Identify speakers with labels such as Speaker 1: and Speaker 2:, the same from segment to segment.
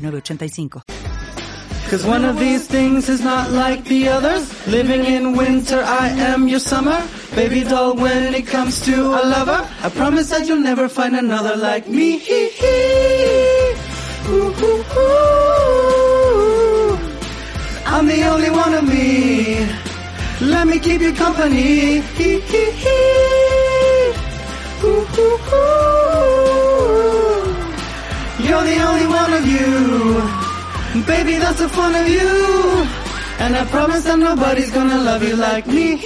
Speaker 1: 985.
Speaker 2: Cause one of these things is not like the others. Living in winter, I am your summer. Baby doll, when it comes to a lover, I promise that you'll never find another like me. Ooh, ooh, ooh. I'm the only one of me. Let me keep you company. Ooh, ooh, ooh. You're the only one of you. Baby, that's the fun of you. And I promise that nobody's gonna love you like me.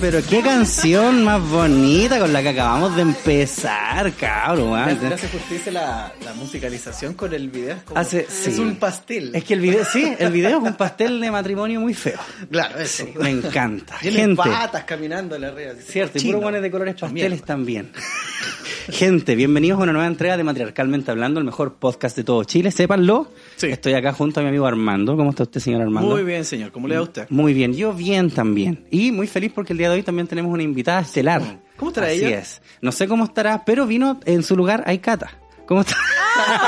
Speaker 3: Pero qué canción más bonita con la que acabamos de empezar, cabrón. ¿ah?
Speaker 4: Le hace justicia la, la musicalización con el video. Es, como-
Speaker 3: Hace-
Speaker 4: es
Speaker 3: sí.
Speaker 4: un pastel.
Speaker 3: Es que el video, sí, el video es un pastel de matrimonio muy feo.
Speaker 4: Claro, eso.
Speaker 3: Me encanta.
Speaker 4: Tienen
Speaker 3: Gente,
Speaker 4: patas caminando en la red. así,
Speaker 3: cierto, y
Speaker 4: chino.
Speaker 3: puro guanes de colores pasteles
Speaker 4: Mierda.
Speaker 3: también. Gente, bienvenidos a una nueva entrega de Matriarcalmente Hablando, el mejor podcast de todo Chile, sépanlo.
Speaker 4: Sí.
Speaker 3: Estoy acá junto a mi amigo Armando. ¿Cómo está usted, señor Armando?
Speaker 4: Muy bien, señor. ¿Cómo le da a usted?
Speaker 3: Muy bien, yo bien también. Y muy feliz porque el día de hoy también tenemos una invitada estelar.
Speaker 4: ¿Cómo estará
Speaker 3: Así
Speaker 4: ella?
Speaker 3: es. No sé cómo estará, pero vino en su lugar Aikata. ¿Cómo está?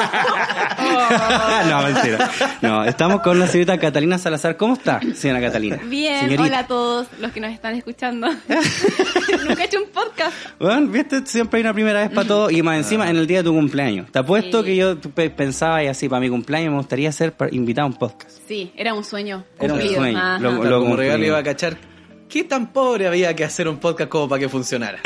Speaker 4: Ah.
Speaker 3: no, mentira. No, estamos con la señorita Catalina Salazar. ¿Cómo está, señora Catalina?
Speaker 5: Bien,
Speaker 3: Señorita.
Speaker 5: hola a todos los que nos están escuchando. Nunca he hecho un podcast.
Speaker 3: Bueno, viste, siempre hay una primera vez para todo y más encima en el día de tu cumpleaños. Te apuesto
Speaker 5: Sí.
Speaker 3: que yo tu- pe- pensaba y así, para mi cumpleaños me gustaría ser pa- invitado a un podcast.
Speaker 5: Sí, era un sueño.
Speaker 3: Era un
Speaker 5: cumplido.
Speaker 3: sueño.
Speaker 5: Ajá.
Speaker 3: Lo-
Speaker 4: Claro, como
Speaker 3: cumplí.
Speaker 4: regalo iba a cachar. ¿Qué tan pobre había que hacer un podcast como para que funcionara?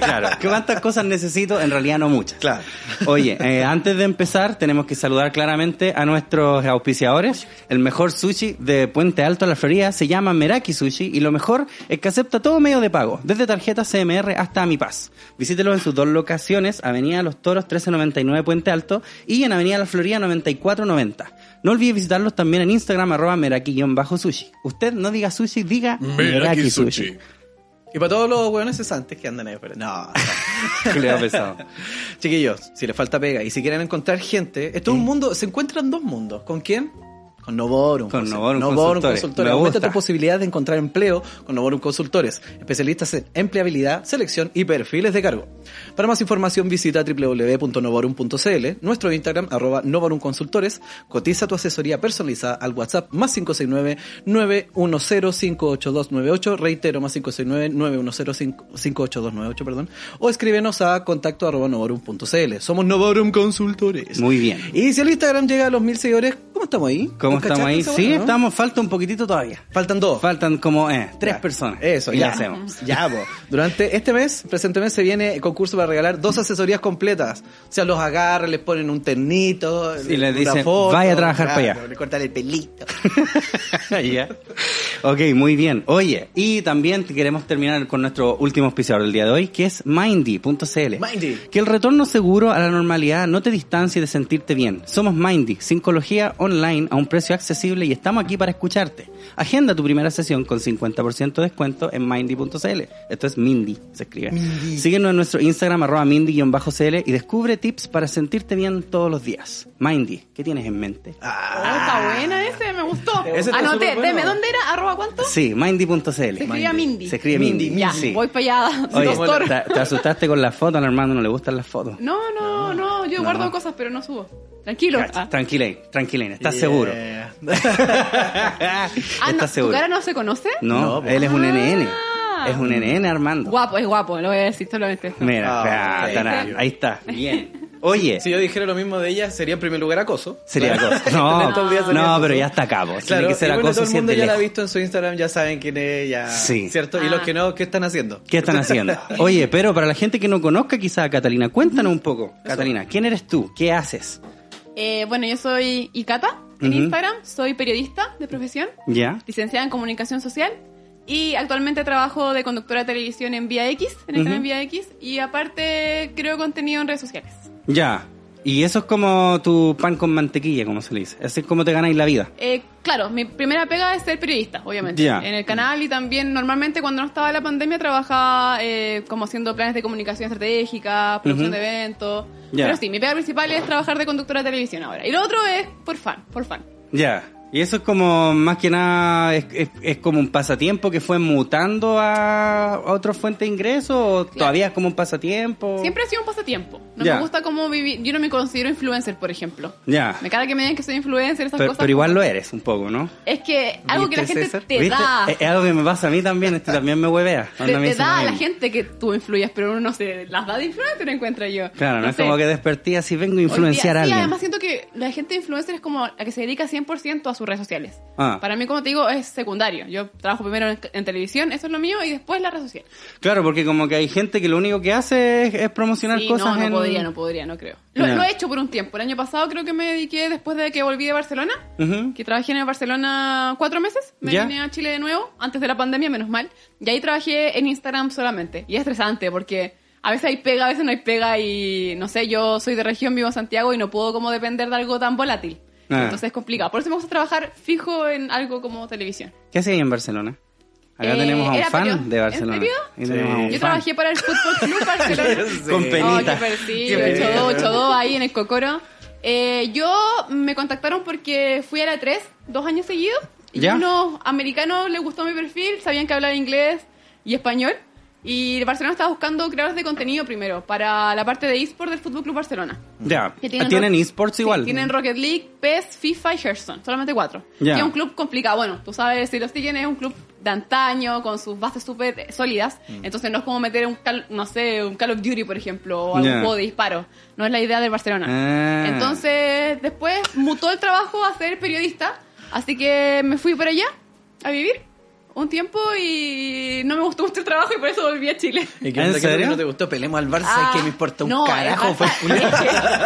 Speaker 3: claro. ¿Qué cuántas cosas necesito? En realidad no muchas.
Speaker 4: Claro.
Speaker 3: Oye, eh, antes de empezar, tenemos que saludar claramente a nuestros auspiciadores. El mejor sushi de Puente Alto a la Florida se llama Meraki Sushi y lo mejor es que acepta todo medio de pago, desde tarjeta CMR hasta Mi Paz. Visítelos en sus dos locaciones, Avenida Los Toros 1399 Puente Alto y en Avenida La Florida 9490. No olvide visitarlos también en Instagram, arroba meraki-sushi. Usted no diga sushi, diga meraki, sushi.
Speaker 4: Y para todos los hueones cesantes que andan ahí afuera. No.
Speaker 3: ¿Qué le ha pensado?
Speaker 4: Chiquillos, si les falta pega y si quieren encontrar gente, esto es un mundo, se encuentran dos mundos. ¿Con quién? Con Novorum.
Speaker 3: Con
Speaker 4: José.
Speaker 3: Novorum Consultores.
Speaker 4: Consultores.
Speaker 3: Me
Speaker 4: Aumenta
Speaker 3: gusta.
Speaker 4: tu posibilidad de encontrar empleo con Novorum Consultores, especialistas en empleabilidad, selección y perfiles de cargo. Para más información visita www.novorum.cl, nuestro Instagram arroba Novorum Consultores, cotiza tu asesoría personalizada al WhatsApp más 569-910-58298, reitero más 569-910-58298, perdón, o escríbenos a contacto arroba novorum.cl. Somos Novorum Consultores.
Speaker 3: Muy bien.
Speaker 4: Y si el Instagram llega a los mil seguidores, ¿cómo estamos ahí?
Speaker 3: ¿Cómo
Speaker 4: ¿Nos
Speaker 3: estamos
Speaker 4: cachaste
Speaker 3: ahí?
Speaker 4: esa
Speaker 3: Sí,
Speaker 4: buena, no?
Speaker 3: estamos, falta un poquitito todavía.
Speaker 4: Faltan dos.
Speaker 3: Faltan como eh, tres
Speaker 4: Ya.
Speaker 3: personas.
Speaker 4: Eso,
Speaker 3: y
Speaker 4: ya
Speaker 3: la hacemos.
Speaker 4: Ya, po. Durante este mes, presente mes, se viene el concurso para regalar dos asesorías completas. O sea, los agarran, les ponen un ternito,
Speaker 3: Y les
Speaker 4: una
Speaker 3: dicen, "Vaya a trabajar para allá".
Speaker 4: Le cortan el pelito.
Speaker 3: Ya. Ok, muy bien. Oye, y también queremos terminar con nuestro último auspiciador del día de hoy, que es Mindy.cl.
Speaker 4: Mindy.
Speaker 3: Que el retorno seguro a la normalidad no te distancie de sentirte bien. Somos Mindy, psicología online a un precio accesible y estamos aquí para escucharte. Agenda tu primera sesión con 50% de descuento en Mindy.cl. Esto es Mindy, se escribe. Síguenos en nuestro Instagram, arroba Mindy-cl y descubre tips para sentirte bien todos los días. Mindy, ¿qué tienes en mente?
Speaker 4: Ah.
Speaker 5: Oh, está buena ese, me gustó.
Speaker 4: Ese está
Speaker 5: Anoté,
Speaker 4: súper bueno.
Speaker 5: deme dónde era, arroba cuánto.
Speaker 3: Sí, mindy.cl. Se
Speaker 5: escribe Mindy.
Speaker 3: Se escribe
Speaker 4: Mindy,
Speaker 3: Mindy.
Speaker 5: ya,
Speaker 3: sí.
Speaker 5: voy para allá.
Speaker 3: Oye,
Speaker 5: Doctor.
Speaker 3: te, te asustaste con las fotos, hermano, no le gustan las fotos.
Speaker 5: No, no, no, yo
Speaker 3: No.
Speaker 5: guardo cosas, pero no subo. Tranquilo. Ah,
Speaker 3: Tranquila, tranquila, estás seguro.
Speaker 4: eh,
Speaker 5: Ah, no,
Speaker 3: estás seguro.
Speaker 5: ¿Tu cara no se conoce?
Speaker 3: No,
Speaker 4: No, pues. po.
Speaker 3: él es un NN.
Speaker 5: Ah.
Speaker 3: Es un NN, Armando.
Speaker 5: Guapo, es guapo, lo voy a decir solamente. esto.
Speaker 3: Mira,
Speaker 4: Ah,
Speaker 3: ah,
Speaker 4: ok.
Speaker 3: tarán, ahí está. Bien. Oye,
Speaker 4: si yo dijera lo mismo de ella, sería en primer lugar acoso.
Speaker 3: sería
Speaker 4: Claro.
Speaker 3: cosa.
Speaker 4: En
Speaker 3: No,
Speaker 4: estos días sería
Speaker 3: no
Speaker 4: acoso.
Speaker 3: pero ya está acabo. Tiene
Speaker 4: Claro,
Speaker 3: que ser
Speaker 4: y bueno,
Speaker 3: acoso
Speaker 4: todo el
Speaker 3: si es
Speaker 4: mundo
Speaker 3: de
Speaker 4: ya la ha
Speaker 3: lejos.
Speaker 4: visto en su Instagram, ya saben quién es, ya.
Speaker 3: Sí.
Speaker 4: ¿Cierto? Y
Speaker 5: Ah.
Speaker 4: los que no, ¿qué están haciendo?
Speaker 3: ¿Qué están haciendo? Oye, pero para la gente que no conozca quizá a Catalina, cuéntanos un poco. Catalina, ¿quién eres tú? ¿Qué haces?
Speaker 5: Eh, bueno, yo soy Ikata en
Speaker 3: Ujú.
Speaker 5: Instagram, soy periodista de profesión.
Speaker 3: ¿Ya?
Speaker 5: licenciada en comunicación social y actualmente trabajo de conductora de televisión en Vía X, en el
Speaker 3: Ujú.
Speaker 5: canal Vía X, y aparte creo contenido en redes sociales.
Speaker 3: Ya. Y eso es como tu pan con mantequilla, como se le dice. Así es como te ganáis la vida.
Speaker 5: Eh, claro, mi primera pega es ser periodista, obviamente.
Speaker 3: Ya.
Speaker 5: En el canal y también normalmente cuando no estaba la pandemia trabajaba eh, como haciendo planes de comunicación estratégica, producción
Speaker 3: Ujú.
Speaker 5: de eventos.
Speaker 3: Ya.
Speaker 5: Pero sí, mi pega principal es trabajar de conductora de televisión ahora. Y lo otro es por fan, por fan.
Speaker 3: Ya. Y eso es como, más que nada, es, es- es como un pasatiempo que fue mutando a, a otra fuente de ingresos, o todavía es como un pasatiempo.
Speaker 5: Siempre ha sido un pasatiempo. No
Speaker 3: Ya.
Speaker 5: me gusta cómo vivir. Yo no me considero influencer, por ejemplo.
Speaker 3: Ya.
Speaker 5: Me cara que me digan que soy influencer, esas
Speaker 3: Pero,
Speaker 5: cosas.
Speaker 3: pero igual lo eres un poco, ¿no?
Speaker 5: Es que algo que la
Speaker 4: ¿Viste,
Speaker 5: gente
Speaker 4: César?
Speaker 5: te
Speaker 3: ¿Viste?
Speaker 5: da.
Speaker 3: Es, es algo que me pasa a mí también, este también me huevea.
Speaker 5: Te,
Speaker 3: Onda, me
Speaker 5: te
Speaker 3: dice,
Speaker 5: da a la
Speaker 3: "Ay,
Speaker 5: gente que tú influyes, pero uno no se las da de influencer, encuentro yo.
Speaker 3: Claro, no, es
Speaker 5: sé.
Speaker 3: como que despertí así, vengo a
Speaker 5: Hoy día-
Speaker 3: influenciar a
Speaker 5: sí,
Speaker 3: alguien.
Speaker 5: además siento que la gente influencer es como la que se dedica 100% a sus redes sociales.
Speaker 3: Ah.
Speaker 5: Para mí, como te digo, es secundario. Yo trabajo primero en, en televisión, eso es lo mío, y después la red social.
Speaker 3: Claro, porque como que hay gente que lo único que hace es, es promocionar
Speaker 5: Sí,
Speaker 3: cosas
Speaker 5: no, no
Speaker 3: en...
Speaker 5: podría, no podría, no creo. Lo,
Speaker 3: Ya.
Speaker 5: lo he hecho por un tiempo. El año pasado creo que me dediqué, después de que volví de Barcelona,
Speaker 3: Ujú.
Speaker 5: que trabajé en Barcelona cuatro meses, me
Speaker 3: Ya.
Speaker 5: vine a Chile de nuevo, antes de la pandemia, menos mal, y ahí trabajé en Instagram solamente. Y es estresante porque a veces hay pega, a veces no hay pega, y no sé, yo soy de región, vivo en Santiago y no puedo como depender de algo tan volátil.
Speaker 3: Ah.
Speaker 5: Entonces es complicado. Por eso me gusta trabajar fijo en algo como televisión.
Speaker 3: ¿Qué hacía ahí en Barcelona? Acá
Speaker 5: Eh,
Speaker 3: tenemos a un
Speaker 5: era
Speaker 3: fan
Speaker 5: period-
Speaker 3: de Barcelona.
Speaker 5: ¿En serio?
Speaker 3: Ahí tenemos a un
Speaker 5: Yo
Speaker 3: fan.
Speaker 5: trabajé para el Fútbol Club Barcelona.
Speaker 3: Con
Speaker 4: Sí.
Speaker 5: Oh,
Speaker 3: penita.
Speaker 5: qué persil,
Speaker 4: Qué penita.
Speaker 5: chodó, chodó ahí en el Cocoro. Eh, yo me contactaron porque fui a la 3 dos años seguidos y
Speaker 3: ¿Ya?
Speaker 5: unos americanos les gustó mi perfil, sabían que hablaba inglés y español. Y Barcelona estaba buscando creadores de contenido primero para la parte de eSport del Fútbol Club Barcelona.
Speaker 3: Ya.
Speaker 5: Que
Speaker 3: ¿Tienen,
Speaker 5: Rock-
Speaker 3: esports
Speaker 5: Sí,
Speaker 3: igual?
Speaker 5: Tienen Rocket League, PES, FIFA y Hearthstone. Solamente cuatro.
Speaker 3: Ya.
Speaker 5: Y es un club complicado. Bueno, tú sabes, si los siguen es un club de antaño, con sus bases súper eh, sólidas.
Speaker 3: Mm.
Speaker 5: Entonces no es como meter un, Call- no sé, un Call of Duty, por ejemplo, o algún
Speaker 3: Ya.
Speaker 5: juego de disparo. No es la idea del Barcelona.
Speaker 3: Ah.
Speaker 5: Entonces, después mutó el trabajo a ser periodista. Así que me fui para allá a vivir un tiempo y no me gustó mucho el trabajo y por eso volví a Chile.
Speaker 4: ¿Y qué
Speaker 3: ¿En
Speaker 4: onda? ¿Qué es lo que
Speaker 3: serio?
Speaker 4: no te gustó? Pelemos al Barça
Speaker 5: Ah,
Speaker 4: y que me importa un
Speaker 5: no, el
Speaker 4: carajo.
Speaker 5: Barça-
Speaker 4: pues, culiao.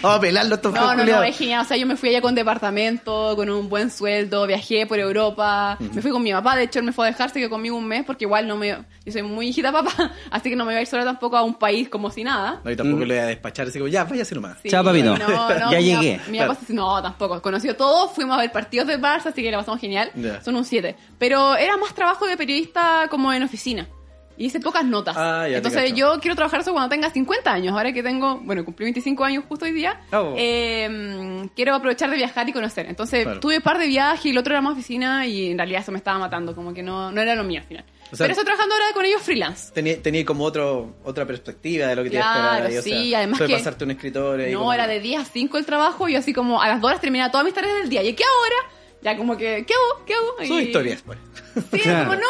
Speaker 4: Vamos a pelarlo estos
Speaker 5: No, no, no,
Speaker 4: culiados.
Speaker 5: es genial. O sea, yo me fui allá con departamento, con un buen sueldo, viajé por Europa, me fui con mi papá, de hecho él me fue a dejar, se quedó conmigo un mes porque igual no me... Yo soy muy hijita papá, así que no me voy a ir sola tampoco a un país como si nada.
Speaker 4: No, y tampoco
Speaker 3: Mm.
Speaker 4: le voy a despachar. Así como, ya, váyase nomás.
Speaker 5: Sí,
Speaker 3: Chao, papito.
Speaker 5: no, no,
Speaker 3: Ya
Speaker 5: mi
Speaker 3: llegué.
Speaker 5: papá- mi
Speaker 4: Claro.
Speaker 5: papá se- no, tampoco. Conoció todo, fuimos a ver partidos de Barça, así que la pasamos genial.
Speaker 4: Ya.
Speaker 5: Son un 7. Pero era más trabajo de periodista como en oficina. Y hice pocas notas.
Speaker 4: Ah, ya te
Speaker 5: Entonces
Speaker 4: cacho.
Speaker 5: yo quiero trabajar eso cuando tenga 50 años. Ahora que tengo, bueno, cumplí 25 años justo hoy día.
Speaker 3: Oh.
Speaker 5: eh, mm, quiero aprovechar de viajar y conocer. Entonces
Speaker 4: Claro.
Speaker 5: tuve un par de viajes y el otro era más oficina y en realidad eso me estaba matando. Como que no, no era lo mío al final.
Speaker 4: O sea-
Speaker 5: Pero estoy trabajando ahora con ellos freelance.
Speaker 4: Tenía, tenía como otro, otra perspectiva de lo que te
Speaker 5: Claro,
Speaker 4: esperaba. y, o sea,
Speaker 5: sí, además
Speaker 4: esto de
Speaker 5: que-
Speaker 4: pasarte un escritor y
Speaker 5: No,
Speaker 4: como-
Speaker 5: era de 10 a 5 el trabajo y así como a las 2 horas terminaba todas mis tareas del día. ¿Y qué ahora? Ya como que, ¿qué hago? ¿Qué hago?
Speaker 4: Sus
Speaker 5: Y-
Speaker 4: historias, pues.
Speaker 5: Sí,
Speaker 3: Claro.
Speaker 5: como no,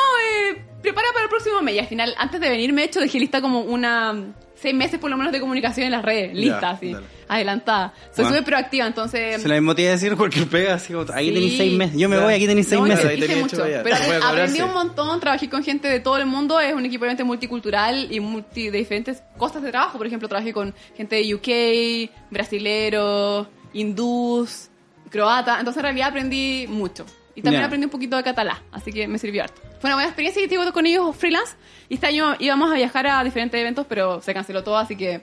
Speaker 5: eh, prepara para el próximo mes. Y al final, antes de venir, me he hecho, dejé lista como una... mm, Seis meses por lo menos de comunicación en las redes, lista,
Speaker 4: Ya,
Speaker 5: así,
Speaker 4: dale.
Speaker 5: adelantada. Soy
Speaker 3: Bueno.
Speaker 5: súper proactiva, entonces... mm,
Speaker 3: Se la mismo te iba a decir cualquier pega, así como, ahí
Speaker 5: sí.
Speaker 3: tenéis seis meses. Yo me voy, aquí tenéis seis
Speaker 5: No, yo
Speaker 3: meses.
Speaker 4: ahí
Speaker 5: dije
Speaker 4: tenía
Speaker 5: mucho,
Speaker 4: hecho ya.
Speaker 5: pero
Speaker 4: Se puede
Speaker 5: aprendí
Speaker 4: cobrarse.
Speaker 5: un montón, trabajé con gente de todo el mundo, es un equipo obviamente multicultural y multi, de diferentes costas de trabajo. Por ejemplo, trabajé con gente de UK, brasileros, hindús, croata. Entonces, en realidad aprendí mucho. Y también
Speaker 3: Ya.
Speaker 5: aprendí un poquito de catalán, así que me sirvió harto. Fue una buena experiencia y estuve con ellos freelance. Y este año íbamos a viajar a diferentes eventos, pero se canceló todo, así que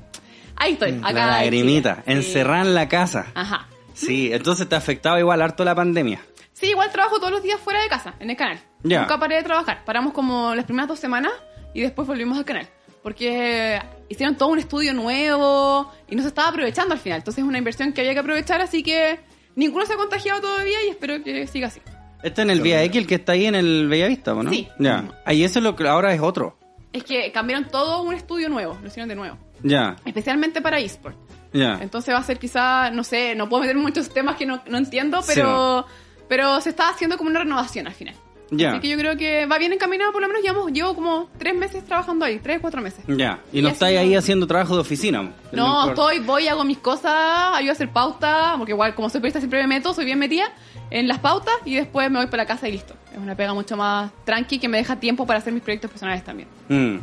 Speaker 5: ahí estoy. Acá
Speaker 3: Mm, la
Speaker 5: en Chile.
Speaker 3: lagrimita,
Speaker 5: Sí.
Speaker 3: encerrada en la casa.
Speaker 5: Ajá.
Speaker 3: Sí, entonces te afectaba igual harto la pandemia.
Speaker 5: Sí, igual trabajo todos los días fuera de casa, en el canal.
Speaker 3: Ya.
Speaker 5: Nunca paré de trabajar. Paramos como las primeras dos semanas y después volvimos al canal. Porque hicieron todo un estudio nuevo y no se estaba aprovechando al final. Entonces es una inversión que había que aprovechar, así que ninguno se ha contagiado todavía y espero que siga así.
Speaker 3: Este en el Vía X, el que está ahí en el Bellavista, ¿o ¿no?
Speaker 5: Sí.
Speaker 3: Ya. Ahí eso es lo que ahora es otro.
Speaker 5: Es que cambiaron todo un estudio nuevo, lo hicieron de nuevo.
Speaker 3: Ya,
Speaker 5: Especialmente para eSport.
Speaker 3: ya.
Speaker 5: Entonces va a ser quizá, no sé, no puedo meter muchos temas que no, no entiendo,
Speaker 3: Sí,
Speaker 5: pero, pero se está haciendo como una renovación al final.
Speaker 3: Ya.
Speaker 5: Así que yo creo que va bien encaminado, por lo menos llevamos, llevo como tres meses trabajando ahí, tres, cuatro meses.
Speaker 3: Ya. Y
Speaker 5: Y
Speaker 3: no
Speaker 5: así
Speaker 3: estáis
Speaker 5: no-
Speaker 3: ahí haciendo trabajo de oficina.
Speaker 5: No,
Speaker 3: mejor.
Speaker 5: estoy, voy, hago mis cosas, ayudo a hacer pauta, porque igual como soy periodista siempre me meto, soy bien metida en las pautas y después me voy para la casa y listo. Es una pega mucho más tranqui que me deja tiempo para hacer mis proyectos personales también.
Speaker 3: Mm.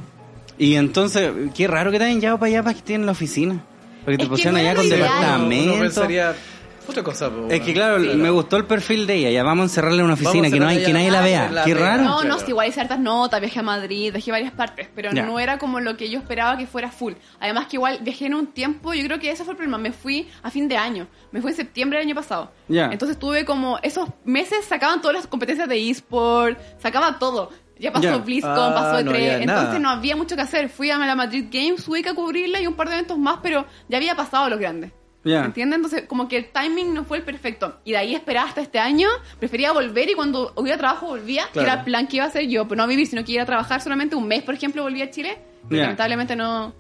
Speaker 3: Y entonces, qué raro que te hayan llevado para allá para que estén en la oficina. Porque te
Speaker 5: Es que
Speaker 3: pusieron
Speaker 5: no
Speaker 3: allá
Speaker 5: era
Speaker 3: con
Speaker 5: lo ideal.
Speaker 4: Uno- uno
Speaker 3: departamento.
Speaker 4: pensaría, Otra cosa, po,
Speaker 3: Es que
Speaker 4: weón.
Speaker 3: claro, me gustó el perfil de ella. Ya vamos a encerrarla en una oficina
Speaker 4: Vamos a
Speaker 3: que no hay,
Speaker 4: encerrarla
Speaker 3: que nadie la
Speaker 4: en
Speaker 3: vea.
Speaker 4: la
Speaker 3: Qué
Speaker 4: pega.
Speaker 3: raro.
Speaker 5: No, no,
Speaker 4: claro.
Speaker 5: sí, igual hice hartas notas, viajé a Madrid, viajé a varias partes, pero
Speaker 3: Ya.
Speaker 5: no era como lo que yo esperaba que fuera full. Además que igual viajé en un tiempo, yo creo que ese fue el problema, me fui a fin de año, me fui en septiembre del año pasado.
Speaker 3: Ya.
Speaker 5: Entonces tuve como, esos meses sacaban todas las competencias de eSport, sacaba todo. Ya pasó
Speaker 3: Ya.
Speaker 5: BlizzCon,
Speaker 4: Ah,
Speaker 5: pasó E3,
Speaker 4: no había
Speaker 5: entonces
Speaker 4: nada.
Speaker 5: no había mucho que hacer. Fui a la Madrid Games Week a cubrirla y un par de eventos más, pero ya había pasado los grandes.
Speaker 3: Ya.
Speaker 5: ¿Entiendes? Entonces, como que el timing no fue el perfecto. Y de ahí esperaba hasta este año, prefería volver y cuando hubiera trabajo volvía, que
Speaker 4: Claro.
Speaker 5: era el plan que iba a hacer yo, pero no a vivir, sino que iba a trabajar solamente un mes, por ejemplo, volví a Chile. Y
Speaker 3: Ya.
Speaker 5: lamentablemente no,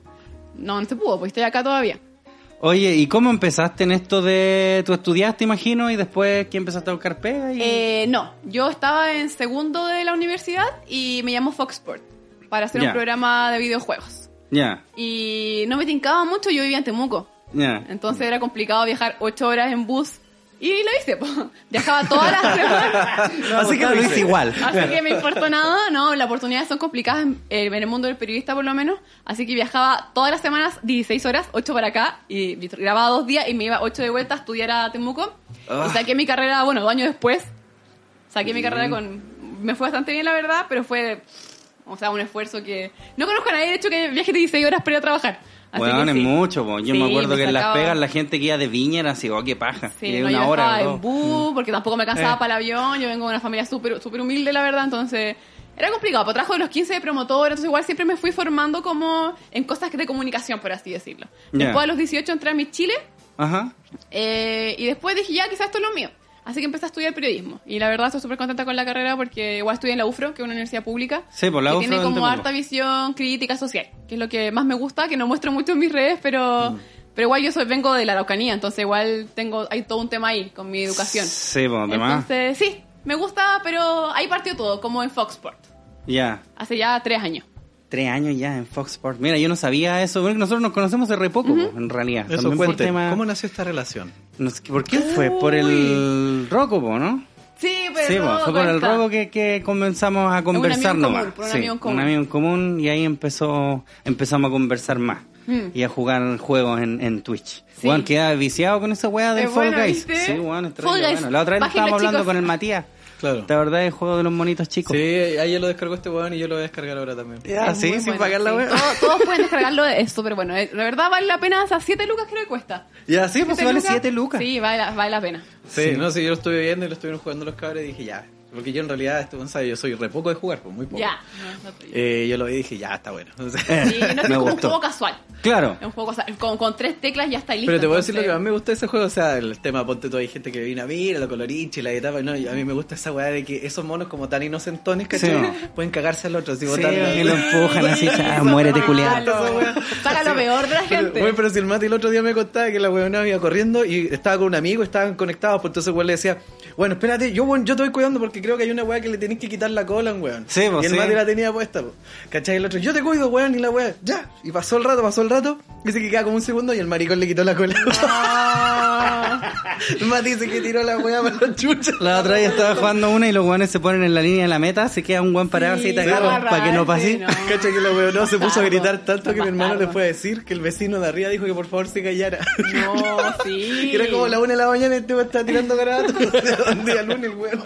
Speaker 5: no, no se pudo, pues estoy acá todavía.
Speaker 3: Oye, ¿y cómo empezaste en esto de. Tú estudiaste, imagino, y después que empezaste a buscar pega? Y...
Speaker 5: Eh, no, yo estaba en segundo de la universidad y me llamó Foxport para hacer
Speaker 3: Ya.
Speaker 5: un programa de videojuegos.
Speaker 3: Ya,
Speaker 5: Y no me tincaba mucho, yo vivía en Temuco.
Speaker 3: ya.
Speaker 5: Entonces era complicado viajar ocho horas en bus. Y lo hice, po. viajaba todas las semanas.
Speaker 3: Así que lo hice igual.
Speaker 5: Así que me importó nada, no, las oportunidades son complicadas en, eh, en el mundo del periodista por lo menos, así que viajaba todas las semanas 16 horas, 8 para acá, y vi- grababa dos días y me iba 8 de vuelta a estudiar a Temuco,
Speaker 3: Ah.
Speaker 5: y saqué mi carrera, bueno, dos años después, saqué mi
Speaker 3: Mm.
Speaker 5: carrera con, me fue bastante bien la verdad, pero fue, o sea, un esfuerzo que, no conozco a nadie de hecho que viaje 16 horas para ir a trabajar. Así
Speaker 3: Weón,
Speaker 5: que
Speaker 3: es
Speaker 5: sí.
Speaker 3: mucho, po. Yo
Speaker 5: Sí,
Speaker 3: me acuerdo que en las
Speaker 5: sacaba-
Speaker 3: pegas la gente que iba de viña era así, oh, qué paja.
Speaker 5: Sí,
Speaker 3: Y era
Speaker 5: no,
Speaker 3: una
Speaker 5: yo
Speaker 3: hora.
Speaker 5: viajaba
Speaker 3: dos.
Speaker 5: en bus, porque tampoco me cansaba
Speaker 3: Eh.
Speaker 5: para el avión. Yo vengo de una familia súper super humilde, la verdad, entonces era complicado. Pero trabajo de los 15 de promotor, entonces igual siempre me fui formando como en cosas de comunicación, por así decirlo.
Speaker 3: Ya.
Speaker 5: Después a los 18 entré a mi Chile
Speaker 3: Ajá.
Speaker 5: eh, y después dije, ya, quizás esto es lo mío. Así que empecé a estudiar periodismo. Y la verdad, estoy súper contenta con la carrera porque igual estudié en la UFRO, que es una universidad pública.
Speaker 3: Sí, por la
Speaker 5: que
Speaker 3: UFRO
Speaker 5: Tiene
Speaker 3: en
Speaker 5: como
Speaker 3: Temuco.
Speaker 5: harta visión crítica social, que es lo que más me gusta, que no muestro mucho en mis redes, pero,
Speaker 3: Mm.
Speaker 5: pero igual yo soy, vengo de la Araucanía, entonces igual tengo, hay todo un tema ahí con mi educación.
Speaker 3: Sí, po, además.
Speaker 5: Entonces, sí, me gusta, pero ahí partió todo, como en Foxport,
Speaker 3: Ya.
Speaker 5: hace ya tres años.
Speaker 3: Tres años ya en Fox Sports. Mira, yo no sabía eso. Bueno, nosotros nos conocemos hace re poco, po, en realidad.
Speaker 4: Eso
Speaker 3: También por
Speaker 4: cuente.
Speaker 3: tema-
Speaker 4: ¿Cómo nació esta relación?
Speaker 3: no sé, ¿Por qué fue? Por el Rocco, po, ¿no?
Speaker 5: Sí,
Speaker 3: Sí,
Speaker 5: pero
Speaker 3: po,
Speaker 5: no
Speaker 3: fue por el
Speaker 5: cuenta.
Speaker 3: robo que, que comenzamos a conversar
Speaker 5: amigo en
Speaker 3: nomás.
Speaker 5: común, por un
Speaker 3: Sí,
Speaker 5: amigo en común.
Speaker 3: un amigo en común, y ahí empezó, empezamos a conversar más
Speaker 5: Mm.
Speaker 3: y a jugar juegos en, en Twitch.
Speaker 5: Sí.
Speaker 3: Juan queda viciado con esa weá de
Speaker 5: Es
Speaker 3: Fall
Speaker 5: bueno,
Speaker 3: Guys.
Speaker 5: ¿viste?
Speaker 3: Sí, Juan, es
Speaker 5: Fall Guys.
Speaker 3: bueno. La otra vez
Speaker 5: Bájenlo,
Speaker 3: estábamos hablando
Speaker 5: chicos.
Speaker 3: con el Matías.
Speaker 4: Claro.
Speaker 3: La verdad es el juego de los monitos chicos.
Speaker 4: Sí, ayer lo descargó este weón y yo lo voy a descargar ahora también.
Speaker 3: Ya,
Speaker 5: Es
Speaker 3: sí,
Speaker 5: muy
Speaker 3: sin
Speaker 5: bueno,
Speaker 3: pagar la
Speaker 5: sí.
Speaker 3: weá.
Speaker 5: Todo- Todos pueden descargarlo, es súper bueno. Eh, La verdad vale la pena, esas 7 lucas creo que cuesta.
Speaker 3: Ya, sí, pues
Speaker 5: ¿Siete
Speaker 3: vale 7 lucas.
Speaker 5: Sí, vale, la- vale la pena.
Speaker 4: Sí, no sé, yo lo estuve viendo y lo estuvieron jugando los cabros y dije ya. Porque yo en realidad, este weón sabe, yo soy re poco de jugar, pues muy poco.
Speaker 5: Ya. No, no te-
Speaker 4: Eh, yo lo vi y dije ya, está bueno. Entonces-
Speaker 5: Sí, no es
Speaker 3: Me
Speaker 5: como un
Speaker 3: gustó.
Speaker 5: juego casual.
Speaker 3: Claro.
Speaker 5: Es un juego casual. Con, con tres teclas ya está listo.
Speaker 4: Pero te voy a decir lo que más me
Speaker 5: entonces-
Speaker 4: gusta de ese juego, o sea, el tema, ponte tú, hay gente que viene a mira, lo colorinche, la etapa, no, y a mí me gusta esa weá de que esos monos como tan inocentones, ¿cachai?
Speaker 3: Sí,
Speaker 4: Pueden cagarse al otro, así
Speaker 3: Sí,
Speaker 4: botan-
Speaker 3: y lo empujan así, ah, muérete culiado.
Speaker 5: Malo. Saca lo peor de la
Speaker 4: Pero,
Speaker 5: gente.
Speaker 4: güey, pero si el Mati el otro día me contaba que la weona iba corriendo y estaba con un amigo, estaban conectados, pues entonces weón le decía, bueno, espérate, yo weón, yo te voy cuidando porque creo que hay una weá que le tenés que quitar la cola, weón.
Speaker 3: Sí, pues,
Speaker 4: y el
Speaker 3: sí.
Speaker 4: Mati la tenía puesta, pues. ¿Cachai? El otro, yo te cuido, weón, y la weá, ya. Y pasó el rato, pasó el rato, dice que queda como un segundo y el maricón le quitó la cola.
Speaker 5: Ah.
Speaker 4: el Mati dice que tiró la weá para la chucha.
Speaker 3: La otra vez estaba jugando una y los guanes se ponen en la línea de la meta, se queda un guan parado
Speaker 5: Sí,
Speaker 3: así y te
Speaker 5: no
Speaker 3: agarran para que no pase.
Speaker 5: agarrarte, no.
Speaker 4: Cacha que la weonó se puso a
Speaker 5: Bastardo,
Speaker 4: gritar tanto que mi hermano le
Speaker 5: bastardo.
Speaker 4: fue a decir que el vecino de arriba dijo que por favor se callara.
Speaker 5: No, sí.
Speaker 4: Que era como la una de la mañana y este weón estaba tirando garabatos un día lunes, el weón.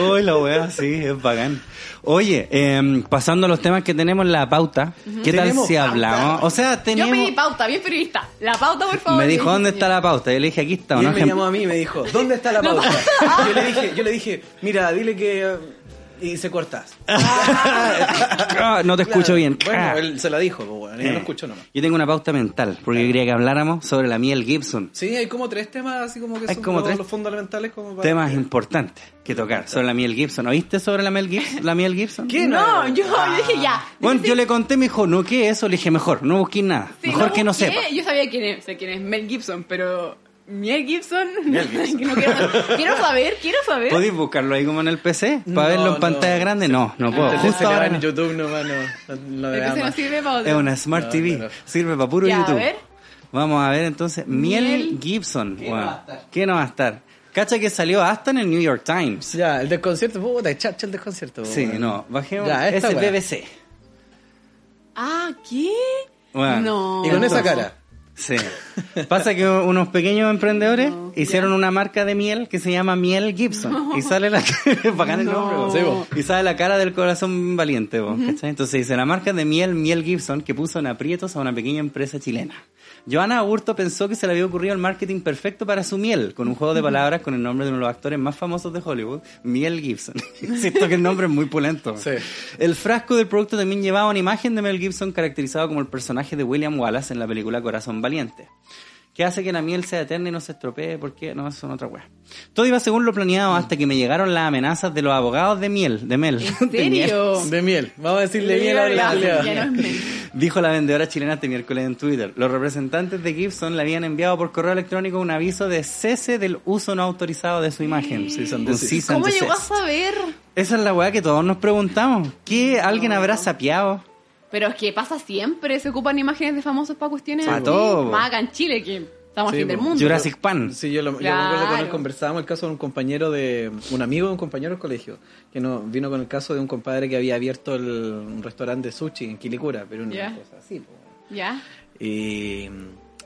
Speaker 3: Uy, la wea, sí, es bacán. Oye, em, pasando a los temas que tenemos en la pauta, ¿qué tal
Speaker 4: Tenemos
Speaker 3: si
Speaker 4: pauta.
Speaker 3: hablamos? O sea,
Speaker 5: Yo pedí
Speaker 3: tenemos...
Speaker 5: pauta, bien periodista. La pauta, por favor.
Speaker 3: Me dijo,
Speaker 5: Sí,
Speaker 3: ¿dónde
Speaker 5: sí,
Speaker 3: está la pauta? Yo le dije, aquí está,
Speaker 4: Y
Speaker 3: ¿no?
Speaker 4: él me llamó a mí y me dijo, ¿dónde está la pauta? Yo le dije, yo le dije, mira, dile que... Y se cortas.
Speaker 3: Ah, no te escucho bien.
Speaker 4: Bueno,
Speaker 3: Ah. Eh.
Speaker 4: él se la dijo, pues, weón, yo no escucho nomás.
Speaker 3: Yo tengo una pauta mental, porque quería que habláramos sobre la miel Gibson.
Speaker 4: Sí, hay como tres temas así como que
Speaker 3: Hay
Speaker 4: son
Speaker 3: como
Speaker 4: los,
Speaker 3: tres
Speaker 4: los fundamentales como para...
Speaker 3: Temas importantes que tocar sobre la miel Gibson. ¿Oíste sobre la miel, Gibson? la miel Gibson?
Speaker 5: sí.
Speaker 4: ¿Qué?
Speaker 5: No, yo, yo dije ya.
Speaker 3: Bueno,
Speaker 5: Dije,
Speaker 3: yo
Speaker 5: sí,
Speaker 3: le conté, me dijo, no, ¿qué es eso? Le dije, mejor, no busqué nada.
Speaker 5: sí,
Speaker 3: mejor que no
Speaker 5: busqué.
Speaker 3: sepa.
Speaker 5: Yo sabía quién es, sé quién es Mel Gibson, pero. Mel Gibson. que no quiero, quiero saber, quiero saber.
Speaker 3: ¿Podéis buscarlo ahí como en el PC? ¿Para
Speaker 4: No,
Speaker 3: verlo en
Speaker 4: no.
Speaker 3: pantalla grande? No, no puedo.
Speaker 4: Entonces se
Speaker 3: Justo
Speaker 4: le va
Speaker 3: ahora
Speaker 4: en
Speaker 3: no.
Speaker 4: YouTube nomás, no, no, no
Speaker 5: Entonces
Speaker 4: vea
Speaker 5: no
Speaker 4: más.
Speaker 5: sirve para otro.
Speaker 3: Es una Smart
Speaker 4: No,
Speaker 3: TV.
Speaker 4: claro.
Speaker 3: Sirve para puro
Speaker 5: Ya, a
Speaker 3: YouTube.
Speaker 5: ver.
Speaker 3: Vamos a ver entonces. Miel,
Speaker 5: Miel
Speaker 3: Gibson.
Speaker 4: ¿Qué
Speaker 3: weón.
Speaker 4: no va a estar?
Speaker 3: ¿Qué no va a estar? Cacha que salió hasta en el New York Times.
Speaker 4: Ya, el desconcierto, puta, chacha el desconcierto. pues,
Speaker 3: Sí,
Speaker 4: weón.
Speaker 3: no. Bajemos
Speaker 4: Ya, esta
Speaker 3: ese
Speaker 4: weá.
Speaker 3: BBC.
Speaker 5: Ah, ¿qué?
Speaker 3: Weón.
Speaker 5: No.
Speaker 4: Y con esa
Speaker 3: Entonces,
Speaker 4: cara.
Speaker 3: Sí. Pasa que unos pequeños emprendedores hicieron una marca de miel que se llama Miel Gibson. Y sale la es bacán el
Speaker 5: No.
Speaker 3: nombre, po.
Speaker 5: Sí,
Speaker 3: Y sale la cara del corazón valiente, po, ¿cachai? Entonces dice la marca de miel Miel Gibson que puso en aprietos a una pequeña empresa chilena. Joana Aburto pensó que se le había ocurrido el marketing perfecto para su miel, con un juego de palabras con el nombre de uno de los actores más famosos de Hollywood, Miel Gibson. Siento que el nombre es muy pulento.
Speaker 4: Sí.
Speaker 3: El frasco del producto también llevaba una imagen de Mel Gibson caracterizado como el personaje de William Wallace en la película Corazón Valiente. Que hace que la miel sea eterna y no se estropee, porque no, son otra weá. Todo iba según lo planeado hasta que me llegaron las amenazas de los abogados de miel, de Mel.
Speaker 5: ¿En
Speaker 3: de miel.
Speaker 5: serio?
Speaker 4: De miel. Vamos a decirle
Speaker 5: Le
Speaker 4: miel
Speaker 5: digo,
Speaker 4: a la
Speaker 5: ya,
Speaker 4: Julia.
Speaker 5: ya no es medio.
Speaker 3: Dijo la vendedora chilena este miércoles en Twitter. Los representantes de Gibson le habían enviado por correo electrónico un aviso de cese del uso no autorizado de su imagen.
Speaker 4: Cease and
Speaker 3: Un
Speaker 4: desist.
Speaker 3: cease and
Speaker 5: ¿Cómo llegó a
Speaker 3: desist.
Speaker 5: saber?
Speaker 3: Esa es la weá que todos nos preguntamos. ¿Qué alguien habrá sapeado?
Speaker 5: Pero es que pasa siempre, se ocupan imágenes de famosos para cuestiones
Speaker 3: Para
Speaker 5: así.
Speaker 3: todo.
Speaker 5: Más acá en Chile que estamos
Speaker 4: Sí,
Speaker 5: al fin del
Speaker 4: po.
Speaker 5: mundo.
Speaker 3: Jurassic Pan.
Speaker 4: Sí, yo, lo, yo
Speaker 5: Claro.
Speaker 4: me acuerdo cuando conversábamos el caso de un compañero de. Un amigo de un compañero del colegio. Que no, vino con el caso de un compadre que había abierto el, un restaurante de sushi en Quilicura. Pero una
Speaker 5: Ya.
Speaker 4: cosa así, po.
Speaker 5: ¿Ya?
Speaker 4: Y.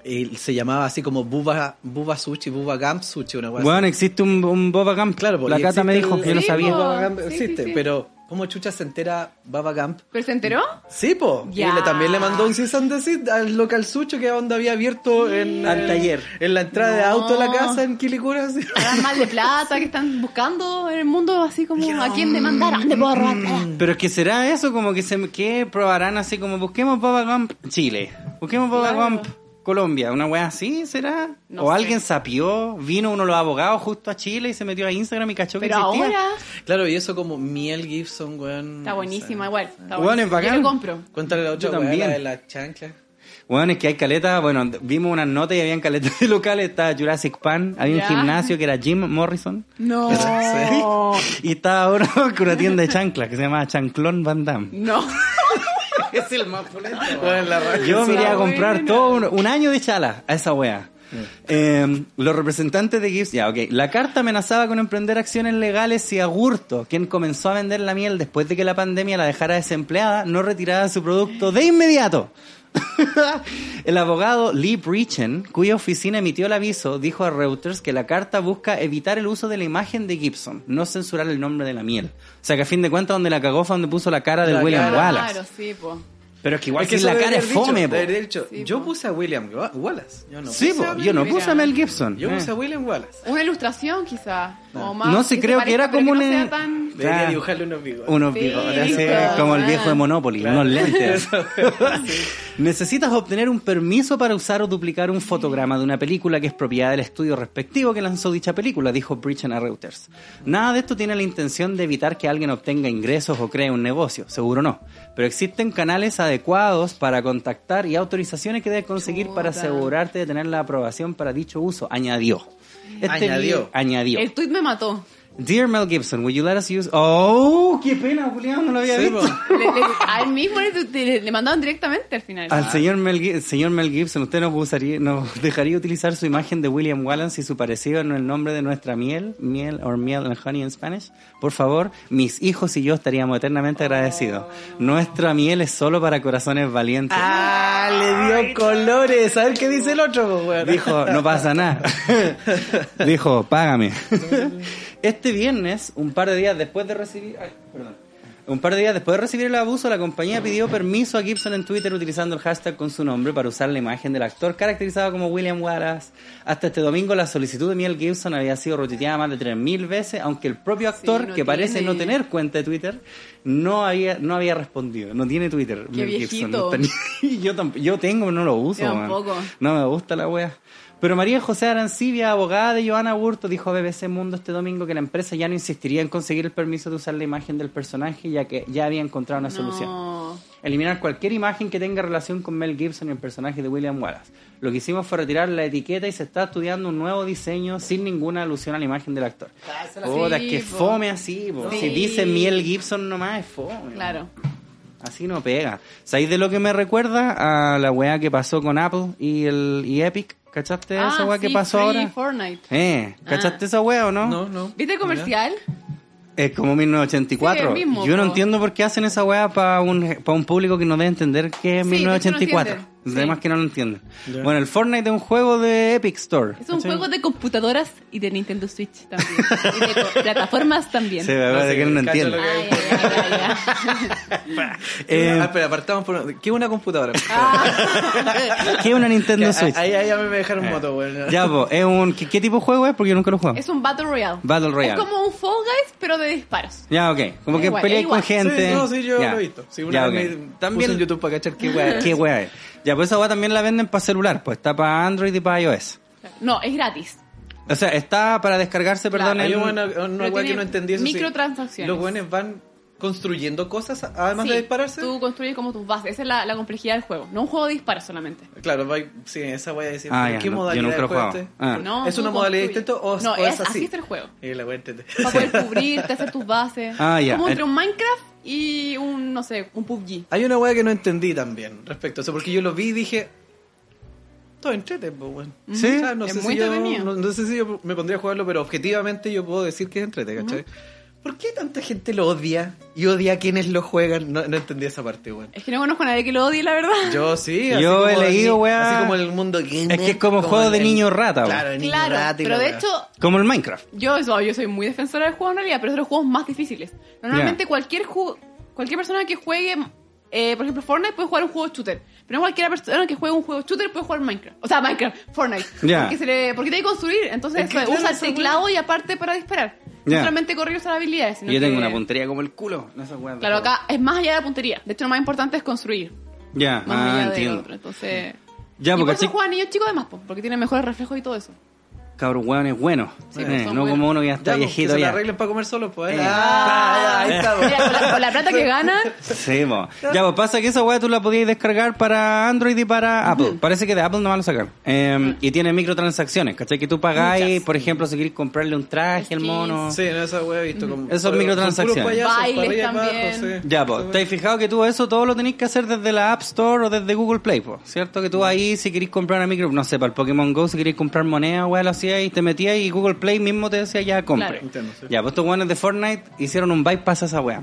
Speaker 4: y se llamaba así como Buba, Buba Sushi, Buba Gump Sushi, una cosa
Speaker 3: Bueno, existe un, un Boba Gump.
Speaker 4: Claro, po,
Speaker 3: la
Speaker 4: y
Speaker 3: cata me
Speaker 4: existe
Speaker 3: dijo,
Speaker 4: el-
Speaker 3: yo no
Speaker 5: Sí,
Speaker 3: sabía.
Speaker 5: po.
Speaker 4: Baba Gump
Speaker 5: Sí, sí,
Speaker 4: existe,
Speaker 5: sí.
Speaker 4: pero ¿cómo chucha se entera Baba Gump?
Speaker 5: ¿Pero se enteró?
Speaker 4: Sí, po.
Speaker 5: Ya.
Speaker 4: Y le, también le mandó un cease and desist al local sucho que onda había abierto en
Speaker 3: Al
Speaker 4: el-
Speaker 3: taller.
Speaker 4: En la entrada de
Speaker 5: No.
Speaker 4: auto a la casa en Quilicura. así.
Speaker 5: Hablan mal de plata que están buscando en el mundo así como a quién demandar, ¿a dónde puedo robar plata?
Speaker 3: Pero es que será eso, como que se que probarán así como busquemos Boba Gump Chile, busquemos Boba
Speaker 5: Claro.
Speaker 3: Gump Colombia, una weá así será.
Speaker 5: No
Speaker 3: o
Speaker 5: sé.
Speaker 3: alguien sapió, vino uno de los abogados justo a Chile y se metió a Instagram y cachó que
Speaker 5: Pero
Speaker 3: existía.
Speaker 5: ahora
Speaker 4: Claro, y eso como Miel Gibson, weón.
Speaker 5: está
Speaker 4: no
Speaker 5: buenísima
Speaker 4: sé.
Speaker 5: igual.
Speaker 3: Bueno,
Speaker 5: Está
Speaker 3: es
Speaker 5: buenísima.
Speaker 3: bacán.
Speaker 5: Yo lo compro.
Speaker 4: Cuéntale la otra
Speaker 3: Yo
Speaker 4: weá,
Speaker 3: también.
Speaker 4: la de la chancla.
Speaker 3: Bueno, es que hay caletas, bueno, vimos unas notas y habían caletas de locales, estaba Jurassic Pan, había
Speaker 5: Ya.
Speaker 3: un gimnasio que era Jim Morrison.
Speaker 5: No. Oh.
Speaker 3: Y estaba ahora con una tienda de chanclas que se llamaba Chanclón Van Damme.
Speaker 5: No.
Speaker 3: Es el más polento.
Speaker 4: Weón, la raja.
Speaker 3: Yo me iría a comprar
Speaker 5: buena.
Speaker 3: todo un, un año de chala a esa wea.
Speaker 4: Mm.
Speaker 3: Eh, los representantes de Gibbs, ya, ok. La carta amenazaba con emprender acciones legales si Agurto, quien comenzó a vender la miel después de que la pandemia la dejara desempleada, no retirara su producto de inmediato. el abogado Lee Brechen, cuya oficina emitió el aviso, dijo a Reuters que la carta busca evitar el uso de la imagen de Gibson, no censurar el nombre de la miel. O sea que a fin de cuentas donde la cagó fue donde puso la cara del
Speaker 4: La
Speaker 3: William
Speaker 4: cara,
Speaker 3: Wallace.
Speaker 5: Claro, sí, po.
Speaker 3: Pero es que igual
Speaker 4: Es
Speaker 3: que
Speaker 4: eso
Speaker 3: la
Speaker 4: debería
Speaker 3: cara es
Speaker 4: haber dicho,
Speaker 3: fome, po.
Speaker 4: debería haber dicho,
Speaker 5: Sí,
Speaker 4: yo
Speaker 5: po.
Speaker 4: puse a William Wa- Wallace. Yo no
Speaker 3: Sí,
Speaker 4: puse
Speaker 3: po,
Speaker 4: a
Speaker 3: yo no
Speaker 5: Mira.
Speaker 3: puse a Mel Gibson.
Speaker 4: Yo
Speaker 3: Eh.
Speaker 4: puse a William Wallace.
Speaker 5: Una ilustración quizá. o más
Speaker 3: No sé,
Speaker 5: se
Speaker 3: creo que era
Speaker 5: parezca,
Speaker 3: como
Speaker 5: pero que no
Speaker 3: un-
Speaker 5: sea tan-
Speaker 4: Debería
Speaker 3: Claro.
Speaker 4: dibujarle unos bigotes.
Speaker 3: Unos
Speaker 5: Sí,
Speaker 3: bigotes, así,
Speaker 5: po,
Speaker 3: como el
Speaker 5: man.
Speaker 3: viejo de Monopoly,
Speaker 4: Claro.
Speaker 3: unos lentes.
Speaker 4: Eso,
Speaker 3: Necesitas obtener un permiso para usar o duplicar un fotograma de una película que es propiedad del estudio respectivo que lanzó dicha película, dijo Bridgen a Reuters. Nada de esto tiene la intención de evitar que alguien obtenga ingresos o cree un negocio, seguro no. Pero existen canales adecuados para contactar y autorizaciones que debes conseguir para
Speaker 5: Chuta.
Speaker 3: asegurarte de tener la aprobación para dicho uso, añadió. Este
Speaker 4: Añadió.
Speaker 3: Añadió.
Speaker 5: El tweet me mató.
Speaker 3: Dear Mel Gibson, would you let us use? Oh, qué pena, Julián, no lo había
Speaker 4: Sí,
Speaker 3: visto.
Speaker 4: po.
Speaker 5: Le, le- a él mismo le, le- le mandaron directamente al final. Ah,
Speaker 3: Al señor Mel, Gi- señor Mel Gibson, usted nos, usaría- nos dejaría utilizar su imagen de William Wallace y su parecido en el nombre de nuestra miel, miel or miel and honey en Spanish. Por favor, mis hijos y yo estaríamos eternamente agradecidos. Nuestra miel es solo para corazones valientes.
Speaker 4: Oh. Ah, le dio colores. A ver qué dice el otro, po, weón.
Speaker 3: Dijo, no pasa nada. Dijo, págame. Este viernes, un par de días después de recibir... ay, perdón. Un par de días después de recibir el abuso, la compañía pidió permiso a Gibson en Twitter utilizando el hashtag con su nombre para usar la imagen del actor caracterizado como William Wallace. Hasta este domingo la solicitud de Miel Gibson había sido retuiteada más de 3.000 veces, aunque el propio actor,
Speaker 5: no
Speaker 3: que parece
Speaker 5: tiene-
Speaker 3: no tener cuenta de Twitter, no había, no había respondido. No tiene Twitter.
Speaker 5: Qué
Speaker 3: Mel Gibson.
Speaker 5: viejito.
Speaker 3: Tenía- yo, tamp- yo tengo, no lo uso.
Speaker 5: Yo
Speaker 3: man.
Speaker 5: tampoco.
Speaker 3: No me gusta la wea. Pero María José Arancibia, abogada de Joana Burto, dijo a BBC Mundo este domingo que la empresa ya no insistiría en conseguir el permiso de usar la imagen del personaje, ya que ya había encontrado una solución.
Speaker 5: No.
Speaker 3: Eliminar cualquier imagen que tenga relación con Mel Gibson y el personaje de William Wallace. Lo que hicimos fue retirar la etiqueta y se está estudiando un nuevo diseño sin ninguna alusión a la imagen del actor. Puta,
Speaker 5: Sí,
Speaker 3: que
Speaker 5: po.
Speaker 3: fome así, po.
Speaker 5: Sí.
Speaker 3: Si dice Miel Gibson nomás es fome.
Speaker 5: Claro.
Speaker 3: Así no pega. ¿Sabéis de lo que me recuerda? A la weá que pasó con Apple y el y Epic. ¿Cachaste
Speaker 5: Ah,
Speaker 3: esa weá
Speaker 5: sí, Ah.
Speaker 3: que pasó
Speaker 5: Free
Speaker 3: ahora?
Speaker 5: Fortnite.
Speaker 3: Eh, ¿cachaste esa weá o no?
Speaker 4: No, no.
Speaker 5: ¿Viste el comercial?
Speaker 3: Es como 1984.
Speaker 5: Sí, el mismo,
Speaker 3: Yo no
Speaker 5: po.
Speaker 3: entiendo por qué hacen esa weá para un, pa un público que no debe entender que es
Speaker 5: Sí, de hecho no
Speaker 3: 1984.
Speaker 5: entienden.
Speaker 3: Los
Speaker 5: Sí.
Speaker 3: demás que no lo entienden.
Speaker 4: Ya.
Speaker 3: Bueno, el Fortnite es un juego de Epic Store.
Speaker 5: Es un
Speaker 3: ¿cachai?
Speaker 5: juego de computadoras y de Nintendo Switch también. y de co- plataformas también.
Speaker 3: Sí, verdad,
Speaker 4: Ah, sí,
Speaker 3: que no
Speaker 4: cacho
Speaker 3: entiende.
Speaker 4: lo
Speaker 5: Ay, ay, ay, ay, ay.
Speaker 3: Eh,
Speaker 4: Ah, espera, apartamos por... una- ¿Qué es una computadora?
Speaker 5: Ah.
Speaker 3: ¿Qué es una
Speaker 4: Que
Speaker 3: Nintendo
Speaker 4: a-
Speaker 3: Switch? Eh.
Speaker 4: Ahí, ahí a mí me dejaron moto, weón.
Speaker 3: Ya, po, es un... ¿qué, qué tipo de juego es? Porque yo nunca lo juego.
Speaker 5: Es un Battle Royale.
Speaker 3: Battle Royale.
Speaker 5: Es como un Fall Guys, pero de disparos.
Speaker 3: Ya, ok. Como que
Speaker 5: Igual,
Speaker 3: peleáis
Speaker 5: igual.
Speaker 3: con gente.
Speaker 4: Sí, no, sí, yo
Speaker 3: Ya.
Speaker 4: lo he visto. Sí, una
Speaker 3: Ya,
Speaker 4: vez
Speaker 3: ok.
Speaker 4: me
Speaker 3: También-
Speaker 4: también en YouTube para cachar qué weá.
Speaker 3: Qué wea es. Ya, pues esa wea también la venden para celular, pues está para Android y para iOS.
Speaker 5: No, es gratis.
Speaker 3: O sea, está para descargarse, perdón,
Speaker 4: Hay
Speaker 3: en-
Speaker 4: una, una
Speaker 5: Pero
Speaker 4: weá que
Speaker 5: tiene
Speaker 4: no entendí eso. sí.
Speaker 5: microtransacciones.
Speaker 4: Los weones van construyendo cosas además
Speaker 5: Sí,
Speaker 4: de dispararse.
Speaker 3: eh?
Speaker 5: Tú construyes como tus bases. Esa es la, la complejidad del juego. No un juego de disparos solamente.
Speaker 4: Claro, va- sí, esa voy a decir.
Speaker 3: Ah,
Speaker 4: ¿pero
Speaker 3: ya,
Speaker 4: ¿Qué
Speaker 3: no, yo
Speaker 4: modalidad
Speaker 3: nunca lo
Speaker 4: de
Speaker 3: he
Speaker 4: juego
Speaker 3: jugado.
Speaker 4: este?
Speaker 3: Ah.
Speaker 5: No,
Speaker 4: ¿Es
Speaker 5: tú
Speaker 4: una modalidad
Speaker 5: construyes.
Speaker 4: distinta o,
Speaker 5: no,
Speaker 4: o
Speaker 5: es,
Speaker 4: es así?
Speaker 5: así está el juego. Ah,
Speaker 4: Y la voy a entender.
Speaker 5: Para poder cubrirte, hacer tus bases.
Speaker 3: Ah, ya.
Speaker 5: Como entre
Speaker 3: El-
Speaker 5: un Minecraft y un, no sé, un PUBG.
Speaker 4: Hay una weá que no entendí también respecto a eso, porque yo lo vi y dije. Todo entrete, pues, weón.
Speaker 3: Sí,
Speaker 4: O sea, no,
Speaker 5: es
Speaker 4: sé
Speaker 5: muy
Speaker 4: si yo,
Speaker 5: entretenido.
Speaker 4: no, no sé si yo me pondría a jugarlo, pero objetivamente yo puedo decir que es entrete, ¿cachai? ¿Por qué tanta gente lo odia y odia a quienes lo juegan? No, no entendí esa parte, weón.
Speaker 5: Es que no conozco a nadie que lo odie, la verdad.
Speaker 4: Yo sí,
Speaker 3: Yo
Speaker 4: como
Speaker 3: he leído,
Speaker 4: el-
Speaker 3: weá,
Speaker 4: Así como el mundo gamer,
Speaker 3: es que es como juego de
Speaker 4: el-
Speaker 3: niño rata,
Speaker 4: Claro, de niño
Speaker 5: claro,
Speaker 4: rata y
Speaker 5: pero
Speaker 4: la
Speaker 5: de
Speaker 4: weá.
Speaker 5: hecho,
Speaker 3: Como el Minecraft.
Speaker 5: yo, eso, yo soy muy defensora del juego en realidad, pero es de los juegos más difíciles. Normalmente cualquier ju- cualquier persona que juegue, eh, por ejemplo, Fortnite puede jugar un juego shooter, pero no cualquier persona que juegue un juego shooter puede jugar Minecraft. O sea, Minecraft, Fortnite.
Speaker 3: Ya.
Speaker 5: Porque, se le, porque tiene que construir, entonces
Speaker 4: Es que
Speaker 5: pues,
Speaker 4: claro,
Speaker 5: usa el
Speaker 4: esa weá.
Speaker 5: teclado y aparte para disparar.
Speaker 3: Ya.
Speaker 5: No solamente correr y usar habilidades. Sino
Speaker 3: Y yo tengo
Speaker 5: que-
Speaker 3: una puntería como el culo. No sé, weón.
Speaker 5: Claro, acá es más allá de la puntería. De hecho, lo más importante es construir.
Speaker 3: Ya,
Speaker 5: Más
Speaker 3: ah,
Speaker 5: allá de
Speaker 3: entiendo.
Speaker 5: otro. Entonces.
Speaker 3: Ya, pues,
Speaker 5: y por
Speaker 3: porque
Speaker 5: eso
Speaker 3: así,
Speaker 5: juegan niños chicos además, po, porque tienen mejores reflejos y todo eso.
Speaker 3: cabros weón es bueno.
Speaker 5: Sí,
Speaker 3: Eh,
Speaker 5: pues son
Speaker 3: no como
Speaker 5: buenos.
Speaker 3: uno que ya
Speaker 4: Ya,
Speaker 3: está
Speaker 4: pues,
Speaker 3: viejito
Speaker 4: que se la
Speaker 3: ya.
Speaker 4: arreglen para comer solo, pues.
Speaker 3: Eh.
Speaker 4: Ah, ahí está, weón.
Speaker 5: Mira, con la, con la plata que ganan,
Speaker 3: Sí, po. Ya, pues pasa que esa weá tú la podías descargar para Android y para Apple. Parece que de Apple no van a sacar. Eh, Y tiene microtransacciones, ¿cachai? Que tú pagáis,
Speaker 5: Muchas.
Speaker 3: por ejemplo, si querés comprarle un traje al
Speaker 5: Skins.
Speaker 3: mono.
Speaker 4: Sí, no, esa wea he visto como.
Speaker 3: Esas
Speaker 4: son
Speaker 3: Mm. microtransacciones.
Speaker 4: puros payasos,
Speaker 5: Bailes
Speaker 4: para arriba y
Speaker 5: también.
Speaker 4: abajo, sí.
Speaker 3: Ya, pues, ¿estáis fijado que tú eso todo lo tenéis que hacer desde la App Store o desde Google Play, pues? ¿Cierto? Que tú ahí, si queréis comprar una micro, no sé, para el Pokémon Go, si queréis comprar moneda, weá, lo hacías y te metías y Google Play mismo te decía ya compre.
Speaker 5: Claro.
Speaker 4: Entiendo, sí.
Speaker 3: Ya, pues estos weones de Fortnite hicieron un bypass a esa weá.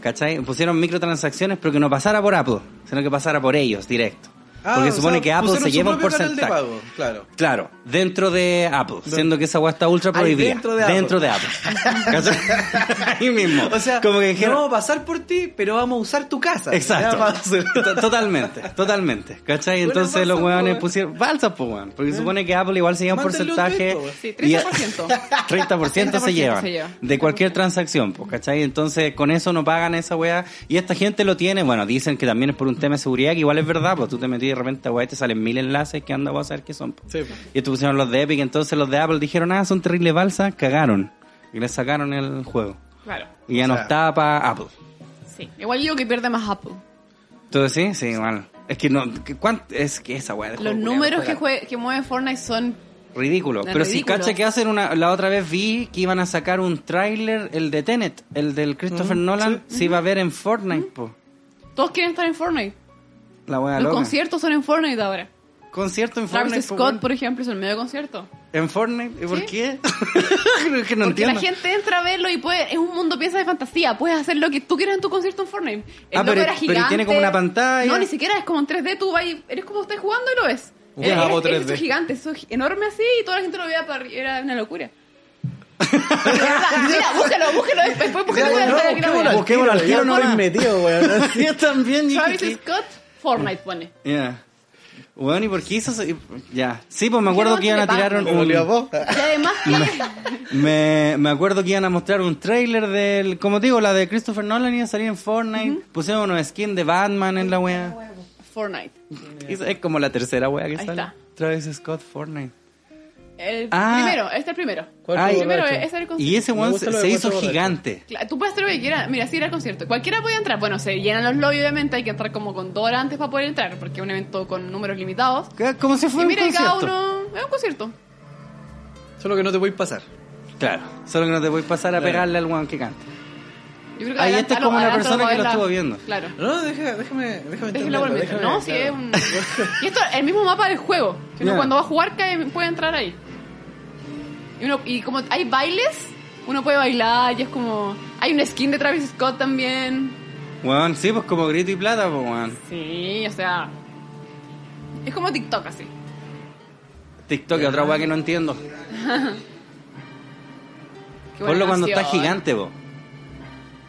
Speaker 3: ¿Cachai? Pusieron microtransacciones, pero que no pasara por Apple, sino que pasara por ellos directo.
Speaker 4: Ah,
Speaker 3: Porque
Speaker 4: o
Speaker 3: supone
Speaker 4: sea,
Speaker 3: que Apple
Speaker 4: pusieron
Speaker 3: se
Speaker 4: su
Speaker 3: lleva un
Speaker 4: propio canal de
Speaker 3: porcentaje.
Speaker 4: pago, claro.
Speaker 3: Claro, dentro de Apple, siendo que esa weá está ultra
Speaker 4: Ay,
Speaker 3: prohibida.
Speaker 4: dentro de Apple.
Speaker 3: de Apple. ¿Cachai? Ahí mismo.
Speaker 4: O sea,
Speaker 3: como que dijeron,
Speaker 4: no vamos a pasar por ti, pero vamos a usar tu casa.
Speaker 3: Exacto.
Speaker 4: Ya, vamos a-
Speaker 3: To- Totalmente, totalmente. ¿Cachai?
Speaker 4: Una
Speaker 3: Entonces los
Speaker 4: balsa,
Speaker 3: huevones
Speaker 4: po,
Speaker 3: pusieron balsas, pues, weón. Porque supone que Apple igual se lleva un
Speaker 4: Mándenle un
Speaker 3: porcentaje.
Speaker 4: tweet, po,
Speaker 5: sí,
Speaker 3: y-
Speaker 5: 30%.
Speaker 3: 30% se
Speaker 5: 30%
Speaker 3: llevan
Speaker 5: se lleva.
Speaker 3: de cualquier transacción, pues, ¿cachai? Entonces, con eso no pagan esa weá. Y esta gente lo tiene, bueno, dicen que también es por un tema de seguridad, que igual es verdad, pues tú te metís de repente, weá, y te salen mil enlaces que anda vos a saber qué son. po.
Speaker 4: Sí, pues. po.
Speaker 3: Y estos pusieron los de Epic, entonces los de Apple dijeron, ah, son terribles balsas, cagaron. Y le sacaron el juego.
Speaker 5: Claro,
Speaker 3: Y ya
Speaker 4: O
Speaker 3: no
Speaker 4: sea-
Speaker 3: estaba para Apple.
Speaker 5: sí. Igual yo digo que pierde más Apple.
Speaker 3: ¿Entonces sí? Sí, igual. Es que no, que ¿cuánto? Es que esa weá de
Speaker 5: Los
Speaker 3: juego,
Speaker 5: números que,
Speaker 3: culiao,
Speaker 5: jue- que mueve Fortnite son...
Speaker 3: Ridículo.
Speaker 5: Es
Speaker 3: Pero si
Speaker 5: ridículo.
Speaker 3: cacha que hacen una, la otra vez vi que iban a sacar un tráiler, el de Tenet, el del Christopher Nolan, se iba a ver en Fortnite, po.
Speaker 5: Todos quieren estar en Fortnite.
Speaker 3: La weá
Speaker 5: Los
Speaker 3: loca.
Speaker 5: conciertos son en Fortnite ahora.
Speaker 3: Concierto en
Speaker 5: Travis
Speaker 3: Fortnite. po,
Speaker 5: Scott,
Speaker 3: weón.
Speaker 5: por ejemplo, es el medio de concierto.
Speaker 3: ¿En Fortnite? ¿Y por
Speaker 5: Sí.
Speaker 3: qué? Es que no
Speaker 5: Porque
Speaker 3: entiendo.
Speaker 5: la gente entra a verlo y puede... Es un mundo pieza de fantasía. Puedes hacer lo que tú quieras en tu concierto en Fortnite. El
Speaker 3: Ah,
Speaker 5: loco
Speaker 3: pero-
Speaker 5: era
Speaker 3: pero
Speaker 5: gigante.
Speaker 3: tiene como una pantalla.
Speaker 5: No, ni siquiera es como en 3D. Tú vas y- Eres como estás jugando y lo ves.
Speaker 4: Un
Speaker 5: Eres-
Speaker 4: jabo
Speaker 5: eres- eres
Speaker 4: 3D.
Speaker 5: gigante, sos enorme así y toda la gente lo veía para arriba. Era una locura. Mira, búscalo, búscalo después, búscalo
Speaker 4: Ya,
Speaker 5: después,
Speaker 4: no,
Speaker 5: búscalo,
Speaker 4: busquémoslo al
Speaker 3: Busquémoslo al
Speaker 4: tiro,
Speaker 3: tiro
Speaker 4: ya estoy
Speaker 3: nomás.
Speaker 4: metido, weón.
Speaker 3: Yo también dije
Speaker 5: Travis
Speaker 3: que-
Speaker 5: Scott, Fortnite pone.
Speaker 3: Ya. Bueno, ¿y por qué hizo eso? Y- Ya. Sí, pues me acuerdo
Speaker 5: no
Speaker 3: que
Speaker 5: se
Speaker 3: iban
Speaker 5: le
Speaker 3: a tirar
Speaker 5: paga.
Speaker 3: un...
Speaker 4: Me dolió a vos. ah,
Speaker 5: Y además que...
Speaker 3: Me, me acuerdo que iban a mostrar un trailer del, como digo, la de Christopher Nolan iba a salir en Fortnite. Pusieron unos skins de Batman en la wea.
Speaker 5: Fortnite.
Speaker 3: Es, es como la tercera wea que
Speaker 5: Ahí
Speaker 3: sale.
Speaker 5: está.
Speaker 3: Travis Scott Fortnite.
Speaker 5: El
Speaker 3: Ah.
Speaker 5: primero, este es el primero.
Speaker 4: ¿Cuál
Speaker 5: el
Speaker 3: Ay,
Speaker 4: fue
Speaker 5: primero
Speaker 4: borracho?
Speaker 5: es el
Speaker 3: Y
Speaker 5: concierto.
Speaker 3: ese
Speaker 4: Me
Speaker 3: one
Speaker 4: gusta
Speaker 3: se,
Speaker 4: lo de
Speaker 3: se
Speaker 4: Cuatro
Speaker 3: hizo
Speaker 4: Borrachos.
Speaker 3: gigante.
Speaker 5: Cla- Tú puedes hacer lo que quieras. Mira, sí, era el concierto. Cualquiera puede entrar. Bueno, se llenan los lobbies, obviamente. Hay que entrar como con dos horas antes para poder entrar, porque es un evento con números limitados.
Speaker 3: Que- Como si
Speaker 5: Y
Speaker 3: fuera un
Speaker 5: mira, y cada
Speaker 3: concierto.
Speaker 5: uno es un concierto.
Speaker 4: Solo que no te voy a pasar.
Speaker 3: Claro. Solo que no te voy a pasar a
Speaker 4: Claro.
Speaker 3: pegarle al one que canta.
Speaker 5: Yo creo
Speaker 3: Ahí
Speaker 5: adelant-
Speaker 3: este es
Speaker 5: a lo-
Speaker 3: como una
Speaker 5: adelanto
Speaker 3: persona que lo
Speaker 5: va a
Speaker 3: estuvo
Speaker 5: ver
Speaker 3: viendo.
Speaker 5: la- Claro.
Speaker 4: No, deja- déjame, déjame
Speaker 5: Déjela
Speaker 4: entenderlo,
Speaker 5: volver.
Speaker 4: déjame,
Speaker 5: No, sí,
Speaker 4: claro.
Speaker 5: es un. Y esto, el mismo mapa del juego. Que uno
Speaker 3: Ya.
Speaker 5: cuando va a jugar cae- puede entrar ahí. Y, uno, y como hay bailes, uno puede bailar y es como. Hay un skin de Travis Scott también.
Speaker 3: Weón, sí, pues como grito y plata, pues weón.
Speaker 5: Sí, o sea. Es como TikTok así.
Speaker 3: TikTok es otra weá que no entiendo.
Speaker 5: Qué buena
Speaker 3: Ponlo cuando está
Speaker 5: canción.
Speaker 3: gigante, vos.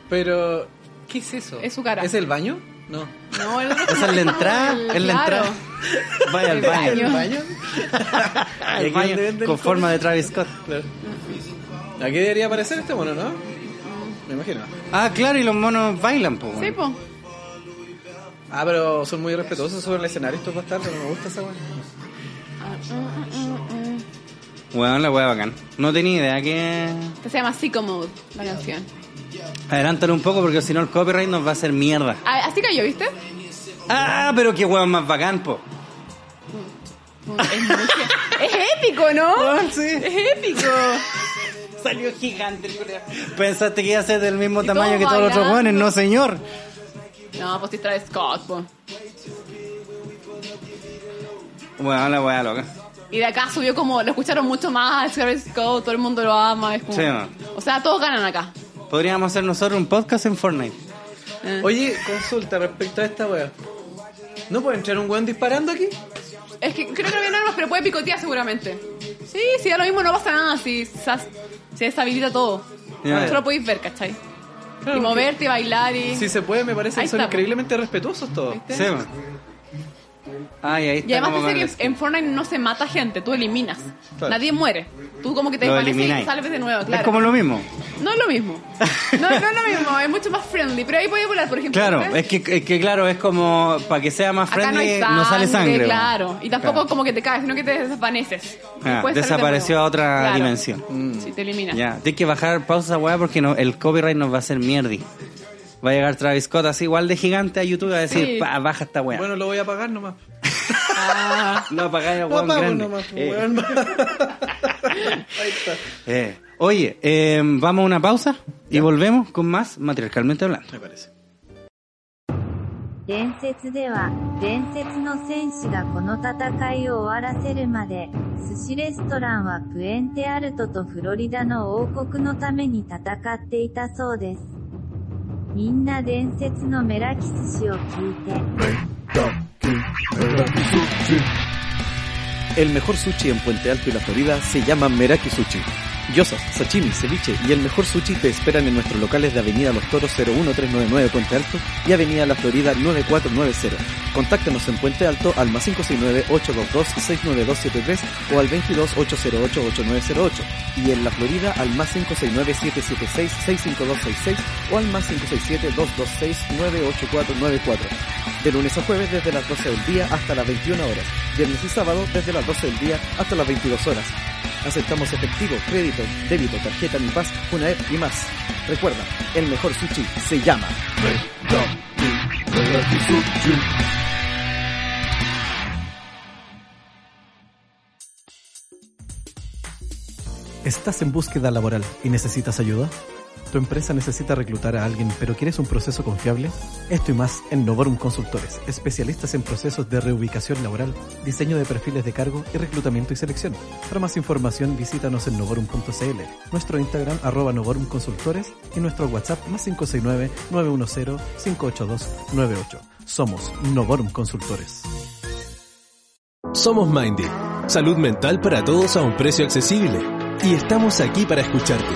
Speaker 4: Pero, ¿qué es eso?
Speaker 5: Es su cara.
Speaker 4: ¿Es el baño? No.
Speaker 5: No, el otro
Speaker 3: Esa es la entrada,
Speaker 5: el-
Speaker 3: es la
Speaker 5: claro.
Speaker 3: entrada. Vaya al
Speaker 5: El
Speaker 3: baño.
Speaker 5: baño.
Speaker 3: El baño con forma de Travis Scott.
Speaker 4: Aquí debería aparecer este mono, ¿no? Me imagino.
Speaker 3: Ah, claro, y los monos bailan, po.
Speaker 5: Sí,
Speaker 3: weón.
Speaker 5: po.
Speaker 4: Ah, pero son muy respetuosos sobre el escenario estos bastardos, no me gusta esa weá.
Speaker 5: Ah, mm, mm, mm, mm.
Speaker 3: Weón, la weá bacán. No tenía idea que.
Speaker 5: Esta se llama Psycho Mode, la canción.
Speaker 3: Adelántalo un poco porque si no el copyright nos va a hacer mierda.
Speaker 5: Ah, Así cayó, ¿viste?
Speaker 3: Ah, pero qué weón más bacán, po.
Speaker 5: Es, muy que- es épico, ¿no?
Speaker 3: Weón, sí.
Speaker 5: Es épico.
Speaker 3: Salió gigante el culiao. Pensaste que iba a ser del mismo
Speaker 5: Y
Speaker 3: tamaño
Speaker 5: todos
Speaker 3: que todos los otros
Speaker 5: bailando.
Speaker 3: weones, no señor.
Speaker 5: No, pues sí trae Scott, po.
Speaker 3: Weón, la weá loca.
Speaker 5: Y de acá subió como, lo escucharon mucho más, Travis Scott, todo el mundo lo ama. Es como,
Speaker 3: Sí, man.
Speaker 5: o sea, todos ganan acá.
Speaker 3: Podríamos hacer nosotros un podcast en Fortnite.
Speaker 5: Eh.
Speaker 4: Oye, consulta respecto a esta weá. ¿No puede entrar un weón disparando aquí?
Speaker 5: Es que creo que no viene armas, pero puede picotear seguramente. Sí, sí, ahora mismo no pasa nada, si sas- se deshabilita todo.
Speaker 3: Ya.
Speaker 5: Solo podéis ver, ¿cachai?
Speaker 4: Claro,
Speaker 5: y moverte y bailar y...
Speaker 4: Si se puede, me parece
Speaker 5: Ahí
Speaker 4: que son
Speaker 5: está.
Speaker 4: increíblemente respetuosos todos.
Speaker 5: ¿viste?
Speaker 3: Sí, man. Ay, ahí está.
Speaker 5: Y además
Speaker 3: como
Speaker 5: dice
Speaker 3: con
Speaker 5: que
Speaker 3: el-
Speaker 5: en Fortnite no se mata gente, tú eliminas.
Speaker 4: Claro.
Speaker 5: Nadie muere. Tú como que te
Speaker 3: Lo
Speaker 5: desvaneces y
Speaker 3: elimináis.
Speaker 5: salves de nuevo, claro.
Speaker 3: Es como lo mismo.
Speaker 5: No es lo mismo. No, no es lo mismo, es mucho más friendly. Pero ahí podía volar, por ejemplo.
Speaker 3: Claro,
Speaker 5: ¿viste?
Speaker 3: es que, es que claro, es como para que sea más
Speaker 5: Acá no, hay
Speaker 3: friendly, no, sale
Speaker 5: sangre,
Speaker 3: sangre.
Speaker 5: Claro, y tampoco
Speaker 3: Claro.
Speaker 5: como que te caes, sino que te desvaneces.
Speaker 3: Ah,
Speaker 5: Y puedes
Speaker 3: desapareció
Speaker 5: salir de nuevo.
Speaker 3: a otra dimensión. Mm.
Speaker 5: Sí, te eliminas.
Speaker 3: Ya, tienes que bajar pausa, weá, porque no, el copyright nos va a hacer mierdi. Va a llegar Travis Scott así, igual de gigante a YouTube, a decir,
Speaker 5: Sí.
Speaker 3: "Pa, baja esta weá.
Speaker 4: Bueno, lo voy a pagar nomás.
Speaker 3: no, apagar el
Speaker 4: Lo
Speaker 3: weón
Speaker 4: apago
Speaker 3: grande.
Speaker 4: nomás,
Speaker 3: Eh,
Speaker 4: weón. Ahí está.
Speaker 3: eh. Oye, eh, vamos a una pausa y volvemos con más Matriarcalmente Hablando.
Speaker 6: 伝説では、伝説の戦士がこの戦いを終わらせるまで、寿司レストランはプエンテアルトとフロリダの王国のために戦っていたそうです。みんな伝説のメラキ寿司を聞いて、
Speaker 4: El mejor sushi en Puente Alto y la Florida se llama Meraki Sushi. Yosas, sashimi, ceviche y el mejor sushi te esperan en nuestros locales de Avenida Los Toros 01399 Puente Alto y Avenida La Florida 9490. Contáctanos en Puente Alto al más 569-822-69273 o al 22808-8908 y en La Florida al más 569-776-65266 o al más 567-226-98494 de lunes a jueves desde las 12 del día hasta las 21 horas, viernes y sábado desde las 12 del día hasta las 22 horas. Aceptamos efectivo, crédito, débito, tarjeta Mi Paz, Junaep y más. Recuerda, el mejor sushi se llama. ¿Estás en búsqueda laboral y necesitas ayuda? ¿Tu empresa necesita reclutar a alguien pero quieres un proceso confiable? Esto y más en Novorum Consultores, especialistas en procesos de reubicación laboral, diseño de perfiles de cargo y reclutamiento y selección. Para más información visítanos en novorum.cl, nuestro Instagram arroba Novorum Consultores y nuestro WhatsApp más 569-910-58298. Somos Novorum Consultores.
Speaker 7: Somos Mindy, salud mental para todos a un precio accesible. Y estamos aquí para escucharte.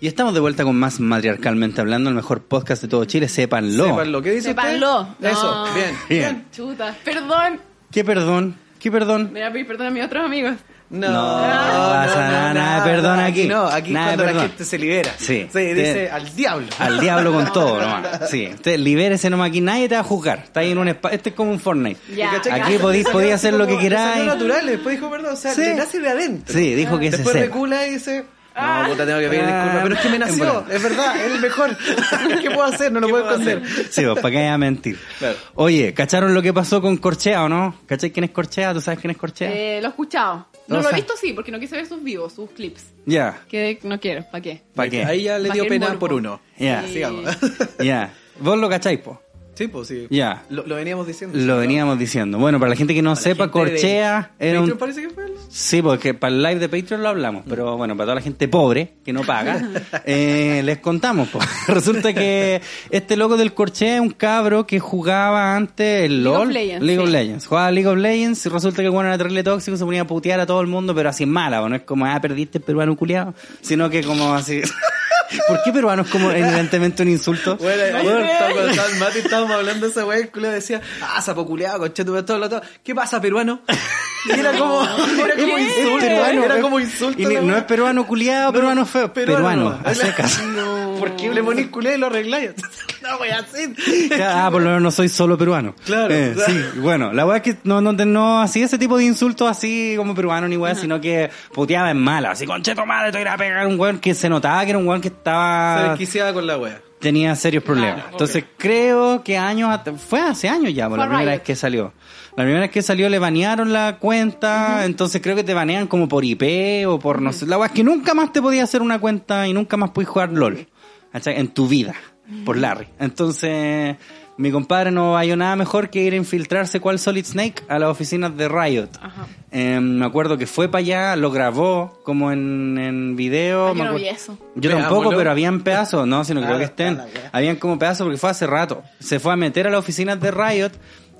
Speaker 3: Y estamos de vuelta con más Matriarcalmente Hablando, el mejor podcast de todo Chile, sépanlo.
Speaker 4: ¿qué dice
Speaker 5: Sépanlo.
Speaker 4: Eso,
Speaker 5: No.
Speaker 4: bien.
Speaker 3: Bien.
Speaker 5: Chuta, perdón.
Speaker 3: ¿Qué perdón? ¿Qué perdón?
Speaker 5: Me voy a pedir perdón a mis otros amigos.
Speaker 4: No,
Speaker 3: No pasa nada, nada de perdón aquí.
Speaker 4: No, aquí
Speaker 3: Nada de
Speaker 4: cuando la
Speaker 3: perdón.
Speaker 4: gente se libera.
Speaker 3: Sí.
Speaker 4: Se
Speaker 3: Te-
Speaker 4: dice al diablo.
Speaker 3: Al diablo con todo, nomás. Sí, usted libérese nomás aquí, nadie te va a juzgar. Está ahí en un espacio, este es como un Fortnite.
Speaker 5: Ya.
Speaker 4: ¿Cachai?
Speaker 3: Aquí
Speaker 4: Que
Speaker 3: podí-
Speaker 4: salió
Speaker 3: podí
Speaker 4: así
Speaker 3: hacer lo
Speaker 4: como-
Speaker 3: que queráis.
Speaker 4: salió natural, después dijo, perdón, o sea,
Speaker 3: Sí.
Speaker 4: le nace de adentro.
Speaker 3: Sí, dijo que se
Speaker 4: Después
Speaker 3: sepa.
Speaker 4: recula y dice, No, puta, tengo que pedir disculpas. Pero es que me nació, es verdad, es el mejor. ¿Qué puedo hacer? No lo puedo esconder.
Speaker 3: Sí, pues, ¿para qué a mentir?
Speaker 4: Claro.
Speaker 3: Oye, ¿cacharon lo que pasó con Corchea o no? ¿Cachai quién es Corchea? ¿Tú sabes quién es Corchea?
Speaker 5: Eh, lo he escuchado. No
Speaker 3: No
Speaker 5: lo he
Speaker 3: sé.
Speaker 5: visto, sí, porque no quise ver sus vivos, sus clips.
Speaker 3: Ya,
Speaker 5: Que no quiero, ¿para qué?
Speaker 3: ¿para qué?
Speaker 4: Ahí ya le
Speaker 5: Pa'
Speaker 4: dio
Speaker 5: que
Speaker 4: pena
Speaker 5: morbo.
Speaker 4: por uno.
Speaker 3: Ya,
Speaker 5: Sí.
Speaker 4: Sigamos.
Speaker 3: ya. ¿Vos lo cacháis, po?
Speaker 4: Sí, pues sí.
Speaker 3: Ya.
Speaker 4: Lo, lo veníamos diciendo.
Speaker 3: Lo veníamos diciendo. Bueno, para la gente que no sepa, Corchea era
Speaker 4: Patreon
Speaker 3: un...
Speaker 4: parece que fue el-
Speaker 3: Sí, porque para el live de Patreon lo hablamos,
Speaker 5: Mm.
Speaker 3: pero bueno, para toda la gente pobre que no paga, eh, les contamos. po. Resulta que este loco del corché es un cabro que jugaba antes el
Speaker 5: League of
Speaker 3: LOL,
Speaker 5: Legends,
Speaker 3: League of
Speaker 5: sí.
Speaker 3: Legends. Jugaba League of Legends y resulta que bueno, era terrible tóxico, se ponía a putear a todo el mundo, pero así mala, po, no es como, ah, perdiste peruano culiado, sino que como así... ¿Por qué peruano es como evidentemente un insulto?
Speaker 4: Bueno, ayer estaba con el Mati, estábamos hablando de esa wea, el culo decía, ah, sapo culeado, conchetu, todo lo todo. ¿Qué pasa, peruano? Y era como, era como
Speaker 3: Es
Speaker 4: insulto,
Speaker 3: peruano,
Speaker 4: era
Speaker 3: es-
Speaker 4: como insulto.
Speaker 3: y ni-
Speaker 4: la
Speaker 3: no
Speaker 4: wea.
Speaker 3: es peruano culiado, peruano feo, peruano, a secas.
Speaker 4: No. ¿Por qué le ponís culeado y lo arregláis? No, wea, así.
Speaker 3: Ah, por lo menos no soy solo peruano.
Speaker 4: Claro.
Speaker 3: Eh, sí, bueno, la weá es que no, no, no hacía ese tipo de insultos así como peruano ni weá, sino que puteaba en mala. Así, concheto madre, te voy a ir a pegar un weón que se notaba que era un weón que
Speaker 4: Se
Speaker 3: estaba.
Speaker 4: desquiciaba con la wea.
Speaker 3: tenía serios problemas. Entonces creo que años. at- Fue hace años ya, por
Speaker 5: Fue
Speaker 3: la primera
Speaker 5: Riot.
Speaker 3: vez que salió. La primera vez que salió le banearon la cuenta, entonces creo que te banean como por IP o por no sé. La weá es que nunca más te podías hacer una cuenta y nunca más podías jugar LOL. ¿cachai? En tu vida, por Larry. Entonces, mi compadre no halló nada mejor que ir a infiltrarse cual Solid Snake a las oficinas de Riot.
Speaker 5: Ajá. Ah,
Speaker 3: Eh, me acuerdo que fue para allá, lo grabó como en, en video.
Speaker 5: Ah, yo
Speaker 3: me
Speaker 5: no
Speaker 3: acuer-
Speaker 5: vi eso.
Speaker 3: Yo
Speaker 4: Veámoslo.
Speaker 3: tampoco, pero habían pedazos, no, si no creo que estén.
Speaker 4: está la wea.
Speaker 3: Habían como pedazos porque fue hace rato. Se fue a meter a las oficinas de Riot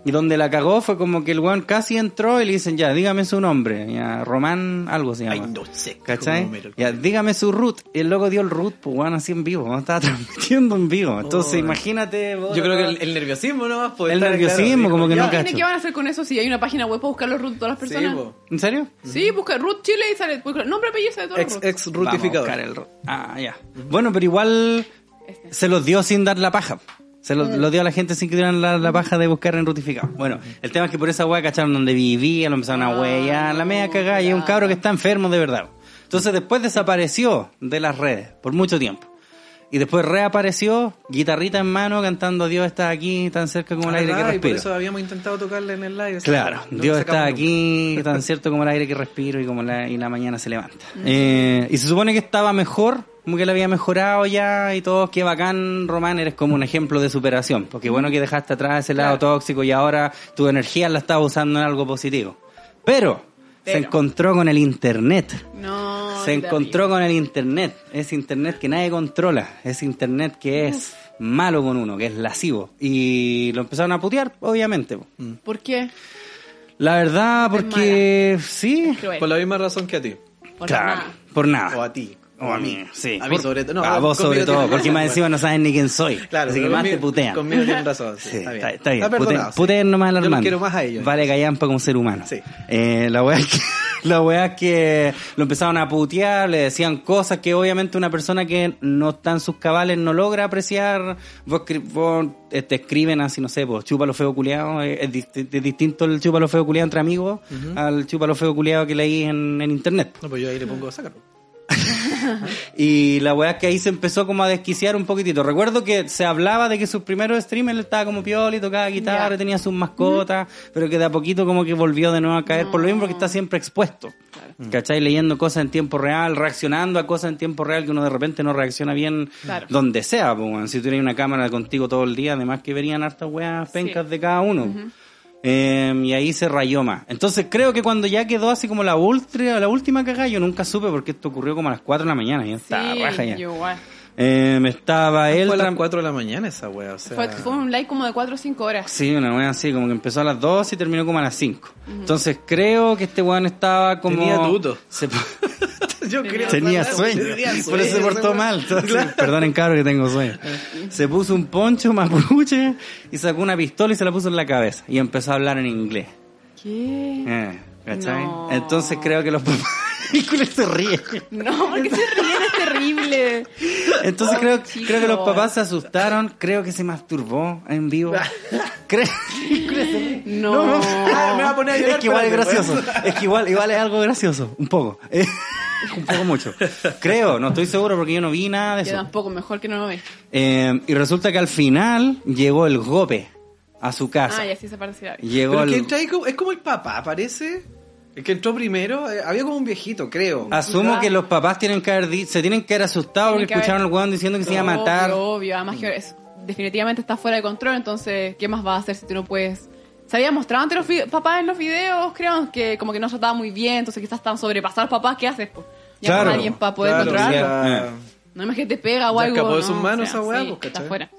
Speaker 3: y donde la cagó fue como que el weón casi entró y le dicen, ya, dígame su nombre. Ya, Román algo se llama.
Speaker 4: Ay, no sé.
Speaker 3: ¿Cachai?
Speaker 4: cómo me lo-
Speaker 3: Ya, dígame su root. Y el loco dio el root, pues weón, así en vivo. ¿no? Estaba transmitiendo en vivo. Entonces,
Speaker 4: Oh.
Speaker 3: imagínate. vos,
Speaker 4: Yo creo que
Speaker 3: ¿no?
Speaker 4: el, el nerviosismo nomás. pues,
Speaker 3: El
Speaker 4: estar,
Speaker 3: nerviosismo,
Speaker 4: dijo,
Speaker 3: como que
Speaker 4: ya.
Speaker 3: no cae.
Speaker 5: Imaginen
Speaker 3: cacho.
Speaker 5: qué van a hacer con eso si hay una página web para buscar los root de todas las
Speaker 4: Sí,
Speaker 5: personas.
Speaker 4: po.
Speaker 3: ¿En serio?
Speaker 5: Sí, busca Ruth Chile y sale busca nombre, apellido y sale todo
Speaker 4: Ex,
Speaker 5: Ruth.
Speaker 4: ex
Speaker 3: Vamos a buscar
Speaker 4: rutificador.
Speaker 3: el root. Ah, ya. Bueno, pero igual
Speaker 5: Este.
Speaker 3: se los dio sin dar la paja. Se los, los dio a la gente sin que dieran la, la paja de buscar en rutificado. Bueno, el tema es que por esa weá cacharon donde vivía, lo empezaron a
Speaker 5: Ah,
Speaker 3: huellar, la media cagada, y es un
Speaker 5: claro.
Speaker 3: cabro que está enfermo de verdad. Entonces después desapareció de las redes por mucho tiempo. Y después reapareció, guitarrita en mano, cantando Dios está aquí, tan cerca como el
Speaker 4: Ah,
Speaker 3: aire que
Speaker 4: verdad, y
Speaker 3: respiro.
Speaker 4: por eso habíamos intentado tocarle en el live. así
Speaker 3: Claro,
Speaker 4: que no
Speaker 3: Dios
Speaker 4: lo
Speaker 3: está
Speaker 4: sacamos nunca.
Speaker 3: aquí, tan cierto como el aire que respiro y como la, y la mañana se levanta.
Speaker 4: Mm.
Speaker 3: Eh, y se supone que estaba mejor, como que le había mejorado ya y todo, qué bacán, Román, eres como un ejemplo de superación, porque bueno que dejaste atrás ese lado tóxico y ahora tu energía la estás usando en algo positivo. Pero, se encontró con el Internet.
Speaker 5: No.
Speaker 3: Se
Speaker 5: qué
Speaker 3: encontró con el internet, ese internet que nadie controla, ese internet que es malo con uno, que es lascivo. Y lo empezaron a putear, obviamente. po.
Speaker 5: terrible. ¿Por qué?
Speaker 3: La verdad, porque Eh, sí.
Speaker 5: Cruel.
Speaker 4: Por la misma razón que a ti.
Speaker 5: Por nada.
Speaker 3: Por nada.
Speaker 4: O a ti.
Speaker 3: Ah. O a mí, sí.
Speaker 4: A mí
Speaker 3: Por-
Speaker 4: sobre todo. No,
Speaker 3: a vos
Speaker 4: conmigo
Speaker 3: sobre todo,
Speaker 4: tiene-
Speaker 3: porque más encima no sabes ni quién soy.
Speaker 4: Claro,
Speaker 3: así que
Speaker 4: pero
Speaker 3: más te
Speaker 4: conmigo-
Speaker 3: putean.
Speaker 4: Conmigo tienen razón. sí,
Speaker 3: Sí,
Speaker 4: está bien.
Speaker 3: Está bien. Puten-
Speaker 4: perdonado,
Speaker 3: Puteen,
Speaker 4: sí.
Speaker 3: nomás al
Speaker 4: Yo los
Speaker 3: hermano.
Speaker 4: quiero más a ellos.
Speaker 3: Vale callampa como ser humano.
Speaker 4: Sí.
Speaker 3: Eh, la weá es que... La weá es que lo empezaron a putear, le decían cosas que obviamente una persona que no está en sus cabales no logra apreciar. Vos, escri- vos, eh, te escriben así, no sé, pues chúpalo feo culiado. Es, dist- es distinto el chúpalo feo culiado entre amigos al chúpalo feo culiado que leí en, en internet.
Speaker 4: No, pues yo ahí le pongo sacarlo.
Speaker 3: Y la weá es que ahí se empezó como a desquiciar un poquitito. Recuerdo que se hablaba de que sus primeros streamers él estaba como piola y tocaba guitarra,
Speaker 5: Ya.
Speaker 3: tenía sus mascotas, pero que de a poquito como que volvió de nuevo a caer por lo mismo porque está siempre expuesto. ¿Cachai? Leyendo cosas en tiempo real, reaccionando a cosas en tiempo real que uno de repente no reacciona bien
Speaker 5: Claro.
Speaker 3: donde sea. po, weón. Si tú tienes una cámara contigo todo el día, además que verían hartas weas pencas
Speaker 5: Sí.
Speaker 3: de cada uno. Eh, y ahí se rayó más. Entonces creo que cuando ya quedó así como la ultra, la última cagada, yo nunca supe porque esto ocurrió como a las 4 de la mañana. Ya
Speaker 5: Sí,
Speaker 3: estaba raja ya.
Speaker 5: yo igual.
Speaker 3: Eh, estaba él.
Speaker 4: Fue a las
Speaker 3: tram-
Speaker 4: 4 de la mañana esa wea, o sea.
Speaker 5: Fue, fue un like como de 4 o 5 horas.
Speaker 3: Sí, una wea así, como que empezó a las 2 y terminó como a las 5. Entonces creo que este weón estaba como.
Speaker 4: Tenía tuto.
Speaker 3: Se-
Speaker 4: Pues Yo creo
Speaker 3: Tenía sueño. Por eso se portó mal. Entonces, Perdonen, cabro, que tengo sueño.
Speaker 4: Ah,
Speaker 3: Se puso un poncho mapuche y sacó una pistola y se la puso en la cabeza. Y empezó a hablar en inglés.
Speaker 5: ¿Qué?
Speaker 3: Eh, ¿cachai?
Speaker 5: No.
Speaker 3: Entonces creo que los papás. El culo se ríe.
Speaker 5: No, porque se ríen, es terrible.
Speaker 3: Entonces
Speaker 5: Ay,
Speaker 3: creo,
Speaker 5: chicos.
Speaker 3: creo que los papás se asustaron. Creo que se masturbó en vivo. Creo.
Speaker 5: No.
Speaker 4: Ah, Me va a poner a llorar,
Speaker 3: Es que igual es
Speaker 4: espérate, pues.
Speaker 3: gracioso. Es que igual, igual es algo gracioso. Un poco. Eh, un poco mucho. Creo, no estoy seguro porque yo no vi nada de
Speaker 5: Yo
Speaker 3: eso.
Speaker 5: tampoco, mejor que no lo veas.
Speaker 3: Eh, y resulta que al final llegó el gope a su casa.
Speaker 5: Ah, y así se parte sí la vi.
Speaker 3: Llegó
Speaker 4: Pero el que
Speaker 3: el...
Speaker 4: entra ahí como- es como el papá, parece. El que entró primero, eh, había como un viejito, creo.
Speaker 3: Asumo
Speaker 5: Ah.
Speaker 3: que los papás tienen que haber di- se tienen que haber asustado
Speaker 5: Tienen
Speaker 3: porque
Speaker 5: que haber-
Speaker 3: escucharon al weón diciendo que se iba a
Speaker 5: Obvio,
Speaker 3: matar.
Speaker 5: Obvio, además que es- definitivamente está fuera de control, entonces, ¿qué más va a hacer si tú no puedes? Se había mostrado ante los vi- papás en los videos, creo, que como que no se trataba muy bien, entonces quizás estaban sobrepasados papás, ¿qué haces? po? Llamar
Speaker 3: Claro,
Speaker 5: a alguien para poder
Speaker 4: Claro,
Speaker 5: controlarlo.
Speaker 4: o sea,
Speaker 3: Eh.
Speaker 5: No es que te pega o
Speaker 4: Ya
Speaker 5: algo.
Speaker 4: escapó de
Speaker 5: no,
Speaker 4: sus manos
Speaker 5: o sea,
Speaker 4: esa weá,
Speaker 5: sí,
Speaker 4: pues,
Speaker 5: está
Speaker 4: ¿cachai?
Speaker 5: fuera.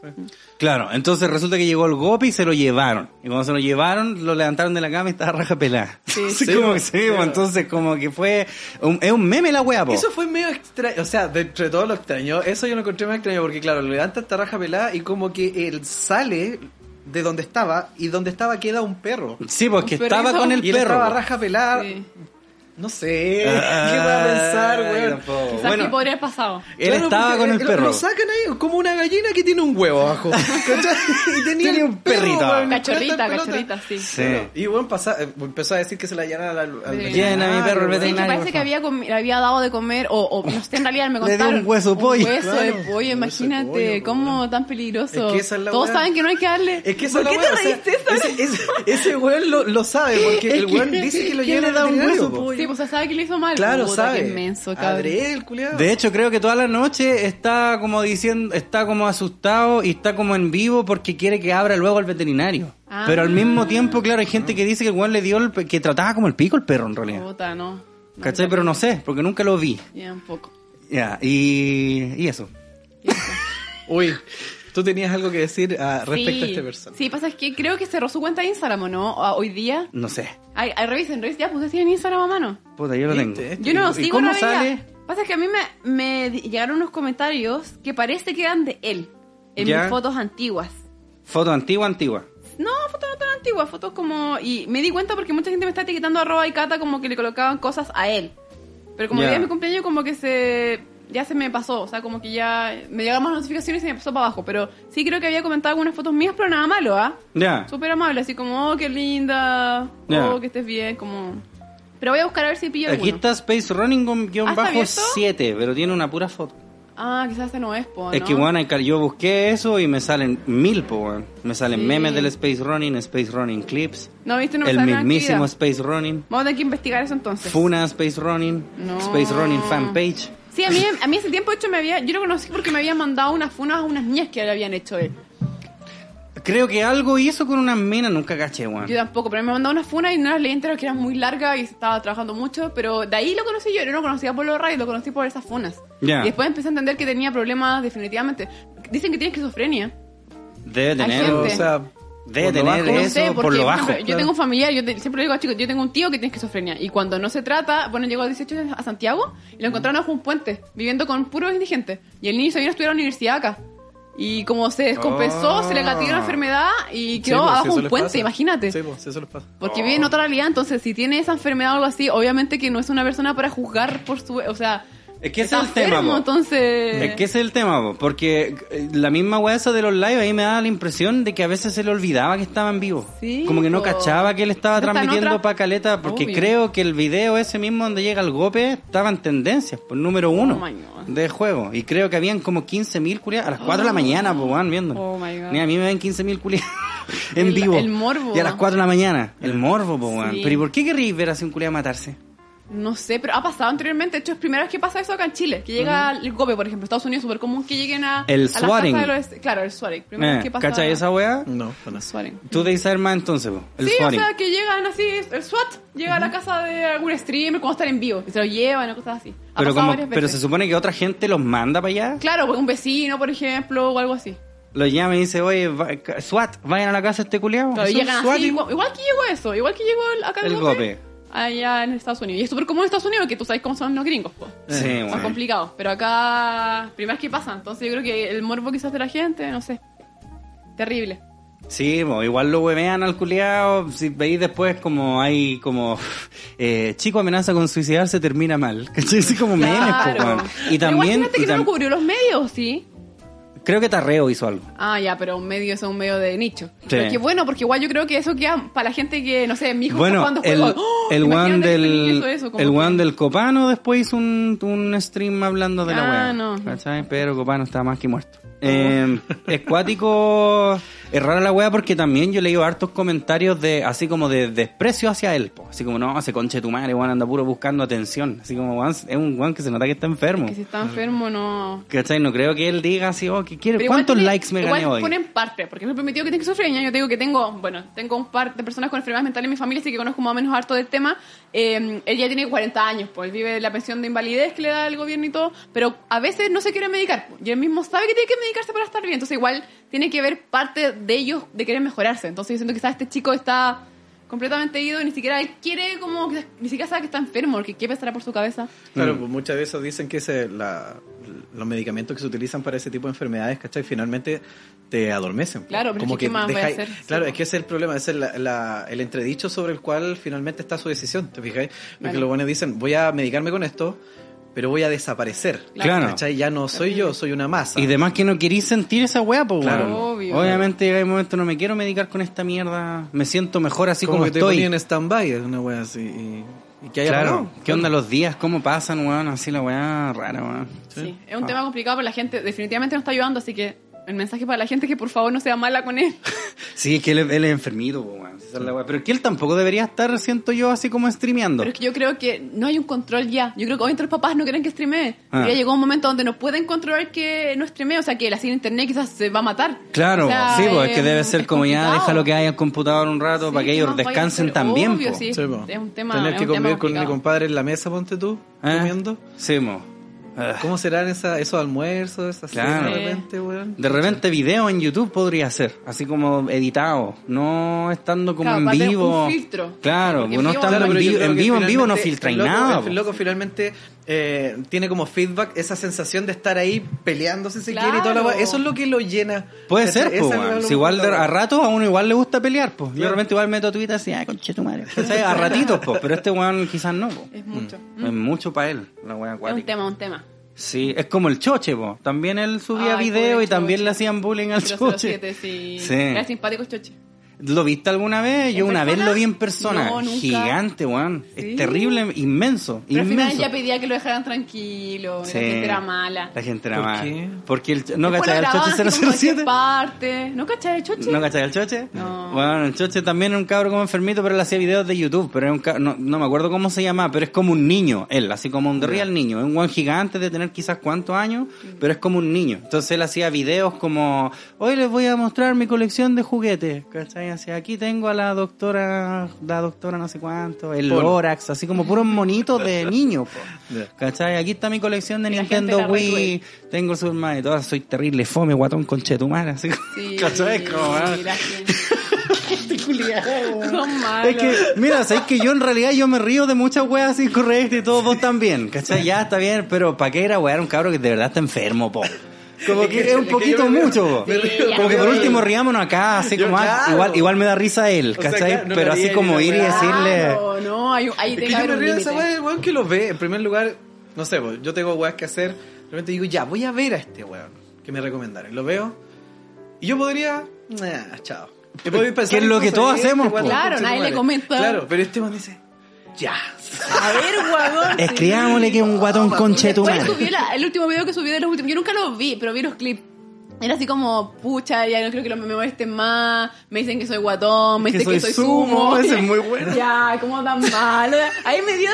Speaker 3: Claro, entonces resulta que llegó el gope y se lo llevaron. Y cuando se lo llevaron, lo levantaron de la cama y estaba raja pelada.
Speaker 5: Sí.
Speaker 3: Así
Speaker 4: Sí,
Speaker 3: como
Speaker 4: po,
Speaker 3: que sí, po,
Speaker 4: sí.
Speaker 3: entonces como que fue... un- es un meme la wea, po.
Speaker 4: Eso fue medio extraño, o sea, de entre todo lo extraño, eso yo lo encontré más extraño porque claro, lo levanta esta raja pelada y como que él sale de donde estaba y donde estaba queda un perro.
Speaker 3: Sí, porque
Speaker 5: Pero
Speaker 3: estaba
Speaker 5: eso-
Speaker 3: con el
Speaker 4: y él
Speaker 3: perro.
Speaker 4: estaba
Speaker 3: po.
Speaker 4: raja pelada,
Speaker 5: Sí.
Speaker 4: no sé,
Speaker 3: Ah,
Speaker 4: qué va a pensar,
Speaker 3: yo
Speaker 4: weón.
Speaker 3: tampoco.
Speaker 5: Quizás
Speaker 3: Ah, Bueno,
Speaker 5: que podría haber pasado.
Speaker 3: Él
Speaker 4: Claro,
Speaker 3: estaba
Speaker 4: porque
Speaker 3: con el
Speaker 4: lo-
Speaker 3: perro.
Speaker 4: Lo sacan ahí como una gallina que tiene un huevo abajo. ¿cachai? y tenía,
Speaker 3: Tenía
Speaker 4: el
Speaker 3: un
Speaker 4: perro,
Speaker 3: perrito.
Speaker 4: weón,
Speaker 5: Cachorrita,
Speaker 4: con esta pelota.
Speaker 5: cachorrita, sí.
Speaker 3: Sí.
Speaker 4: Claro. Y bueno, pasa, eh, empezó a decir que se la llenan al, al
Speaker 5: Sí.
Speaker 4: veterinario,
Speaker 3: Llena mi perro al
Speaker 4: weón.
Speaker 5: Sí, que
Speaker 3: veterinario. nadie, por
Speaker 5: Pues parece que
Speaker 3: favor.
Speaker 5: había, comi- había dado de comer, o, o no sé, en realidad me
Speaker 3: Le dio
Speaker 5: contaron.
Speaker 3: un hueso de pollo.
Speaker 5: Un hueso de
Speaker 4: Claro.
Speaker 5: pollo,
Speaker 4: Un hueso de
Speaker 5: imagínate,
Speaker 4: pollo,
Speaker 5: cómo
Speaker 4: weón.
Speaker 5: tan peligroso.
Speaker 4: Es que esa es la
Speaker 5: Todos
Speaker 4: weá.
Speaker 5: saben que no hay que darle.
Speaker 4: Es que esa
Speaker 5: ¿Por
Speaker 4: es la
Speaker 5: qué
Speaker 4: weá,
Speaker 5: te
Speaker 4: o sea,
Speaker 5: reíste esa
Speaker 4: ese, ese, ese weón lo, lo sabe, porque el weón dice que lo
Speaker 3: ¿Quién
Speaker 4: llevan
Speaker 3: le
Speaker 4: al
Speaker 3: da un
Speaker 4: veterinario.
Speaker 3: hueso,
Speaker 4: po.
Speaker 3: pollo?
Speaker 5: Sí, pues o sea, sabe que le hizo mal.
Speaker 4: Claro,
Speaker 5: Puta,
Speaker 4: sabe.
Speaker 5: Qué inmenso, cabrón.
Speaker 4: Adrede el culiao.
Speaker 3: De hecho, creo que toda la noche está como diciendo, está como asustado y está como en vivo porque quiere que abra luego al veterinario.
Speaker 5: Ah.
Speaker 3: Pero al mismo tiempo, claro, hay gente que dice que el weón le dio el pe- que trataba como el pico el perro en realidad.
Speaker 5: Puta, no.
Speaker 4: Oh,
Speaker 5: No,
Speaker 3: ¿Cachai?
Speaker 5: no,
Speaker 3: Pero no sé, porque nunca lo vi.
Speaker 5: Ya, un poco.
Speaker 3: Ya, y, y eso.
Speaker 4: Uy, tú tenías algo que decir ah, respecto
Speaker 5: pues. Sí.
Speaker 4: a
Speaker 3: este
Speaker 4: esta persona.
Speaker 5: Sí, pasa es que creo que cerró su cuenta de Instagram, ¿o no? Ah, Hoy día.
Speaker 3: No sé.
Speaker 5: Ay, ay, revisen, revisen. Ya, pues ustedes tienen Instagram a mano.
Speaker 3: Puta, yo lo tengo.
Speaker 4: ¿Viste?
Speaker 5: Yo no lo
Speaker 3: ¿Y
Speaker 5: sigo
Speaker 3: cómo
Speaker 5: la verdad.
Speaker 3: sale?
Speaker 5: Pasa que a mí me, me di- llegaron unos comentarios que parece que eran de él. En
Speaker 3: Ya.
Speaker 5: mis fotos antiguas.
Speaker 3: Foto antigua, antigua.
Speaker 5: No, fotos no tan antiguas, fotos como... Y me di cuenta porque mucha gente me está etiquetando arroba y cata como que le colocaban cosas a él. Pero como
Speaker 3: Ya.
Speaker 5: el día de mi cumpleaños como que se... Ya se me pasó, o sea, como que ya me llegaban más notificaciones y se me pasó para abajo. Pero sí creo que había comentado algunas fotos mías, pero nada malo, ¿ah?
Speaker 3: Ya.
Speaker 5: Súper amable, así como, oh, qué linda,
Speaker 3: Ya.
Speaker 5: oh, que estés bien, como... Pero voy a buscar a ver si pillo
Speaker 3: Aquí
Speaker 5: alguno.
Speaker 3: está Space Running con guión
Speaker 5: ¿Ah, está
Speaker 3: bajo
Speaker 5: abierto?
Speaker 3: 7, pero tiene una pura foto.
Speaker 5: Ah, quizás ese no es, po,
Speaker 3: Es
Speaker 5: ¿no?
Speaker 3: que, weón, hay cal- yo busqué eso y me salen mil, po, weón. Me salen
Speaker 5: Sí.
Speaker 3: memes del Space Running, Space Running Clips,
Speaker 5: No, viste, no me
Speaker 3: el
Speaker 5: sale nada
Speaker 3: mismísimo
Speaker 5: actividad.
Speaker 3: Space Running,
Speaker 5: Vamos a tener que investigar eso entonces.
Speaker 3: Funa Space Running,
Speaker 5: Pues No.
Speaker 3: Space Running Fanpage.
Speaker 5: Sí, a mí, a mí ese tiempo, de hecho, me había, yo lo conocí porque me habían mandado unas funas a unas niñas que le habían hecho él.
Speaker 3: Creo que algo hizo con unas minas, nunca caché, weón.
Speaker 5: Yo tampoco, pero me mandaron unas funas y no las leí enteras que eran muy largas y estaba trabajando mucho, pero de ahí lo conocí yo, yo no lo conocía por los rayos, lo conocí por esas funas.
Speaker 3: Ya.
Speaker 5: Y después empecé a entender que tenía problemas definitivamente. Dicen que tiene esquizofrenia.
Speaker 3: Debe
Speaker 5: Hay
Speaker 3: tener,
Speaker 4: o
Speaker 5: gente.
Speaker 4: sea,
Speaker 3: debe
Speaker 4: por lo
Speaker 3: tener
Speaker 4: bajo-
Speaker 5: No
Speaker 3: eso
Speaker 5: sé, porque,
Speaker 3: por lo bajo.
Speaker 5: ejemplo, yo tengo un familiar, yo te- siempre le digo a chicos, yo tengo un tío que tiene esquizofrenia. Y cuando no se trata, bueno, llegó a 18 años a Santiago y lo encontraron bajo un puente, viviendo con puros indigentes. Y el niño se vino a estudiar a la universidad acá. Y como se descompensó,
Speaker 3: Ah.
Speaker 5: se le gatilló la enfermedad y
Speaker 4: sí,
Speaker 5: quedó
Speaker 4: pues,
Speaker 5: abajo
Speaker 4: si eso
Speaker 5: un
Speaker 4: les
Speaker 5: puente,
Speaker 4: pasa.
Speaker 5: imagínate.
Speaker 4: Sí, pues, si eso les pasa.
Speaker 5: Porque vive en otra realidad, entonces si tiene esa enfermedad o algo así, obviamente que no es una persona para juzgar por su... O sea,
Speaker 3: Es que ese
Speaker 5: está
Speaker 3: es el tema,
Speaker 5: enfermo,
Speaker 3: po.
Speaker 5: entonces...
Speaker 3: Es que ese es el tema, po, porque eh, la misma weá esa de los live ahí me daba la impresión de que a veces se le olvidaba que estaba en vivo.
Speaker 5: Sí,
Speaker 3: Como que no
Speaker 5: po.
Speaker 3: cachaba que él estaba
Speaker 5: Está en
Speaker 3: transmitiendo
Speaker 5: otra-
Speaker 3: pa' caleta, porque
Speaker 5: Obvio.
Speaker 3: creo que el video ese mismo donde llega el golpe estaba en tendencias, por número uno
Speaker 5: Oh my God.
Speaker 3: de juego. Y creo que habían como 15.000 culiadas a las 4 de la mañana, po, weón, viendo.
Speaker 5: Oh my God.
Speaker 3: Ni a mí me ven 15.000 culiadas en
Speaker 5: El-
Speaker 3: vivo.
Speaker 5: el morbo.
Speaker 3: Y a las 4 de la mañana. El morbo, po, weón.
Speaker 5: Sí.
Speaker 3: Pero ¿y por qué querréis ver así un culiado matarse?
Speaker 5: No sé, pero ha pasado anteriormente. De hecho, es primera vez que pasa eso acá en Chile. Que llega el golpe, por ejemplo. Estados Unidos es súper común que lleguen a.
Speaker 3: El
Speaker 5: a las
Speaker 3: swatting.
Speaker 5: casas de los- claro, el swatting. Primera
Speaker 3: Eh,
Speaker 5: vez que pasa.
Speaker 3: ¿Cachai esa weá?
Speaker 4: No, bueno.
Speaker 5: swatting.
Speaker 3: Tú debes saber más entonces, po, el
Speaker 5: Mm. sí,
Speaker 3: swatting.
Speaker 5: o sea, que llegan así. El SWAT llega a la casa de algún streamer cuando están en vivo. Y se lo llevan o cosas así. Ha
Speaker 3: Pero,
Speaker 5: pasado
Speaker 3: como,
Speaker 5: varias veces.
Speaker 3: pero se supone que otra gente los manda para allá,
Speaker 5: Claro, pues, un vecino, por ejemplo, o algo así.
Speaker 3: los llama y dice, oye, va- ca- SWAT, vayan a la casa de este culiao.
Speaker 5: Claro,
Speaker 3: Es un
Speaker 5: y llegan así,
Speaker 3: swatting.
Speaker 5: igual, igual que llegó eso, igual que llegó el, acá
Speaker 3: El
Speaker 5: golpe.
Speaker 3: gope.
Speaker 5: Allá en Estados Unidos. Y es súper común en Estados Unidos que tú sabes cómo son los gringos, pues.
Speaker 3: Sí,
Speaker 5: Son
Speaker 3: bueno.
Speaker 5: complicados, pero acá primera vez que pasa, entonces yo creo que el morbo quizás de la gente, no sé. Terrible.
Speaker 3: Sí, bo, igual lo huevean al culiao. Si veis después como hay como... eh, chico amenaza con suicidarse, termina mal. ¿Cachai? Así como memes, po,
Speaker 5: Claro.
Speaker 3: weón. Y
Speaker 5: Pero
Speaker 3: también...
Speaker 5: imagínate
Speaker 3: y
Speaker 5: que no
Speaker 3: tam-
Speaker 5: lo cubrió los medios, ¿sí?
Speaker 3: Creo que Tarreo hizo algo.
Speaker 5: Ah, ya, pero un medio es un medio de nicho.
Speaker 3: Sí.
Speaker 5: Pero qué bueno, porque igual yo creo que eso queda para la gente que, no sé, mi hijo
Speaker 3: Bueno,
Speaker 5: está jugando
Speaker 3: el,
Speaker 5: juegos. ¡Oh!
Speaker 3: el
Speaker 5: Imagínate
Speaker 3: weón
Speaker 5: que este niño
Speaker 3: del,
Speaker 5: hizo eso, como
Speaker 3: el
Speaker 5: que-
Speaker 3: weón del Copano después hizo un, un stream hablando de la
Speaker 5: Ah,
Speaker 3: weá.
Speaker 5: no. Oh.
Speaker 3: ¿Cachai? Pero Copano está más que muerto. Eh, escuático, es rara la weá porque también yo he leído hartos comentarios de así como de desprecio hacia él. po. Así como, no, se conche tu madre, weón, anda puro buscando atención. Así como, weón, es un weón que se nota que está enfermo.
Speaker 5: Que si está enfermo, no.
Speaker 3: ¿Cachai? No creo que él diga así, oh, que quiere.
Speaker 5: Pero igual
Speaker 3: ¿Cuántos
Speaker 5: tiene-
Speaker 3: likes me
Speaker 5: igual
Speaker 3: gané hoy?
Speaker 5: ponen parte, porque me permitido que tengo esquizofrenia. Yo te digo que tengo, bueno, tengo un par de personas con enfermedades mentales en mi familia, así que conozco más o menos harto del tema. Eh, él ya tiene 40 años, pues él vive de la pensión de invalidez que le da el gobierno y todo, pero a veces no se quiere medicar. pues, Y él mismo sabe que tiene que medicarse para estar bien. Entonces, igual tiene que ver parte de ellos de querer mejorarse. Entonces, yo siento que quizás este chico está completamente ido y ni siquiera él quiere, como, quizás- ni siquiera sabe que está enfermo, porque qué pasará por su cabeza.
Speaker 3: Mm.
Speaker 4: Claro, pues muchas veces dicen que ese, la- los medicamentos que se utilizan para ese tipo de enfermedades, ¿cachai? Finalmente te adormecen. pues.
Speaker 5: Claro, pero es que ¿qué más voy a
Speaker 4: dejáis-
Speaker 5: hacer?
Speaker 4: Claro,
Speaker 5: Sí, pues.
Speaker 4: es que ese es el problema, ese es la- la- el entredicho sobre el cual finalmente está su decisión, ¿te fijáis? Porque
Speaker 5: Vale.
Speaker 4: los buenos dicen, voy a medicarme con esto, pero voy a desaparecer.
Speaker 3: Claro.
Speaker 4: ¿Cachai? Ya no soy yo, soy una masa.
Speaker 3: Y demás que no querís sentir esa weá, pues
Speaker 4: Claro.
Speaker 5: Obvio.
Speaker 3: Obviamente llega un momento, no me quiero medicar con esta mierda. Me siento mejor así como,
Speaker 4: que te
Speaker 3: estoy.
Speaker 4: ponían en stand-by, es una wea así. Y, y que haya
Speaker 3: Claro.
Speaker 4: parado.
Speaker 3: ¿Qué onda los días? ¿Cómo pasan, weón? Así la weá rara, weón.
Speaker 5: Sí, es
Speaker 3: Ah.
Speaker 5: un tema complicado, pero la gente definitivamente no está ayudando, así que el mensaje para la gente es que por favor no sea mala con él.
Speaker 3: Sí, es que él, es- él es enfermito, po, weón. Esa es la weá. Pero es que él tampoco debería estar, siento yo, así como streameando.
Speaker 5: Pero es que yo creo que no hay un control ya. Yo creo que hoy entre los papás no quieren que streamee.
Speaker 3: Ah.
Speaker 5: Ya llegó un momento donde no pueden controlar que no streamee, o sea, que la serie de internet quizás se va a matar.
Speaker 3: Claro,
Speaker 5: O sea,
Speaker 3: sí, pues es que
Speaker 5: eh,
Speaker 3: debe ser
Speaker 5: es
Speaker 3: como ya,
Speaker 5: complicado.
Speaker 3: déjalo que haya el computador un rato
Speaker 5: Sí,
Speaker 3: para que
Speaker 5: ¿qué
Speaker 3: ellos
Speaker 5: más vaya a
Speaker 3: descansen
Speaker 5: hacer?
Speaker 3: también,
Speaker 5: Obvio,
Speaker 3: po.
Speaker 5: sí.
Speaker 4: Sí, po.
Speaker 5: es un tema-
Speaker 4: Tener
Speaker 5: es
Speaker 4: que convivir
Speaker 5: un tema
Speaker 4: con mi
Speaker 5: complicado.
Speaker 4: compadre en la mesa, ponte tú,
Speaker 3: ¿Eh?
Speaker 4: comiendo.
Speaker 3: Sí, mo. Ah.
Speaker 4: ¿Cómo serán esa- esos almuerzos, esas cenas
Speaker 3: Claro.
Speaker 4: de repente, weón?
Speaker 3: De repente video en YouTube podría ser, así como editado, no estando como
Speaker 5: Claro,
Speaker 3: en
Speaker 5: para tener
Speaker 3: vivo.
Speaker 5: un filtro.
Speaker 3: Claro,
Speaker 5: Porque
Speaker 3: no
Speaker 5: en vivo-
Speaker 3: estando
Speaker 5: Claro,
Speaker 3: en
Speaker 5: pero yo
Speaker 3: vivo,
Speaker 4: creo
Speaker 3: en
Speaker 4: que
Speaker 3: vivo, en vivo no
Speaker 4: finalmente
Speaker 3: filtráis
Speaker 4: el loco-
Speaker 3: nada.
Speaker 4: El
Speaker 3: po.
Speaker 4: loco finalmente eh, tiene como feedback esa sensación de estar ahí peleándose si quiere y toda la
Speaker 5: Claro.
Speaker 4: wea. Eso es lo que lo llena.
Speaker 3: Puede
Speaker 4: ¿Cachai?
Speaker 3: ser,
Speaker 4: Esa
Speaker 3: po,
Speaker 4: es la-
Speaker 3: weón.
Speaker 4: la-
Speaker 3: Si igual de-
Speaker 4: la-
Speaker 3: a ratos a uno igual le gusta pelear, pues. Yo de
Speaker 4: Claro.
Speaker 3: repente igual meto Twitter así, ay, conche tu madre. ¿Cachai? A ratitos, pues, pero este weón quizás no, po.
Speaker 5: Es mucho.
Speaker 3: Es mucho para él, la weá
Speaker 5: Es un
Speaker 3: acuática.
Speaker 5: tema, un tema.
Speaker 3: Sí, es como el choche, po. También él subía
Speaker 5: Ay,
Speaker 3: video
Speaker 5: pobre
Speaker 3: y también
Speaker 5: Choche.
Speaker 3: le hacían bullying al choche.
Speaker 5: 007, sí.
Speaker 3: Sí.
Speaker 5: Era simpático Choche.
Speaker 3: ¿Lo viste alguna vez? Yo
Speaker 5: ¿En
Speaker 3: una vez
Speaker 5: persona?
Speaker 3: lo vi en persona.
Speaker 5: No, nunca.
Speaker 3: Gigante, weón. Es
Speaker 5: Sí.
Speaker 3: terrible, inmenso.
Speaker 5: Pero al
Speaker 3: inmenso.
Speaker 5: final ya pedía que lo dejaran tranquilo,
Speaker 3: Sí.
Speaker 5: la gente era mala.
Speaker 3: La gente era
Speaker 4: ¿Por
Speaker 3: mala.
Speaker 4: qué?
Speaker 3: Porque el, no
Speaker 5: Después lo
Speaker 3: cachai el
Speaker 5: grababan así como
Speaker 3: choche
Speaker 5: de
Speaker 3: 007.
Speaker 5: parte. ¿No cachai el choche?
Speaker 3: ¿No cachai el choche?
Speaker 5: No.
Speaker 3: Bueno, el choche también era un cabro como enfermito, pero él hacía videos de YouTube. Pero era un ca- no, no me acuerdo cómo se llamaba, pero es como un niño, él, así como un real niño. Es un guan gigante de tener quizás cuántos años, pero es como un niño. Entonces él hacía videos como, hoy les voy a mostrar mi colección de juguetes. ¿Cachai? Así, aquí tengo a la doctora, la doctora no sé cuánto, el
Speaker 4: Polo.
Speaker 3: Lorax, así como puros monitos de niños. po.
Speaker 4: Ya.
Speaker 3: ¿Cachai? Aquí está mi colección de
Speaker 5: Y la gente
Speaker 3: Nintendo
Speaker 5: era re
Speaker 3: Wii, tengo el Super Mario, y todo, soy terrible fome, guatón conchetumara, así como-
Speaker 5: Sí,
Speaker 3: ¿Cachai? Como, ah.
Speaker 5: mira, sí. Son malos.
Speaker 3: Este Es que, mira, sabéis que yo en realidad yo me río de muchas weas incorrectas y todos vos también, ¿cachai? Ya está bien, pero ¿para qué era wear un cabro que de verdad está enfermo, po? Como que es un poquito mucho, po.
Speaker 5: me río,
Speaker 3: Como
Speaker 5: me
Speaker 3: que por
Speaker 5: río.
Speaker 3: último riámonos acá, así
Speaker 4: Yo,
Speaker 3: como, ah,
Speaker 4: claro.
Speaker 3: igual, igual me da risa él,
Speaker 4: O sea,
Speaker 3: ¿cachai?
Speaker 4: claro, no me
Speaker 3: pero así
Speaker 4: haría
Speaker 3: como
Speaker 4: ni
Speaker 3: ir
Speaker 4: una
Speaker 3: y
Speaker 4: wea.
Speaker 3: decirle,
Speaker 5: Claro, no, hay, ahí
Speaker 4: Es
Speaker 5: te
Speaker 4: que yo
Speaker 5: cabe
Speaker 4: me
Speaker 5: un
Speaker 4: río de
Speaker 5: límite.
Speaker 4: esa wea, weón, que lo ve. En primer lugar, no sé, pues, yo tengo weas que hacer. Realmente digo, ya, voy a ver a este weón que me recomendaron. Lo veo. Y yo podría. Nah, chao. Y puedo ir
Speaker 3: Que
Speaker 4: pensando
Speaker 3: es lo que
Speaker 4: en
Speaker 3: todos
Speaker 4: cosas,
Speaker 3: hacemos,
Speaker 4: weón,
Speaker 3: po.
Speaker 5: Claro,
Speaker 4: conchetumare.
Speaker 5: nadie le comenta.
Speaker 4: Claro, pero este weón dice, ya.
Speaker 5: A ver, guagón. sí.
Speaker 3: escribámosle que es un guatón
Speaker 5: Después
Speaker 3: conchetumara.
Speaker 5: subió la- el último video que subí de los últimos. Yo nunca lo vi, pero vi los clips. Era así como, pucha, ya no creo que los me molesten más. Me dicen que soy guatón, me
Speaker 3: Que
Speaker 5: dicen que
Speaker 3: soy
Speaker 5: soy
Speaker 3: sumo,
Speaker 5: sumo.
Speaker 3: ese es muy bueno.
Speaker 5: Ya, cómo tan malo. Ahí me dio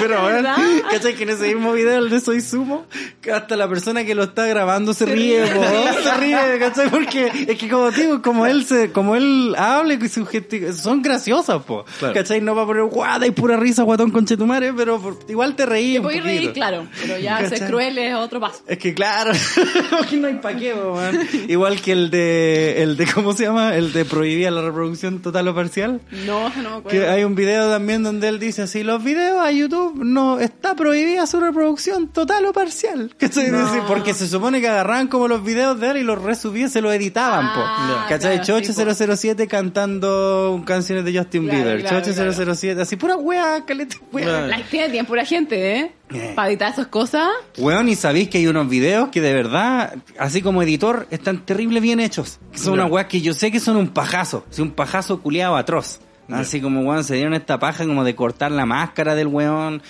Speaker 3: Pero
Speaker 5: de
Speaker 3: ahora,
Speaker 5: ¿verdad?
Speaker 3: ¿cachai? Que en ese mismo video el de Soy Sumo, que hasta la persona que lo está grabando se ríe, po, se ríe, ¿cachai? Porque es que como digo, como él se, como él habla y su gesti- son graciosas, po.
Speaker 4: Claro.
Speaker 3: ¿Cachai? No va a poner guada y pura risa, guatón con chetumare, pero por- igual te reí. un
Speaker 5: Voy a
Speaker 3: poquito.
Speaker 5: reír, claro, pero ya ser
Speaker 3: ¿Cachai?
Speaker 5: cruel es otro paso.
Speaker 3: Es que claro, aquí no hay pa' qué, po, man. Igual que el de, el de, ¿cómo se llama? El de prohibía la reproducción total o parcial.
Speaker 5: No, no me acuerdo.
Speaker 3: Que hay un video también donde él dice así, los videos a YouTube no está prohibida su reproducción total o parcial. ¿Cachai?
Speaker 5: No.
Speaker 3: Dice, porque se supone que agarraban como los videos de él y los resubían, se los editaban,
Speaker 5: Ah,
Speaker 3: po. ¿Cachai?
Speaker 5: claro,
Speaker 3: Choche
Speaker 5: sí, po.
Speaker 3: 007 cantando canciones de Justin
Speaker 5: Claro,
Speaker 3: Bieber.
Speaker 5: claro,
Speaker 3: Choche
Speaker 5: claro.
Speaker 3: 007, así pura weá, caleta de weá.
Speaker 5: La gente tiene tiempo, la gente, ¿eh? para editar esas cosas.
Speaker 3: Weón, y sabéis que hay unos videos que de verdad, así como editor, están terrible bien hechos. Que son unas weas que yo sé que son un pajazo. Sí, un pajazo culiado atroz. Así como, weón, se dieron esta paja como de cortar la máscara del weón,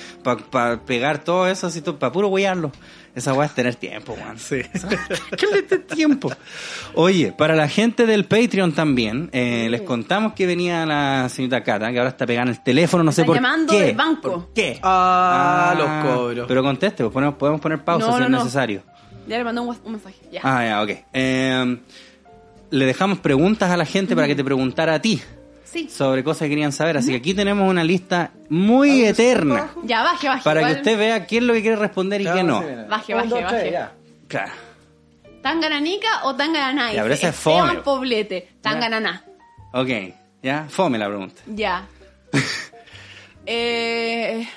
Speaker 3: para pegar todo eso, así para puro wearlo. Esa wea es tener tiempo, weón.
Speaker 4: Sí.
Speaker 3: ¿Qué le da tiempo? Oye, para la gente del Patreon también, eh, les contamos que venía la señorita Cata, que ahora está pegando el teléfono, no sé
Speaker 5: Están
Speaker 3: por
Speaker 5: llamando
Speaker 3: qué.
Speaker 5: del banco.
Speaker 3: ¿Por qué?
Speaker 4: Ah, los cobros.
Speaker 3: Pero conteste, pues, ponemos- podemos poner pausa
Speaker 5: No,
Speaker 3: si
Speaker 5: no,
Speaker 3: es
Speaker 5: no.
Speaker 3: necesario.
Speaker 5: Ya le mandó un, whats- un mensaje. Ya.
Speaker 3: Ah, ya, ok. Eh, le dejamos preguntas a la gente para que te preguntara a ti
Speaker 5: Sí.
Speaker 3: sobre cosas que querían saber. Así que aquí tenemos una lista muy
Speaker 4: Ah,
Speaker 3: eterna
Speaker 5: Ya, baje, baje.
Speaker 3: para que
Speaker 5: igual.
Speaker 3: usted vea quién es lo que quiere responder y
Speaker 4: Ya,
Speaker 3: qué no.
Speaker 4: pues, sí, mira.
Speaker 5: Baje,
Speaker 4: Un,
Speaker 5: baje,
Speaker 4: dos,
Speaker 5: baje.
Speaker 4: tres, ya.
Speaker 3: Claro.
Speaker 5: ¿Tangananica o Tangananá?
Speaker 3: Ya, pero ese es
Speaker 5: Dice
Speaker 3: fome.
Speaker 5: Esteban Poblete. Tangananá.
Speaker 3: Ok. Ya, fome la pregunta.
Speaker 5: Ya. eh,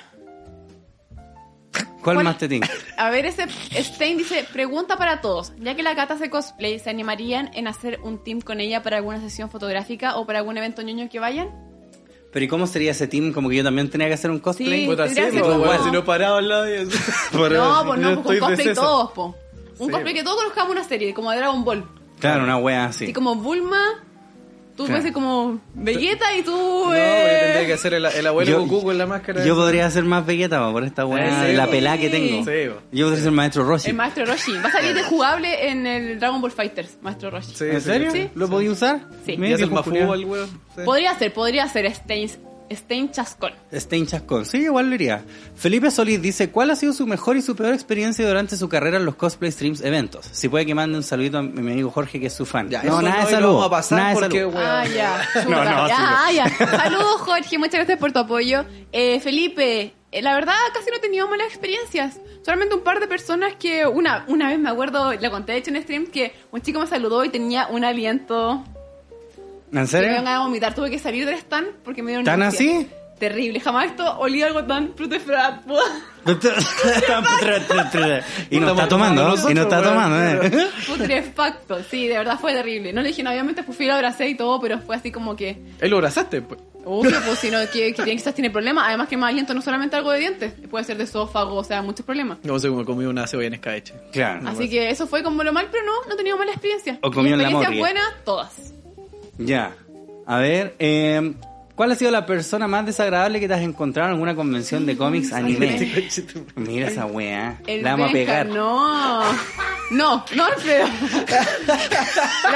Speaker 3: ¿Cuál,
Speaker 5: ¿Cuál-
Speaker 3: más te tinca?
Speaker 5: a ver, ese Stein dice, pregunta para todos. Ya que la Cata hace cosplay, ¿se animarían en hacer un team con ella para alguna sesión fotográfica o para algún evento ñoño que vayan?
Speaker 3: Pero ¿y cómo sería ese team? Como que yo también tenía que hacer un cosplay.
Speaker 5: Sí,
Speaker 4: Puta,
Speaker 5: tendría
Speaker 4: sí,
Speaker 5: que
Speaker 4: po,
Speaker 5: ser
Speaker 4: Este weón,
Speaker 5: como-
Speaker 4: si no paraba al lado y eso.
Speaker 5: no, pues
Speaker 4: Yo
Speaker 5: no, pues
Speaker 4: estoy
Speaker 5: con cosplay
Speaker 4: deceso.
Speaker 5: todos, po. Un
Speaker 4: Sí,
Speaker 5: cosplay
Speaker 4: po.
Speaker 5: que todos conozcamos una serie, como de Dragon Ball.
Speaker 4: pues.
Speaker 3: Claro, una wea así.
Speaker 5: Así como Bulma, tú
Speaker 3: Claro.
Speaker 5: fuese como Vegeta y tú...
Speaker 4: No, yo
Speaker 5: eh,
Speaker 4: tendría que hacer el, el abuelo Goku con la máscara.
Speaker 3: yo podría ser más belleta po, por esta weá,
Speaker 4: Sí,
Speaker 3: de la
Speaker 4: po.
Speaker 3: pelada que
Speaker 5: Sí.
Speaker 3: tengo.
Speaker 4: Sí, po.
Speaker 3: Yo podría ser el maestro Roshi.
Speaker 5: El maestro Roshi. Va a salir de jugable en el Dragon Ball Fighters, maestro Roshi.
Speaker 4: Sí,
Speaker 3: ¿En
Speaker 4: sí,
Speaker 3: serio?
Speaker 5: Sí.
Speaker 3: ¿Lo podía usar?
Speaker 5: Sí.
Speaker 4: Y
Speaker 3: Mira,
Speaker 4: hace el
Speaker 3: qué
Speaker 4: mafu
Speaker 3: curioso.
Speaker 4: al weón. Sí.
Speaker 5: Podría ser, podría ser Stein, Stein Chascón.
Speaker 3: Stein Chascón. Sí, igual lo iría. Felipe Solís dice, ¿cuál ha sido su mejor y su peor experiencia durante su carrera en los cosplay streams eventos? Si puede que mande un saludito a mi amigo Jorge, que es su fan.
Speaker 4: Ya,
Speaker 3: no,
Speaker 4: eso
Speaker 3: nada de
Speaker 4: hoy lo
Speaker 3: saludo.
Speaker 4: vamos a pasar
Speaker 3: nada de
Speaker 4: porque,
Speaker 3: saludo.
Speaker 4: weón.
Speaker 5: Ah, ya. Chuta.
Speaker 3: No, no,
Speaker 5: ya,
Speaker 3: sí, no.
Speaker 5: ah, ya. Saludos, Jorge. Muchas gracias por tu apoyo. Eh, Felipe, eh, la verdad casi no he tenido malas experiencias. Solamente un par de personas que una, una vez me acuerdo, lo conté de hecho en stream, que un chico me saludó y tenía un aliento
Speaker 3: ¿En
Speaker 5: que me
Speaker 3: serio?
Speaker 5: iban a vomitar. Tuve que salir del stand porque me dio una
Speaker 3: ¿Tan
Speaker 5: náusea.
Speaker 3: así?
Speaker 5: Terrible. Jamás esto olía algo tan frutefra.
Speaker 3: y no está tomando, ¿no? y no está tomando. ¿eh?
Speaker 5: Putrefacto, sí, de verdad fue terrible. No le dije, no, obviamente pues fui, lo abracé y todo, pero fue así como que,
Speaker 4: Él lo abrazaste. pues.
Speaker 5: obvio, pues si no, que, que tiene- quizás tiene problemas. Además que más aliento no es solamente algo de dientes, puede ser de esófago, o sea, muchos problemas.
Speaker 4: No sé cómo comió una cebolla en escabeche.
Speaker 3: Claro.
Speaker 5: Así que eso fue como lo mal, pero no, no he tenido mala experiencia.
Speaker 3: pues. O comió en la
Speaker 5: experiencias
Speaker 3: morgue.
Speaker 5: buenas, todas.
Speaker 3: Ya. A ver, eh, ¿cuál ha sido la persona más desagradable que te has encontrado en alguna convención de cómics anime? Mira esa weá.
Speaker 5: El
Speaker 3: La vamos a
Speaker 5: Benja,
Speaker 3: pegar.
Speaker 5: No, no, no, Alfredo.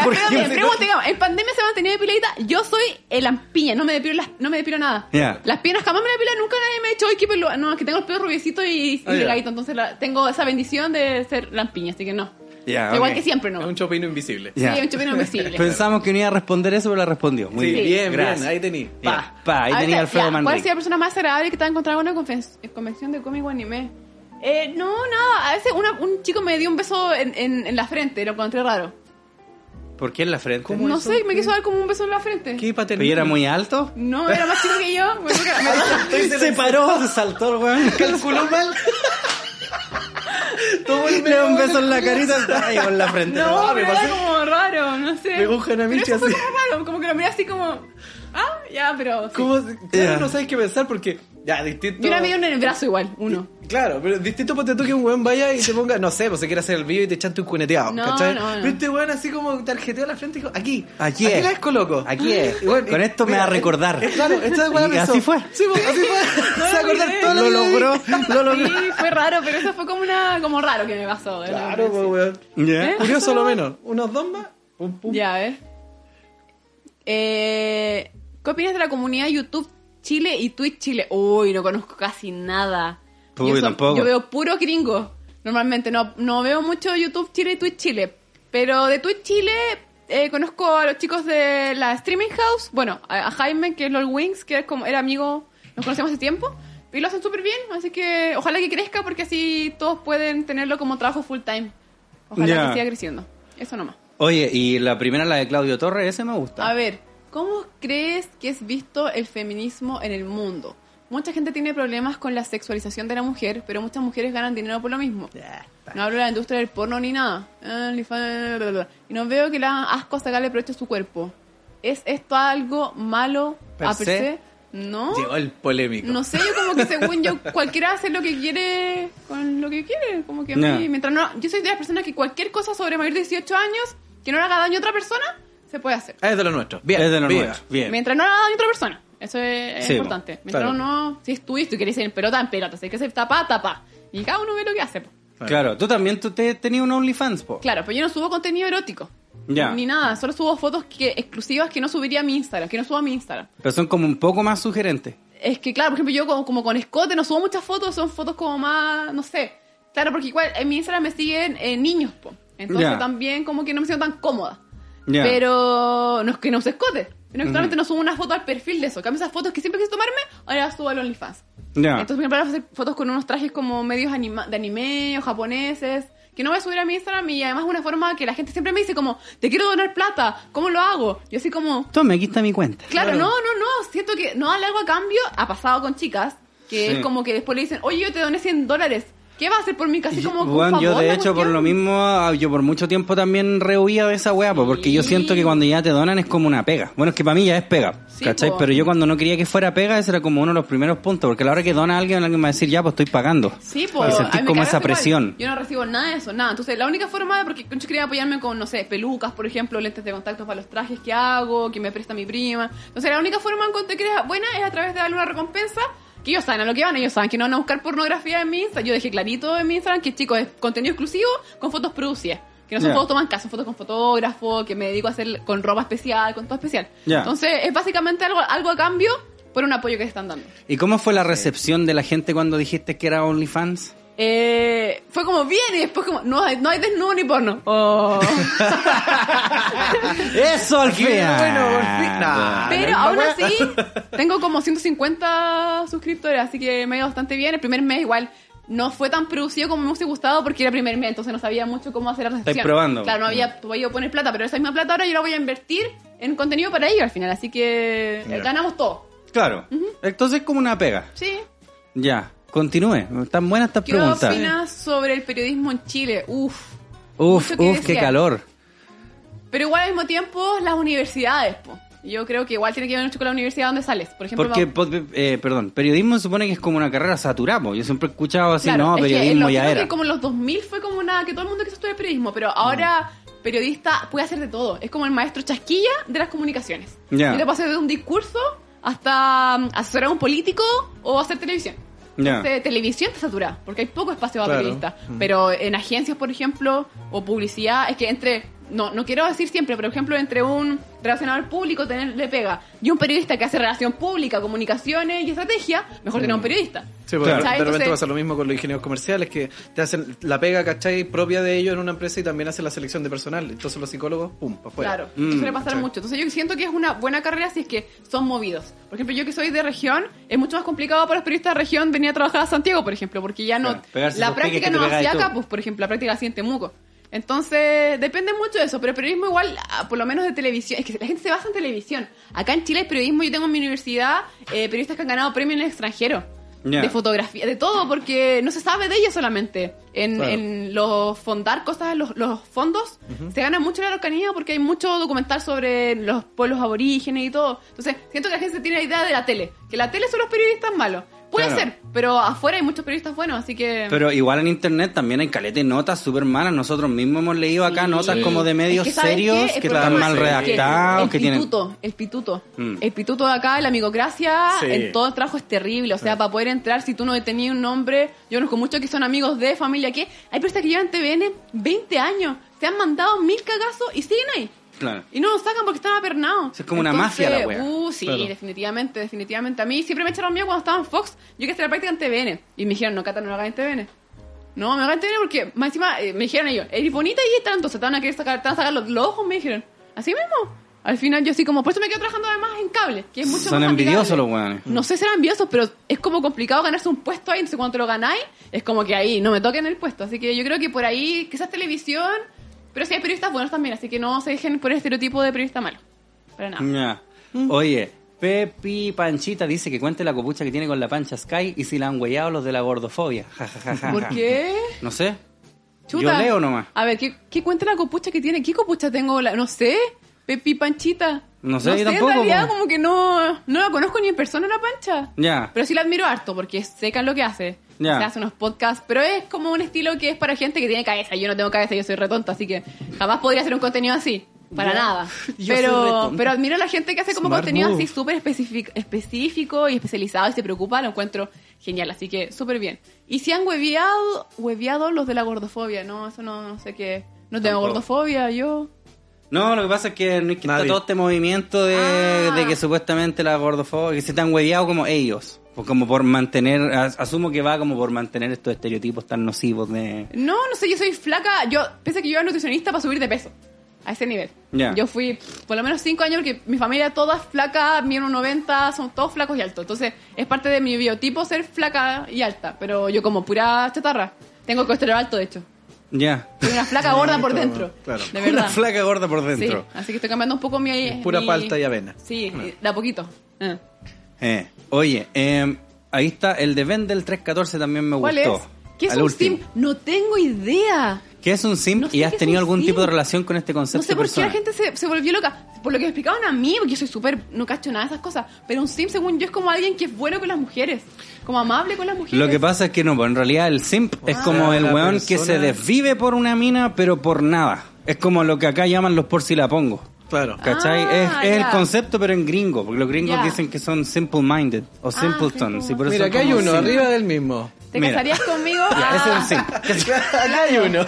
Speaker 3: ¿Por
Speaker 5: Alfredo
Speaker 3: qué?
Speaker 5: me pregunta, digamos, en pandemia se mantenía depiladita. Yo soy el lampiña, no me depilo, las, no me depilo nada.
Speaker 3: Ya.
Speaker 5: Las piernas jamás me depilan, nunca nadie me ha dicho, "Ay, qué pelo. No, es que tengo el pelo rubiecito y, y
Speaker 4: Ah, ya.
Speaker 5: delgadito, entonces la- tengo esa bendición de ser lampiña, así que no.
Speaker 3: Ya,
Speaker 5: Igual
Speaker 3: Ah, ok.
Speaker 5: que siempre,
Speaker 4: Es
Speaker 5: no.
Speaker 4: un chopino invisible.
Speaker 3: Ya. Pues,
Speaker 5: Sí, un chupino invisible.
Speaker 3: Pensamos que no iba a responder eso, pero la respondió. Muy
Speaker 4: Sí,
Speaker 3: bien.
Speaker 4: bien, bien,
Speaker 3: Gracias.
Speaker 4: ahí tení.
Speaker 3: Pa, pa, ahí
Speaker 5: A ver,
Speaker 3: tenía
Speaker 5: ya,
Speaker 3: Alfredo
Speaker 5: ¿Cuál ha sido
Speaker 3: Manrique.
Speaker 5: la persona más agradable que te ha encontrado en una conven- convención de cómic o anime? Eh, no, nada. A veces una- un chico me dio un beso en, en- en la frente, lo encontré raro.
Speaker 3: ¿Por qué en la frente?
Speaker 5: No sé, me quiso dar como un beso en la frente.
Speaker 4: ¿Qué
Speaker 3: ¿Pero
Speaker 4: paternidad?
Speaker 3: ¿Y era muy alto?
Speaker 5: No, era más chico que yo. Bueno, que-
Speaker 4: Ah,
Speaker 5: me-
Speaker 3: Se paró, se saltó el weón. Calculó mal.
Speaker 4: Todo el
Speaker 3: Le dio un beso en la carita y en la frente.
Speaker 5: No,
Speaker 4: me
Speaker 5: pero era
Speaker 4: pasé.
Speaker 5: como raro, no sé.
Speaker 4: Pegó un Hanamichi
Speaker 5: Pero eso fue
Speaker 4: así.
Speaker 5: como raro, como que lo miré así como... Ah, ya, pero... sí.
Speaker 4: ¿Cómo? se- Claro, no sabes qué pensar porque. Ya, distinto.
Speaker 5: Y una me dio en el brazo igual, uno.
Speaker 4: Claro, pero distinto ponte tú que un weón vaya y te ponga, no sé, pues se quiere hacer el vivo y te echante un cuneteado.
Speaker 5: No,
Speaker 4: ¿cachai?
Speaker 5: no, no.
Speaker 4: Pero este weón así como tarjeteó a la frente y dijo, aquí,
Speaker 3: Aquí es.
Speaker 4: la descoloco.
Speaker 3: Aquí es.
Speaker 4: Y bueno,
Speaker 3: Con
Speaker 4: y-
Speaker 3: esto me va a recordar.
Speaker 4: es- Claro, esta weá
Speaker 3: Y
Speaker 4: pensó,
Speaker 3: así fue.
Speaker 4: Sí, pues, así fue. se va a acordar
Speaker 5: olvidé.
Speaker 4: todo
Speaker 3: Lo logró, lo logró.
Speaker 5: Sí, fue raro, pero eso fue como una... Como raro que me pasó. de verdad.
Speaker 4: Claro, pues, weón.
Speaker 3: Ya.
Speaker 5: ¿Eh?
Speaker 4: Curioso lo menos. Unos dos más. Pum, pum.
Speaker 5: Ya, a ver. Eh, ¿Qué opinas de la comunidad YouTube Chile y Twitch Chile? Uy, no conozco casi nada.
Speaker 3: Uy,
Speaker 5: yo,
Speaker 3: tampoco.
Speaker 5: yo veo puro gringo. Normalmente no, no veo mucho YouTube Chile y Twitch Chile. Pero de Twitch Chile eh, conozco a los chicos de la Streaming House. Bueno, a, a Jaime, que es LOL Wings, que es como, era amigo, nos conocemos hace tiempo. Y lo hacen súper bien, así que ojalá que crezca porque así todos pueden tenerlo como trabajo full time. Ojalá
Speaker 3: Ya.
Speaker 5: que siga creciendo. Eso nomás.
Speaker 3: Oye, y la primera, la de Claudio Torres, ese me gusta.
Speaker 5: A ver, ¿cómo crees que es visto el feminismo en el mundo? Mucha gente tiene problemas con la sexualización de la mujer, pero muchas mujeres ganan dinero por lo mismo. No hablo de la industria del porno ni nada. Ah, OnlyFans, bla, bla, bla. Y no veo que le hagan asco sacarle provecho a su cuerpo. ¿Es esto algo malo
Speaker 3: Per
Speaker 5: a per
Speaker 3: se?
Speaker 5: se? ¿No?
Speaker 4: Llegó el polémico.
Speaker 5: No sé, yo como que según yo, cualquiera hace lo que quiere con lo que quiere. Como que a
Speaker 3: No.
Speaker 5: mí, mientras no. Yo soy de las personas que cualquier cosa sobre mayor de 18 años que no le haga daño a otra persona, se puede hacer.
Speaker 4: Ah, Es de lo nuestro. Bien,
Speaker 3: es de lo
Speaker 4: viva.
Speaker 3: nuestro. Bien.
Speaker 5: Mientras no le haga daño a otra persona. Eso es, es
Speaker 3: Sí,
Speaker 5: importante. Mientras
Speaker 4: claro.
Speaker 5: no. Si es tu y tú quieres ir en pelota, en pelota. Si hay que hacer tapa, tapa. Y cada uno ve lo que hace. po.
Speaker 3: Claro. Claro, tú también tú te, tenías un OnlyFans, po.
Speaker 5: Claro, pero yo no subo contenido erótico.
Speaker 3: Ya.
Speaker 5: Ni nada. Solo subo fotos que, exclusivas que no subiría a mi Instagram. Que no subo a mi Instagram.
Speaker 3: Pero son como un poco más sugerentes.
Speaker 5: Es que, claro, por ejemplo, yo como, como con escote no subo muchas fotos, son fotos como más, no sé. Claro, porque igual en mi Instagram me siguen eh, niños, po. Entonces
Speaker 3: Ya.
Speaker 5: también como que no me siento tan cómoda.
Speaker 3: Ya.
Speaker 5: Pero no es que no se escote. Sino que
Speaker 3: Ujú.
Speaker 5: solamente no subo una foto al perfil de eso. Cambio esas fotos que siempre quise tomarme, ahora las subo al OnlyFans.
Speaker 3: Ya.
Speaker 5: Entonces, por ejemplo, ahora voy a hacer fotos con unos trajes como medios anima- de anime o japoneses, que no voy a subir a mi Instagram y además es una forma que la gente siempre me dice como, te quiero donar plata, ¿cómo lo hago? Yo así como,
Speaker 3: Tome, aquí está mi cuenta.
Speaker 5: Claro, no, no, no. Siento que no darle algo a cambio ha pasado con chicas que
Speaker 3: Sí.
Speaker 5: es como que después le dicen, oye, yo te doné 100 dólares. ¿Qué vas a hacer por mí? Casi
Speaker 3: Yo-
Speaker 5: como. por
Speaker 3: weón, yo
Speaker 5: favor,
Speaker 3: de
Speaker 5: la
Speaker 3: hecho por
Speaker 5: cuestión.
Speaker 3: lo mismo, ah, yo por mucho tiempo también rehuía de esa weá, po, porque yo
Speaker 5: Sí.
Speaker 3: siento que cuando ya te donan es como una pega. Bueno, es que para mí ya es pega,
Speaker 5: Sí,
Speaker 3: ¿cachai?
Speaker 5: po.
Speaker 3: Pero yo cuando no quería que fuera pega, ese era como uno de los primeros puntos, porque a la hora que dona alguien, alguien me va a decir, ya, pues estoy pagando.
Speaker 5: Sí,
Speaker 3: Y
Speaker 5: pues.
Speaker 3: sentís como esa presión.
Speaker 5: Yo no recibo nada de eso, nada. Entonces, la única forma, porque yo quería apoyarme con, no sé, pelucas, por ejemplo, lentes de contacto para los trajes que hago, que me presta mi prima. Entonces, la única forma en que te creas buena es a través de darle una recompensa. Que ellos saben a lo que van, ellos saben que no van a buscar pornografía en mi Instagram. Yo dejé clarito en mi Instagram que, chicos, es contenido exclusivo con fotos producidas. Que no son
Speaker 3: Ya.
Speaker 5: fotos toman caso, fotos con fotógrafo, que me dedico a hacer con ropa especial, con todo especial.
Speaker 3: Ya.
Speaker 5: Entonces, es básicamente algo, algo a cambio por un apoyo que te están dando.
Speaker 3: ¿Y cómo fue la recepción de la gente cuando dijiste que era OnlyFans?
Speaker 5: Eh, fue como bien y después como no hay, no hay desnudo ni porno. Oh.
Speaker 3: ¡Eso, al fin!
Speaker 4: bueno, por fin. Nah. Ah,
Speaker 5: Pero
Speaker 4: la misma
Speaker 5: aún
Speaker 4: wea.
Speaker 5: así tengo como 150 suscriptores, así que me ha ido bastante bien. El primer mes igual no fue tan producido como me hubiese gustado porque era primer mes, entonces no sabía mucho cómo hacer la recepción.
Speaker 3: probando.
Speaker 5: Claro, no había podido poner plata, pero esa misma plata ahora yo la voy a invertir en contenido para ello al final, así que eh,
Speaker 4: Ya.
Speaker 5: ganamos todo.
Speaker 3: Claro. Entonces es como una pega.
Speaker 5: Sí.
Speaker 3: Ya. Continúe. Tan buenas estas
Speaker 5: ¿Qué
Speaker 3: preguntas.
Speaker 5: opinas sobre el periodismo en Chile? Uf.
Speaker 3: Uf,
Speaker 5: Mucho que
Speaker 3: uf, qué
Speaker 5: desear.
Speaker 3: calor.
Speaker 5: Pero igual al mismo tiempo las universidades, po. Yo creo que igual tiene que ver mucho con la universidad donde sales. Por ejemplo,
Speaker 3: Porque,
Speaker 5: va-
Speaker 3: pod- eh, perdón, periodismo se supone que es como una carrera saturamos. Yo siempre he escuchado así,
Speaker 5: claro,
Speaker 3: no,
Speaker 5: es que
Speaker 3: periodismo
Speaker 5: lo-
Speaker 3: ya
Speaker 5: creo
Speaker 3: era.
Speaker 5: que como en los 2000 fue como una que todo el mundo quiso estudiar periodismo, pero ahora periodista puede hacer de todo. Es como el maestro chasquilla de las comunicaciones.
Speaker 3: Ya.
Speaker 5: Y te puede hacer de un discurso hasta mm, asesorar a un político o hacer televisión.
Speaker 3: Ya.
Speaker 5: Entonces, televisión está saturada, porque hay poco espacio
Speaker 4: Claro.
Speaker 5: para periodistas. Pero en agencias, por ejemplo, o publicidad, es que entre, no, no quiero decir siempre, pero por ejemplo, entre un relacionador público tenerle pega y un periodista que hace relación pública, comunicaciones y estrategia, mejor tener un periodista.
Speaker 4: Sí, porque
Speaker 5: ¿Cachai?
Speaker 4: de repente
Speaker 5: Entonces-
Speaker 4: pasa lo mismo con los ingenieros comerciales que te hacen la pega, ¿cachai? propia de ellos en una empresa y también hacen la selección de personal. Entonces los psicólogos, pum, para afuera.
Speaker 5: Claro,
Speaker 3: Mm,
Speaker 5: eso suele pasar
Speaker 4: ¿cachai?
Speaker 5: mucho. Entonces yo siento que es una buena carrera si es que son movidos. Por ejemplo, yo que soy de región, es mucho más complicado para los periodistas de región venir a trabajar a Santiago, por ejemplo, porque ya no...
Speaker 3: Claro, pegarse
Speaker 5: la
Speaker 3: esos piques
Speaker 5: práctica
Speaker 3: que te
Speaker 5: no la
Speaker 3: pegáis
Speaker 5: hacía
Speaker 3: tú.
Speaker 5: acá, pues, por ejemplo, la práctica la hacía en Temuco. Entonces, depende mucho de eso, pero el periodismo igual, ah, por lo menos de televisión, es que la gente se basa en televisión. Acá en Chile el periodismo, yo tengo en mi universidad eh, periodistas que han ganado premios en el extranjero.
Speaker 3: Ya.
Speaker 5: De fotografía, de todo, porque no se sabe de ellos solamente. En,
Speaker 4: Claro.
Speaker 5: en los fondar cosas, los, los fondos, se gana mucho en la Araucanía porque hay mucho documental sobre los pueblos aborígenes y todo. Entonces, siento que la gente tiene la idea de la tele, que la tele son los periodistas malos. Puede
Speaker 3: Claro.
Speaker 5: ser, pero afuera hay muchos periodistas buenos, así que...
Speaker 3: Pero igual en internet también hay caleta y notas súper malas. Nosotros mismos hemos leído acá
Speaker 5: Sí.
Speaker 3: notas como de medios
Speaker 5: Es que, ¿sabes
Speaker 3: serios
Speaker 5: qué? El
Speaker 3: que están
Speaker 5: problema
Speaker 3: mal
Speaker 5: es que
Speaker 3: redactados,
Speaker 5: el
Speaker 3: que tienen...
Speaker 5: pituto, El pituto,
Speaker 3: Mm.
Speaker 5: el pituto de acá, la amigocracia,
Speaker 4: Sí.
Speaker 5: en todo el trabajo es terrible. O sea, para poder entrar, si tú no tenías un nombre, yo conozco muchos que son amigos de familia que hay personas que llevan TVN 20 años, se han mandado mil cagazos y siguen ahí.
Speaker 3: Claro.
Speaker 5: Y no lo sacan porque están apernados.
Speaker 3: Eso es como una mafia la wea.
Speaker 5: Uh, sí,
Speaker 4: Claro.
Speaker 5: definitivamente, definitivamente. A mí siempre me echaron miedo cuando estaba en Fox. Yo quería hacer la práctica en TVN. Y me dijeron, no, Cata, no lo hagas en TVN. No, me lo hagas en TVN porque, más encima, eh, me dijeron ellos, eres bonita y es tanto, se te van a querer sacar, te van a sacar los, los ojos, me dijeron. Así mismo. Al final yo así como, por eso me quedo trabajando además en cable, que es mucho
Speaker 3: Son
Speaker 5: más
Speaker 3: envidiosos
Speaker 5: amigable.
Speaker 3: los weones.
Speaker 5: No sé si eran envidiosos, pero es como complicado ganarse un puesto ahí. Entonces, cuando te lo ganáis, es como que ahí no me toquen el puesto. Así que yo creo que por ahí, quizás televisión, pero sí hay periodistas buenos también. Así que no se dejen por el estereotipo de periodista malo. Para nada.
Speaker 3: Ya.
Speaker 5: Mm.
Speaker 3: Oye, Pepi Panchita dice que cuente la copucha que tiene con la pancha Sky y si la han huellado los de la gordofobia. Ja, ja, ja, ja,
Speaker 5: ¿Por
Speaker 3: ja.
Speaker 5: qué?
Speaker 3: No sé.
Speaker 5: Chuta.
Speaker 3: Yo leo nomás.
Speaker 5: A ver, ¿qué, qué cuenta la copucha que tiene? ¿Qué copucha tengo? La- no sé. Pepi Panchita.
Speaker 3: No sé, yo tampoco,
Speaker 5: en realidad
Speaker 3: po.
Speaker 5: como que no, no la conozco ni en persona la Pancha.
Speaker 3: Ya.
Speaker 5: Pero sí la admiro harto porque es seca en lo que hace.
Speaker 3: Ya.
Speaker 5: O sea, hace unos podcasts, pero es como un estilo que es para gente que tiene cabeza. Yo no tengo cabeza, yo soy retonta, así que jamás podría hacer un contenido así. Para nada.
Speaker 4: Yo soy
Speaker 5: Pero,
Speaker 4: retonta.
Speaker 5: pero admiro a la gente que hace como
Speaker 4: Smart
Speaker 5: contenido
Speaker 4: move.
Speaker 5: así súper específico, específico y especializado y se preocupa, lo encuentro genial, así que súper bien. Y si han hueviado, hueviado los de la gordofobia, no, eso no, no sé qué. No tengo
Speaker 3: Tampoco.
Speaker 5: gordofobia, yo.
Speaker 3: No, lo que pasa es que, no es que está
Speaker 4: Nadie.
Speaker 3: todo este movimiento de,
Speaker 5: Ah.
Speaker 3: de que supuestamente la gordofobia, que se están hueviados como ellos. O como por mantener, as- asumo que va como por mantener estos estereotipos tan nocivos de...
Speaker 5: No, no sé, yo soy flaca. Yo pensé que yo era nutricionista para subir de peso. A ese nivel.
Speaker 3: Ya.
Speaker 5: Yo fui pff, por lo menos 5 años porque mi familia toda es flaca, miden un 90, son todos flacos y altos. Entonces es parte de mi biotipo ser flaca y alta. Pero yo como pura chatarra. Tengo colesterol alto, de hecho.
Speaker 3: Ya.
Speaker 5: Soy una flaca gorda por dentro.
Speaker 4: claro.
Speaker 5: De verdad.
Speaker 3: Una flaca gorda por
Speaker 5: Sí,
Speaker 3: dentro.
Speaker 5: así que estoy cambiando un poco mi...
Speaker 4: Pura
Speaker 5: mi-
Speaker 4: palta y avena.
Speaker 5: Sí,
Speaker 3: Ah.
Speaker 5: de a poquito. Eh.
Speaker 3: Eh, oye, eh, ahí está el de Vendel 314 también me
Speaker 5: ¿Cuál
Speaker 3: gustó.
Speaker 5: es? ¿Qué es
Speaker 3: Al
Speaker 5: un
Speaker 3: último.
Speaker 5: sim? No tengo idea.
Speaker 3: ¿Qué es un sim?
Speaker 5: No sé
Speaker 3: ¿Y
Speaker 5: qué
Speaker 3: has
Speaker 5: es
Speaker 3: tenido
Speaker 5: un
Speaker 3: algún
Speaker 5: sim.
Speaker 3: tipo de relación con este concepto
Speaker 5: No sé
Speaker 3: de
Speaker 5: por
Speaker 3: persona?
Speaker 5: qué la gente se, se volvió loca. Por lo que me explicaban a mí, porque yo soy súper. No cacho nada de esas cosas. Pero un sim, según yo, es como alguien que es bueno con las mujeres. Como amable con las mujeres.
Speaker 3: Lo que pasa es que no, pues, en realidad el simp
Speaker 5: Ah,
Speaker 3: es como
Speaker 4: sea,
Speaker 3: el
Speaker 4: la
Speaker 3: weón que se
Speaker 4: persona-
Speaker 3: desvive por una mina, pero por nada. Es como lo que acá llaman los por si la pongo.
Speaker 4: Claro.
Speaker 3: ¿Cachai?
Speaker 5: Ah,
Speaker 3: es es el
Speaker 5: ya.
Speaker 3: concepto, pero en gringo, porque los gringos
Speaker 5: Ya. Ah,
Speaker 3: dicen que son simple-minded o simpletons.
Speaker 5: simple-minded.
Speaker 3: y por eso
Speaker 4: Mira,
Speaker 3: son
Speaker 4: aquí hay
Speaker 3: como
Speaker 4: uno,
Speaker 3: simp.
Speaker 4: arriba del mismo.
Speaker 5: ¿Te
Speaker 3: Mira.
Speaker 5: casarías conmigo?
Speaker 3: Ya, ese es un
Speaker 5: ah,
Speaker 3: simp.
Speaker 4: Acá hay uno.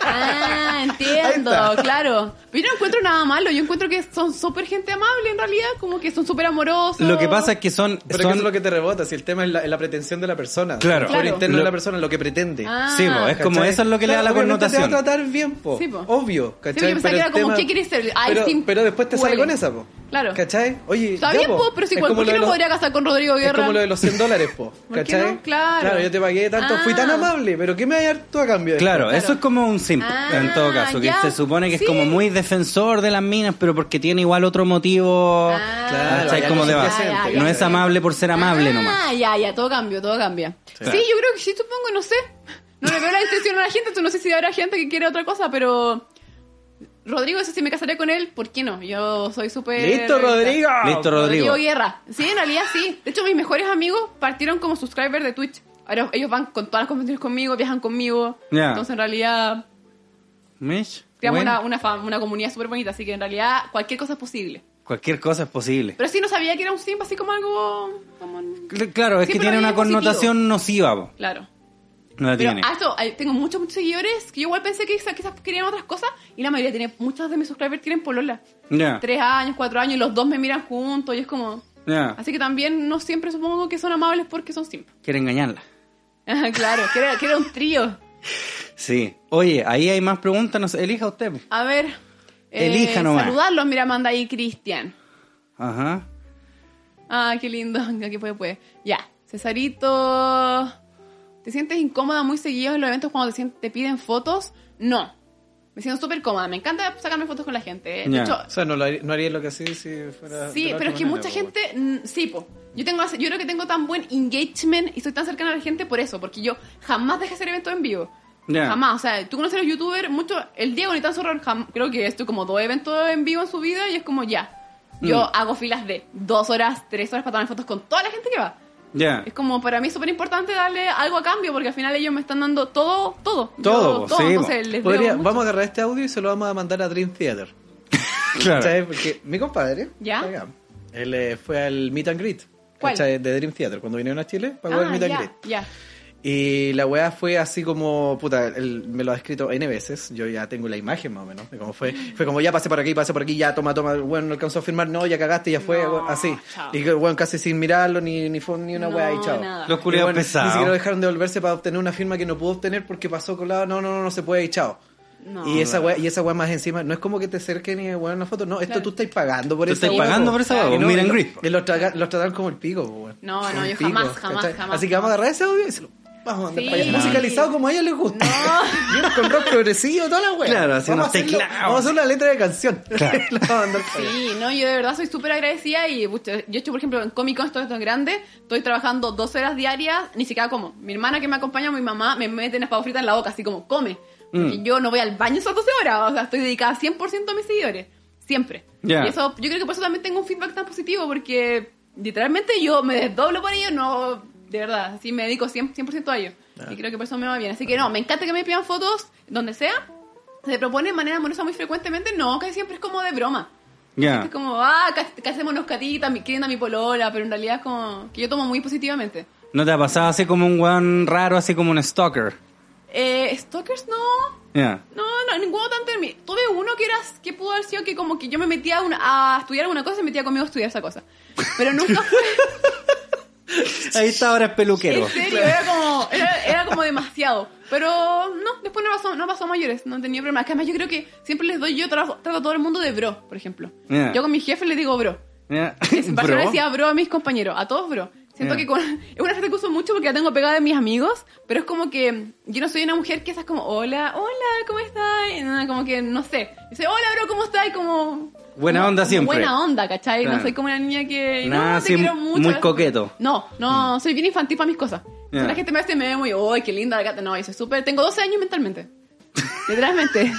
Speaker 5: ah, entiendo,
Speaker 4: Ahí está.
Speaker 5: claro. Pero yo no encuentro nada malo. Yo encuentro que son súper gente amable en realidad. Como que son súper amorosos.
Speaker 3: Lo que pasa es que son...
Speaker 4: Pero
Speaker 3: son-
Speaker 4: que eso es lo que te rebota, si el tema es la, es la pretensión de la persona.
Speaker 3: Claro.
Speaker 4: El foro
Speaker 5: Claro.
Speaker 4: interno
Speaker 3: Lo-
Speaker 4: de la persona, lo que pretende.
Speaker 5: Ah.
Speaker 3: Sí, po, es como
Speaker 4: ¿Cachai?
Speaker 3: eso es lo que le da la
Speaker 4: Claro, obviamente
Speaker 3: connotación.
Speaker 4: Te va a tratar bien, po.
Speaker 5: Sí, po.
Speaker 4: Obvio,
Speaker 5: Sí,
Speaker 4: ¿cachai?
Speaker 5: yo pensaba que
Speaker 4: el
Speaker 5: era como,
Speaker 4: tema-
Speaker 5: ¿qué quieres ser? Ay,
Speaker 4: pero,
Speaker 5: sí,
Speaker 4: pero después te sale
Speaker 5: huele.
Speaker 4: con esa, po.
Speaker 5: Claro.
Speaker 4: ¿Cachai? Oye,
Speaker 5: Está
Speaker 4: ya,
Speaker 5: bien,
Speaker 4: po.
Speaker 5: po, pero si
Speaker 4: Es
Speaker 5: igual,
Speaker 4: como lo
Speaker 5: ¿por qué
Speaker 4: de
Speaker 5: no
Speaker 4: los-
Speaker 5: podría casar con Rodrigo
Speaker 4: Es
Speaker 5: Guerra?
Speaker 4: como lo de los 100 dólares, po.
Speaker 5: ¿Por qué
Speaker 4: ¿Cachai?
Speaker 5: no? Claro.
Speaker 4: yo te pagué tanto, fui tan
Speaker 5: Ah.
Speaker 4: amable, pero ¿qué me vas a dar tú a cambio? de
Speaker 3: Claro,
Speaker 4: esto?
Speaker 3: eso es como un simp,
Speaker 5: Ah,
Speaker 3: en todo caso, que
Speaker 5: ya.
Speaker 3: se supone que
Speaker 5: Sí.
Speaker 3: es como muy defensor de las minas, pero porque tiene igual otro motivo,
Speaker 5: Ah,
Speaker 3: ¿cachai?
Speaker 4: claro, ya
Speaker 3: como
Speaker 4: no
Speaker 3: de
Speaker 4: se
Speaker 3: base.
Speaker 4: presenta,
Speaker 3: no
Speaker 4: claro.
Speaker 3: es amable por ser amable
Speaker 5: ah,
Speaker 3: nomás.
Speaker 5: ya, ya, todo cambia, todo cambia. Sí, yo creo que sí, supongo, no sé. No le veo la distinción a la gente, tú no sé si habrá gente que quiere otra cosa, pero... Rodrigo, eso sí me casaría con él, ¿por qué no? Yo soy súper...
Speaker 4: ¡Listo, Rodrigo!
Speaker 3: Listo,
Speaker 5: Rodrigo.
Speaker 3: Rodrigo.
Speaker 5: Guerra. Sí, en realidad sí. De hecho, mis mejores amigos partieron como subscribers de Twitch. Ahora ellos van con todas las convenciones conmigo, viajan conmigo.
Speaker 3: Ya.
Speaker 5: Entonces, en realidad,
Speaker 3: Mish,
Speaker 5: creamos
Speaker 3: bueno,
Speaker 5: una, una, fam- una comunidad súper bonita, así que en realidad cualquier cosa es posible.
Speaker 3: Cualquier cosa es posible.
Speaker 5: Pero sí, no sabía que era un simp, así como algo... Como...
Speaker 3: Cl- Claro, es
Speaker 5: Sí,
Speaker 3: que
Speaker 5: pero
Speaker 3: tiene
Speaker 5: bien
Speaker 3: una
Speaker 5: positivo.
Speaker 3: connotación nociva, po.
Speaker 5: Claro.
Speaker 3: No la
Speaker 5: Pero
Speaker 3: tiene.
Speaker 5: a esto, hay- eh, tengo muchos, muchos seguidores que yo igual pensé que quizá- quizás, querían otras cosas y la mayoría tiene, muchos de mis subscribers tienen polola.
Speaker 3: Ya,
Speaker 5: Tres años, cuatro años, y los dos me miran juntos y es como...
Speaker 3: ya.
Speaker 5: Así que también no siempre supongo que son amables porque son simp.
Speaker 3: Quiere engañarla.
Speaker 5: Ajá, claro, que era, que era un trío.
Speaker 3: Sí. Oye, ahí hay más preguntas, no sé, elija usted. po.
Speaker 5: A ver... eh,
Speaker 3: Elija nomás.
Speaker 5: Saludarlos, mira, manda ahí Cristian.
Speaker 3: Ajá.
Speaker 5: Ah, qué lindo. Aquí puede, puede. Ya. Cesarito. ¿Te sientes incómoda muy seguido en los eventos cuando te, sien- te piden fotos? No. Me siento súper cómoda. Me encanta sacarme fotos con la gente. eh. De
Speaker 3: Ya.
Speaker 5: hecho,
Speaker 4: O sea, no, lo haría, no haría lo que así si fuera. de
Speaker 5: sí,
Speaker 4: la
Speaker 5: pero es
Speaker 4: otra
Speaker 5: que
Speaker 4: manera,
Speaker 5: mucha
Speaker 4: po.
Speaker 5: gente. mm, Sí, po. Yo, tengo, yo creo que tengo tan buen engagement y soy tan cercana a la gente por eso, porque yo jamás dejé hacer eventos en vivo.
Speaker 3: Ya.
Speaker 5: Jamás, o sea, tú conoces a los youtubers, mucho, el Diego ni tan zorro, jam- creo que esto como dos eventos en vivo en su vida y es como ya.
Speaker 4: Mm.
Speaker 5: Yo hago filas de dos horas, tres horas para tomar fotos con toda la gente que va.
Speaker 3: Ya.
Speaker 5: Es como para mí es súper importante darle algo a cambio porque al final ellos me están dando todo, todo.
Speaker 3: Todo,
Speaker 5: Yo,
Speaker 3: sí,
Speaker 5: entonces les debo
Speaker 4: Podría-
Speaker 5: mucho.
Speaker 4: vamos a agarrar este audio y se lo vamos a mandar a Dream Theater.
Speaker 3: Claro.
Speaker 4: ¿Cachai? Porque mi compadre,
Speaker 5: ¿Ya?
Speaker 4: acá, él eh, fue al meet and greet
Speaker 5: ¿Cuál?
Speaker 4: ¿cachai? de Dream Theater cuando vinieron a Chile, pagó el
Speaker 5: Ah,
Speaker 4: meet and
Speaker 5: ya,
Speaker 4: greet.
Speaker 5: ya.
Speaker 4: Y la weá fue así como, puta, él me lo ha escrito N veces, yo ya tengo la imagen más o menos de cómo fue.
Speaker 5: Mm.
Speaker 4: Fue como, ya pasé por aquí, pasé por aquí, ya toma, toma, bueno, no alcanzó a firmar, no, ya cagaste, ya fue,
Speaker 5: No,
Speaker 4: weón, así.
Speaker 5: chao.
Speaker 4: Y que, weón, casi sin mirarlo, ni, ni, fue ni una
Speaker 5: No,
Speaker 4: weá y chao.
Speaker 5: nada.
Speaker 3: Los
Speaker 4: Y,
Speaker 3: culiados
Speaker 4: weón, Ni
Speaker 3: pesados.
Speaker 4: siquiera dejaron de volverse para obtener una firma que no pudo obtener porque pasó colado, no, no, no, no se puede y chao.
Speaker 5: No.
Speaker 4: Y esa weá, y esa weá más encima, no es como que te acerquen y weón una foto, no, esto
Speaker 5: Claro.
Speaker 4: tú estás pagando por
Speaker 3: Tú
Speaker 4: esa
Speaker 3: estás
Speaker 4: weá,
Speaker 3: pagando
Speaker 4: po.
Speaker 3: por esa weá,
Speaker 4: Y
Speaker 3: un meet and
Speaker 4: lo-
Speaker 3: greet, po.
Speaker 4: Y los, traga- los trataron como el pico, po, weón.
Speaker 5: No,
Speaker 4: Como
Speaker 5: no,
Speaker 4: el
Speaker 5: yo jamás, jamás,
Speaker 4: ¿cachai?
Speaker 5: jamás,
Speaker 4: Así que vamos a agarrar ese audio y se lo vamos a mandar
Speaker 5: Sí.
Speaker 4: para allá.
Speaker 5: No.
Speaker 4: Musicalizado como a ella le gusta. Bien, con rock progresivo, toda la weá.
Speaker 3: Claro, haciendo
Speaker 4: Vamos a hacerlo-
Speaker 3: teclados.
Speaker 4: Vamos a hacer una letra de canción.
Speaker 3: Claro.
Speaker 4: Lo vamos a mandar para allá.
Speaker 5: Sí, no, yo de verdad soy súper agradecida y pucha, yo he hecho, por ejemplo, en Comic Con, esto esto es grande, estoy trabajando dos horas diarias, ni siquiera como. Mi hermana que me acompaña, mi mamá, me meten las papas fritas en la boca, así como, come. Porque yo no voy al baño esas 12 horas, o sea, estoy dedicada 100% a mis seguidores. siempre.
Speaker 3: Ya.
Speaker 5: Y eso, yo creo que por eso también tengo un feedback tan positivo, porque literalmente yo me desdoblo por ello, no, de verdad, así me dedico 100%, 100 a ello. Y creo que por eso me va bien. Así que no, me encanta que me pidan fotos donde sea. Se propone de manera amorosa muy frecuentemente, no, casi siempre es como de broma.
Speaker 3: Ya.
Speaker 5: Es como, ah, cas- casémonos catita, mi- quieren a mi polola, pero en realidad es como que yo tomo muy positivamente.
Speaker 3: ¿No te ha pasado así como un weón raro, así como un stalker?
Speaker 5: Eh, stalkers no,
Speaker 3: Ya.
Speaker 5: No, no, ninguno tan termi- Tuve uno que era, que pudo haber sido que como que yo me metía a, una- a estudiar alguna cosa y se metía conmigo a estudiar esa cosa. Pero nunca fue,
Speaker 3: Ahí está ahora es peluquero.
Speaker 5: en serio, era como, era, era como demasiado. Pero no, después no pasó, no pasó a mayores, no tenía problemas. Que además yo creo que siempre les doy, yo trato, trato a todo el mundo de bro, por ejemplo.
Speaker 3: Yeah.
Speaker 5: Yo con mi jefe les digo bro.
Speaker 3: Ya.
Speaker 5: En Barcelona
Speaker 3: Bro. Eh.
Speaker 5: decía bro a mis compañeros, a todos bro. Siento
Speaker 3: Yeah.
Speaker 5: que con- es una frase que uso mucho porque la tengo pegada de mis amigos, pero es como que yo no soy una mujer que esas como, hola, hola, ¿cómo estás? Y nada, Como que, no sé. Dice, hola bro, ¿cómo estás? Y como...
Speaker 3: Buena
Speaker 5: como-
Speaker 3: onda
Speaker 5: como
Speaker 3: siempre.
Speaker 5: Buena onda, ¿cachai?
Speaker 3: Claro.
Speaker 5: No soy como una niña que...
Speaker 3: Nada,
Speaker 5: no, te
Speaker 3: sí,
Speaker 5: quiero mucho.
Speaker 3: muy coqueto.
Speaker 5: No, no,
Speaker 4: Mm.
Speaker 5: soy bien infantil para mis cosas.
Speaker 3: Yeah.
Speaker 5: La gente me hace, me ve muy, uy, qué linda la gata. No, yo soy súper... Tengo 12 años mentalmente. Literalmente.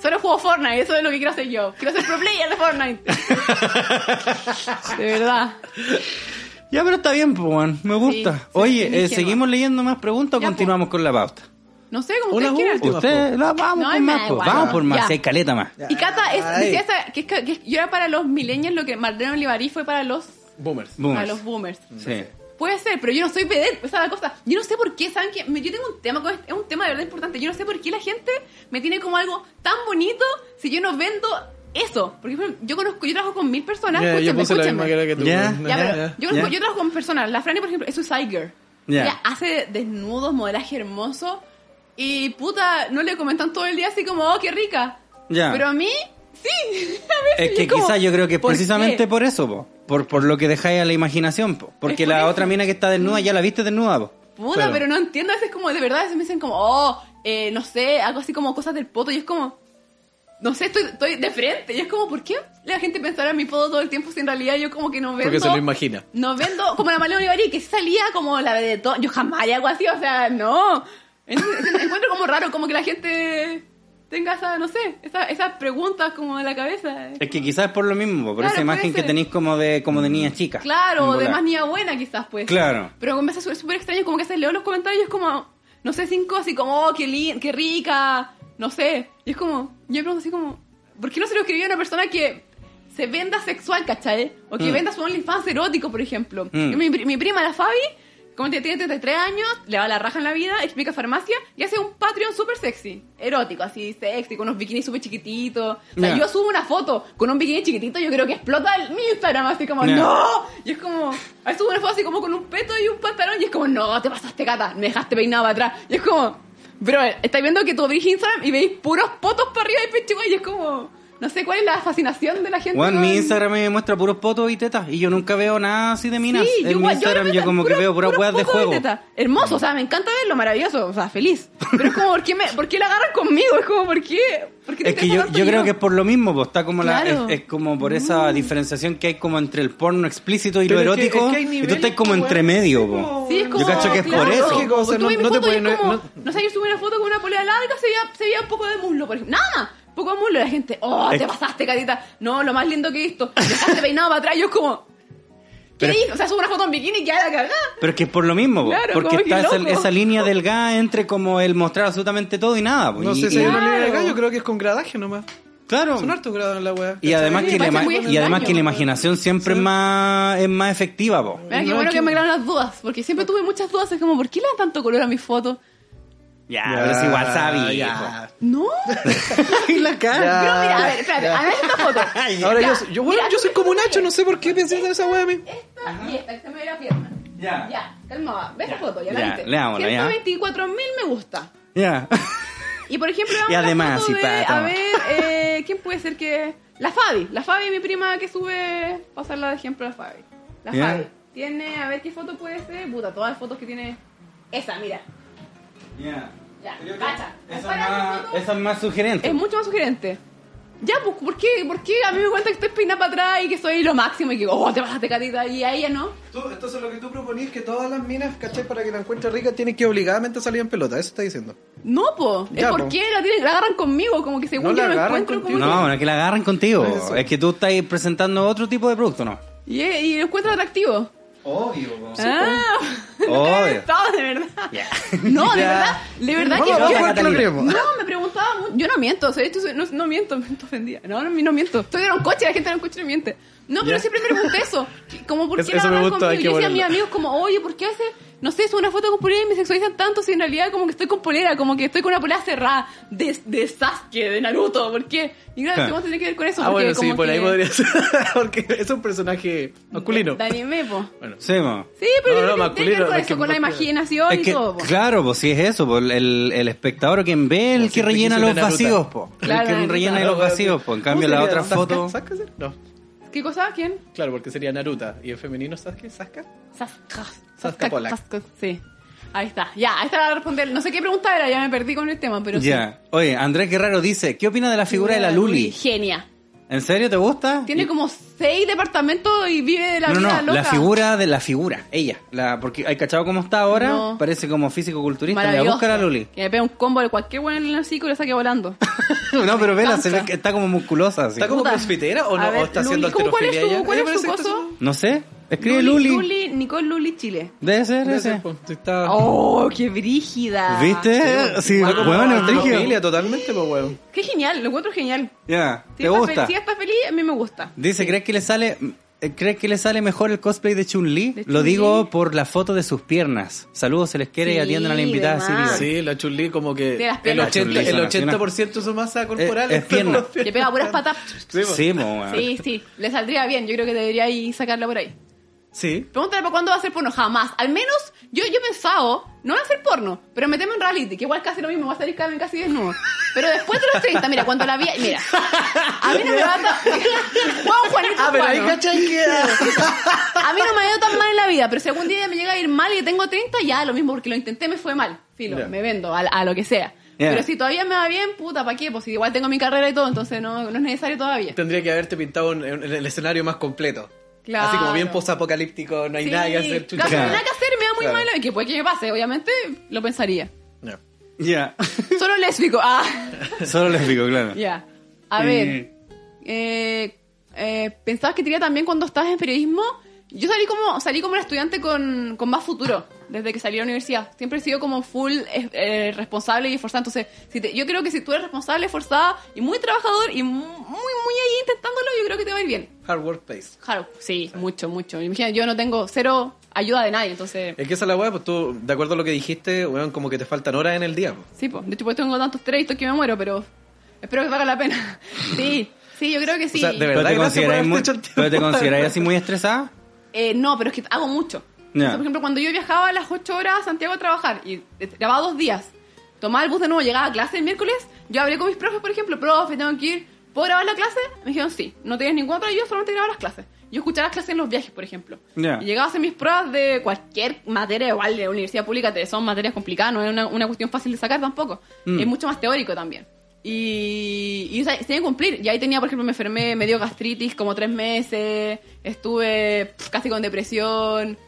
Speaker 5: Solo juego Fortnite, eso es lo que quiero hacer yo. Quiero ser pro player de Fortnite. De verdad.
Speaker 3: Ya, pero está bien, pues, weón. Me gusta.
Speaker 5: Sí, sí,
Speaker 3: Oye,
Speaker 5: sí,
Speaker 3: eh,
Speaker 5: ingenua.
Speaker 3: ¿seguimos leyendo más preguntas o
Speaker 5: Ya, po.
Speaker 3: continuamos con la pauta?
Speaker 5: No sé, como
Speaker 4: Una
Speaker 5: ustedes quieran.
Speaker 4: última.
Speaker 3: Usted, la, vamos
Speaker 5: No,
Speaker 3: con
Speaker 5: me
Speaker 3: más,
Speaker 5: da
Speaker 3: po.
Speaker 5: igual.
Speaker 3: Vamos por más,
Speaker 5: Ya.
Speaker 3: si hay caleta más.
Speaker 5: Y Cata es,
Speaker 4: Ay.
Speaker 5: decía esa- que, es ca- que yo era para los millennials lo que Marlene Olivarí fue para los,
Speaker 4: Boomers.
Speaker 5: para
Speaker 3: Boomers.
Speaker 5: los boomers.
Speaker 3: Sí.
Speaker 5: Puede ser, pero yo no soy vedette, esa es la cosa. Yo no sé por qué, ¿saben qué? Me- Yo tengo un tema con este- es un tema de verdad importante. Yo no sé por qué la gente me tiene como algo tan bonito si yo no vendo eso. Porque por ejemplo, yo conozco, yo trabajo con mil personas,
Speaker 4: Ya, yo
Speaker 5: escúchenme,
Speaker 4: puse la
Speaker 5: escúchenme.
Speaker 4: misma cara que tú.
Speaker 3: Ya.
Speaker 5: Ya, pero
Speaker 4: ya.
Speaker 5: yo, conozco-
Speaker 3: ya.
Speaker 5: yo trabajo con personas. La Franny, por ejemplo, es suicide girl.
Speaker 3: Ya.
Speaker 5: Ella hace desnudos, modelaje hermoso. Y puta, no le comentan todo el día así como, oh, qué rica.
Speaker 3: Ya.
Speaker 5: Pero a mí, sí. A veces
Speaker 3: Es que
Speaker 5: como,
Speaker 3: quizás yo creo que
Speaker 5: ¿por
Speaker 3: precisamente
Speaker 5: qué?
Speaker 3: por eso, po. Por, por lo que dejáis a la imaginación, po. Porque
Speaker 5: Es por
Speaker 3: la
Speaker 5: eso.
Speaker 3: otra mina que está desnuda ya la viste desnuda, po.
Speaker 5: Puta,
Speaker 4: Claro.
Speaker 5: pero no entiendo. A veces como, de verdad, a veces me dicen como, oh, eh, no sé, algo así como cosas del poto. Y es como, no sé, estoy, estoy de frente. Y es como, ¿por qué la gente pensará en mi poto todo el tiempo si en realidad yo como que no vendo?
Speaker 4: Porque se lo imagina.
Speaker 5: No vendo como la Malena Olivari que salía como la de todo. Yo jamás haría algo así, o sea, no. Entonces, encuentro como raro como que la gente tenga esa, no sé, esa- esas preguntas como en la cabeza.
Speaker 3: Es que quizás es por lo mismo, po, por
Speaker 5: Claro,
Speaker 3: esa imagen
Speaker 5: puede
Speaker 3: que
Speaker 5: ser.
Speaker 3: tenéis como de, como de niña chica.
Speaker 5: Claro,
Speaker 3: En
Speaker 5: o de
Speaker 3: volar.
Speaker 5: más niña buena quizás pues.
Speaker 3: Claro.
Speaker 5: Pero me parece súper- súper extraño como que se leo los comentarios y es como, no sé, cinco así como, oh, qué, lin- qué rica, no sé. Y es como, yo me pregunto así como, ¿por qué no se lo escribió a una persona que se venda sexual, cachai? O que
Speaker 3: Mm.
Speaker 5: venda su OnlyFans erótico, por ejemplo.
Speaker 3: Mm.
Speaker 5: Yo, mi, pri- mi prima, la Fabi, como tiene 33 años, le va la raja en la vida, explica farmacia y hace un Patreon súper sexy, erótico, así sexy, con unos bikinis súper chiquititos. O sea,
Speaker 3: Ya.
Speaker 5: yo subo una foto con un bikini chiquitito, yo creo que explota el- mi Instagram, así como,
Speaker 3: Ya.
Speaker 5: ¡no! Y es como, a veces una foto así como con un peto y un pantalón y es como, no, te pasaste gata, me dejaste peinado para atrás. Y es como, bro, estáis viendo que tú abrís Instagram y veis puros potos para arriba y pecho igual, y es como, no sé cuál es la fascinación de la gente.
Speaker 3: Weón,
Speaker 5: con-
Speaker 3: mi Instagram me muestra puros potos y tetas. Y yo nunca veo nada así de minas.
Speaker 5: Sí,
Speaker 3: en mi
Speaker 5: igual,
Speaker 3: Instagram
Speaker 5: ahora
Speaker 3: yo
Speaker 5: me-
Speaker 3: como que
Speaker 5: puros-
Speaker 3: veo puras
Speaker 5: puros
Speaker 3: weas de
Speaker 5: fotos
Speaker 3: juego.
Speaker 5: teta. Hermoso, o sea, me encanta verlo, maravilloso, o sea, feliz. Pero es como, ¿por qué, me, por qué la agarran conmigo? Es como, ¿por qué? ¿Por qué te
Speaker 3: Es que
Speaker 5: interesa
Speaker 3: yo,
Speaker 5: tanto
Speaker 3: yo creo que es por lo mismo, pues está como
Speaker 5: Claro.
Speaker 3: la, es, es como por esa diferenciación que hay como entre el porno explícito y
Speaker 4: Mm. Pero
Speaker 3: lo
Speaker 4: es que-
Speaker 3: erótico.
Speaker 4: es que hay
Speaker 3: y tú
Speaker 4: niveles
Speaker 3: estás como
Speaker 4: que,
Speaker 3: entre
Speaker 4: weón,
Speaker 3: medio, pues. po.
Speaker 4: sí, como-
Speaker 5: Sí, es como,
Speaker 3: Yo cacho que es por eso.
Speaker 5: Lógico, o sea,
Speaker 4: no
Speaker 5: no,
Speaker 4: te
Speaker 5: te
Speaker 4: pueden-
Speaker 5: como,
Speaker 4: no-
Speaker 5: no, sé, yo subí una foto con una polea larga, se veía, se veía un poco de muslo, por ejemplo. Nada, poco de muslo. La gente, oh,
Speaker 3: Es
Speaker 5: te
Speaker 3: que-
Speaker 5: pasaste, carita. No, lo más lindo que he visto. Dejaste peinado para atrás. Yo es como, ¿qué
Speaker 3: Pero-
Speaker 5: dices? O sea, subo una foto en bikini y queda la cagada.
Speaker 3: Pero es que es por lo mismo, po,
Speaker 5: Claro,
Speaker 3: porque
Speaker 5: como que
Speaker 3: está esa,
Speaker 5: loco.
Speaker 3: esa línea delgada entre como el mostrar absolutamente todo y nada. po,
Speaker 4: No
Speaker 3: y-
Speaker 4: sé si hay
Speaker 3: y-
Speaker 4: una
Speaker 5: Claro.
Speaker 4: línea de gallo, creo que es con gradaje nomás.
Speaker 3: Claro.
Speaker 4: Son hartos grados en la weá.
Speaker 3: Y además,
Speaker 5: Me
Speaker 3: que la,
Speaker 5: parece
Speaker 3: ima-
Speaker 5: muy
Speaker 3: y además
Speaker 5: extraño.
Speaker 4: pues.
Speaker 3: que la imaginación siempre es más es más efectiva, pues. po.
Speaker 5: Mira, qué
Speaker 4: No,
Speaker 5: bueno
Speaker 4: es
Speaker 5: que
Speaker 4: que-
Speaker 5: me graban las dudas, porque siempre tuve muchas dudas. Es como, ¿por qué le dan tanto color a mis fotos?
Speaker 3: Ya, pero es igual pues. sabía.
Speaker 4: ya.
Speaker 5: No.
Speaker 3: y la cara.
Speaker 5: Pero mira,
Speaker 4: Ah,
Speaker 5: a ver, espérate, a ver esta foto.
Speaker 4: Ahora
Speaker 5: Ya,
Speaker 4: yo, yo, bueno,
Speaker 5: mira,
Speaker 4: yo soy como
Speaker 5: mira.
Speaker 4: Nacho, no sé por qué pensé en esa weá a mí.
Speaker 5: Esta y esta, que se me ve la pierna.
Speaker 3: Ya.
Speaker 5: Ya, calmada. Ve esa foto, ya la
Speaker 3: ya,
Speaker 5: viste.
Speaker 3: leámosla, ya.
Speaker 5: 124.000 me gusta.
Speaker 3: Ya.
Speaker 5: Y por ejemplo,
Speaker 3: Y
Speaker 5: vamos a la
Speaker 3: además,
Speaker 5: foto
Speaker 3: y
Speaker 5: de-
Speaker 3: pata.
Speaker 5: a ver, eh, ¿quién puede ser que...? La Fabi, la Fabi, mi prima que sube, pasarla de ejemplo a la Fabi. La
Speaker 3: Ya.
Speaker 5: Fabi, tiene, a ver qué foto puede ser, puta, todas las fotos que tiene... Esa, mira,
Speaker 3: Ya.
Speaker 5: ya, cacha.
Speaker 3: Esa es
Speaker 5: Compara esa
Speaker 3: más-
Speaker 5: foto.
Speaker 3: esa es más sugerente.
Speaker 5: Es mucho más sugerente. Ya, pues, ¿por qué? ¿Por qué a mí me cuentan que estoy peinada para atrás y que soy lo máximo y que, oh, te pasaste, catita, y a ella no?
Speaker 4: Tú- entonces lo que tú proponías es que todas las minas, ¿cachai? Para que la encuentres rica tienen que obligadamente salir en pelota, eso está diciendo.
Speaker 5: No, po. Es
Speaker 4: Ya, po.
Speaker 5: porque la, tienen- la agarran conmigo, como que según
Speaker 4: No la
Speaker 5: yo no me
Speaker 4: agarran
Speaker 5: encuentro
Speaker 4: contigo.
Speaker 5: como que-
Speaker 3: No, no es que la agarren contigo.
Speaker 4: No es eso.
Speaker 3: Es que tú estás presentando otro tipo de producto, ¿no?
Speaker 5: Y, y lo encuentro atractivo.
Speaker 3: Obvio.
Speaker 5: ah, no
Speaker 3: Obvio.
Speaker 5: te había estado, de verdad. No, de
Speaker 4: pues. Ya.
Speaker 5: verdad, de verdad
Speaker 4: No,
Speaker 5: que
Speaker 4: no,
Speaker 5: yo-
Speaker 4: no, no, no, no, no, no.
Speaker 5: No, me preguntaba mucho. Yo no miento, o sea, esto es- no, no miento, me siento ofendida. No, no, no miento. Estoy en un coche, la gente en un coche no miente. No, pero siempre me pregunté eso. que- Como, ¿por
Speaker 4: Es-
Speaker 5: qué la
Speaker 4: eso me
Speaker 5: agarran
Speaker 4: gusta, hay
Speaker 5: conmigo?
Speaker 4: que
Speaker 5: Yo decía a mis
Speaker 4: ponerlo.
Speaker 5: amigos como, oye, ¿por qué hace, no sé, subo una foto con polera y me sexualizan tanto si en realidad como que estoy con polera, como que estoy con una polera cerrada de, de Sasuke, de Naruto, ¿por qué? Y claro,
Speaker 3: Claro.
Speaker 5: ¿cómo tiene que ver con eso?
Speaker 4: Ah,
Speaker 5: Porque
Speaker 4: bueno, sí,
Speaker 5: como
Speaker 4: por ahí
Speaker 5: que-
Speaker 4: podría ser. Porque es un personaje masculino.
Speaker 5: De anime, po.
Speaker 4: Bueno,
Speaker 3: Sí, po.
Speaker 5: Sí, pero
Speaker 4: No,
Speaker 5: yo
Speaker 4: no,
Speaker 5: creo que tiene que
Speaker 4: masculino,
Speaker 5: ver con
Speaker 4: es que
Speaker 5: eso, con la
Speaker 4: masculino.
Speaker 5: imaginación
Speaker 3: Es
Speaker 5: y
Speaker 3: que,
Speaker 5: todo, po.
Speaker 3: claro, pues sí es eso, po, el, el espectador quien ve, el
Speaker 4: Como
Speaker 3: que
Speaker 4: siempre
Speaker 3: rellena
Speaker 4: quise
Speaker 3: los
Speaker 4: de Naruto.
Speaker 3: vacíos, po.
Speaker 5: Claro,
Speaker 3: el que
Speaker 5: Naruto.
Speaker 3: rellena los vacíos, po. En cambio,
Speaker 4: ¿Cómo
Speaker 3: la
Speaker 4: sería?
Speaker 3: otra
Speaker 4: ¿Sasuke?
Speaker 3: foto...
Speaker 4: ¿Sasuke? ser? No.
Speaker 5: ¿Qué cosa? ¿Quién?
Speaker 4: Claro, porque sería Naruta. ¿Y en femenino Sasuke? ¿Sasuke?
Speaker 5: Sasca.
Speaker 4: Saskia Polak.
Speaker 5: Saskia, sí. Ahí está. Ya, ahí está para responder. No sé qué pregunta era, ya me perdí con el tema, pero
Speaker 3: Ya. Oye, Andrés Guerrero dice, ¿qué opina de la
Speaker 5: sí.
Speaker 3: figura de la Luli?
Speaker 5: Genia.
Speaker 3: ¿En serio te gusta?
Speaker 5: Tiene
Speaker 3: Y-
Speaker 5: como seis departamentos y vive de la
Speaker 3: no,
Speaker 5: vida
Speaker 3: no,
Speaker 5: loca.
Speaker 3: la figura de la figura, ella. La, porque hay cachado cómo está ahora,
Speaker 5: No.
Speaker 3: parece como físico-culturista. La
Speaker 5: Maravilloso.
Speaker 3: busca la Luli.
Speaker 5: Que me pega un combo de cualquier buen en el hocico y le saque volando.
Speaker 3: no, pero vela, se ve
Speaker 5: encanta.
Speaker 3: que está como musculosa. Así.
Speaker 4: ¿Está como
Speaker 5: Puta.
Speaker 4: crossfitera o no?
Speaker 5: A ver,
Speaker 4: ¿O está haciendo
Speaker 5: Luli, ¿cómo- cuál es
Speaker 4: alterofilia
Speaker 5: su-
Speaker 4: ella?
Speaker 5: cuál
Speaker 4: Eh,
Speaker 5: es
Speaker 4: parece
Speaker 5: su
Speaker 4: que está
Speaker 5: coso?
Speaker 4: haciendo-
Speaker 3: No sé, escribe Luli.
Speaker 5: Luli, Nicole Luli Chile.
Speaker 3: Debe ser
Speaker 4: Debe ser, pues.
Speaker 3: ese.
Speaker 4: po. Sí, Está...
Speaker 5: Oh, qué brígida.
Speaker 3: ¿Viste? Sí,
Speaker 4: Está como
Speaker 3: bueno, es brígido.
Speaker 4: alterofilia totalmente, pues, weón.
Speaker 5: Qué genial, lo encuentro genial.
Speaker 3: Ya,
Speaker 5: Si
Speaker 3: ¿te
Speaker 5: está
Speaker 3: gusta?
Speaker 5: fel- si está feliz, a mí me gusta.
Speaker 3: Dice, ¿crees que le sale eh, crees que le sale mejor el cosplay de Chun-Li?
Speaker 5: De
Speaker 3: Lo
Speaker 5: Chun-Li.
Speaker 3: digo por la foto de sus piernas. Saludos, se les quiere y
Speaker 5: Sí,
Speaker 3: atienden a la invitada
Speaker 5: de
Speaker 3: Siri.
Speaker 5: más.
Speaker 4: Sí, la chulí como
Speaker 5: Ah. De
Speaker 4: que
Speaker 5: las
Speaker 4: el
Speaker 5: piernas.
Speaker 4: 80%,
Speaker 3: La Chun-Li
Speaker 4: el
Speaker 3: son
Speaker 4: 80 de su masa corporal
Speaker 3: Eh, es
Speaker 4: está en
Speaker 3: pierna.
Speaker 4: las
Speaker 5: Le
Speaker 4: piernas.
Speaker 5: pega puras patas.
Speaker 4: Sí, pues.
Speaker 5: pues.
Speaker 4: po.
Speaker 3: Sí, pues, mo, weón.
Speaker 5: Sí, sí, le saldría bien. Yo creo que debería ahí sacarla por ahí.
Speaker 4: Sí.
Speaker 5: Pregúntale para cuándo va a ser porno. Jamás. Al menos yo, yo pensaba, no va a ser porno, pero meteme en reality, que igual casi lo mismo, va a salir casi, casi desnudo. Pero después de los 30, mira, cuando la vi, mira. A mí no me va a ta- Juan Juanito
Speaker 4: Ah, pero ahí
Speaker 5: Juano.
Speaker 4: cachai que...
Speaker 5: A mí no me ha ido tan mal en la vida, pero si algún día me llega a ir mal y tengo 30, ya lo mismo, porque lo intenté, me fue mal. Filo,
Speaker 4: Ya.
Speaker 5: me vendo a, a lo que sea.
Speaker 3: Ya.
Speaker 5: Pero si todavía me va bien, puta, ¿para qué? Pues si igual tengo mi carrera y todo, entonces no, no es necesario todavía.
Speaker 4: Tendría que haberte pintado en, en el escenario más completo.
Speaker 5: Claro.
Speaker 4: Así como bien posapocalíptico, no hay
Speaker 5: Sí,
Speaker 4: nada que hacer. chucha.
Speaker 5: claro, no hay
Speaker 3: Claro.
Speaker 5: nada que hacer, me da muy
Speaker 4: Claro.
Speaker 5: mal, que puede que me pase, obviamente, lo pensaría.
Speaker 4: No.
Speaker 3: Ya.
Speaker 5: Solo lésbico. Ah,
Speaker 3: Solo les digo, claro.
Speaker 5: ya. A
Speaker 3: Eh.
Speaker 5: ver. Eh, eh, Pensabas que te iría también cuando estabas en periodismo. Yo salí como salí como una estudiante con, con más futuro desde que salí de la universidad. Siempre he sido como full eh, eh, responsable y esforzada. Entonces, si te- yo creo que si tú eres responsable, esforzada y muy trabajador y mu- muy, muy ahí intentándolo, yo creo que te va a ir bien.
Speaker 4: Hard workplace.
Speaker 5: Claro, sí, mucho, mucho. Imagina, yo no tengo cero ayuda de nadie, entonces...
Speaker 4: Es que esa es la weá, pues tú, de acuerdo a lo que dijiste, weón, como que te faltan horas en el día. po.
Speaker 5: Sí, pues. De hecho, pues tengo tantos créditos que me muero, pero espero que valga la pena. Sí, sí, yo creo que sí.
Speaker 4: O sea, de
Speaker 3: Pero te
Speaker 4: ¿Verdad que no se
Speaker 3: consideráis
Speaker 4: puede
Speaker 3: muy-
Speaker 4: escuchar el tiempo?
Speaker 3: pero te consideráis así muy estresada.
Speaker 5: Eh, no, pero es que hago mucho. Entonces, por ejemplo, cuando yo viajaba a las 8 horas a Santiago a trabajar y eh, trabajaba dos días, tomaba el bus de nuevo, llegaba a clase el miércoles, yo hablé con mis profes, por ejemplo, profe, tengo que ir, ¿puedo grabar la clase? Me dijeron, sí, no tenías ninguna otra ayuda, solamente grababa las clases. Yo escuchaba las clases en los viajes, por ejemplo.
Speaker 3: Ya.
Speaker 5: Y llegaba a hacer mis pruebas de cualquier materia, igual de la universidad pública, te- son materias complicadas, no es una, una cuestión fácil de sacar tampoco.
Speaker 3: Mm.
Speaker 5: Es mucho más teórico también. Y, y o sea, se tenía que cumplir. Y ahí tenía, por ejemplo, me enfermé, me dio gastritis como tres meses, estuve pf, casi con depresión.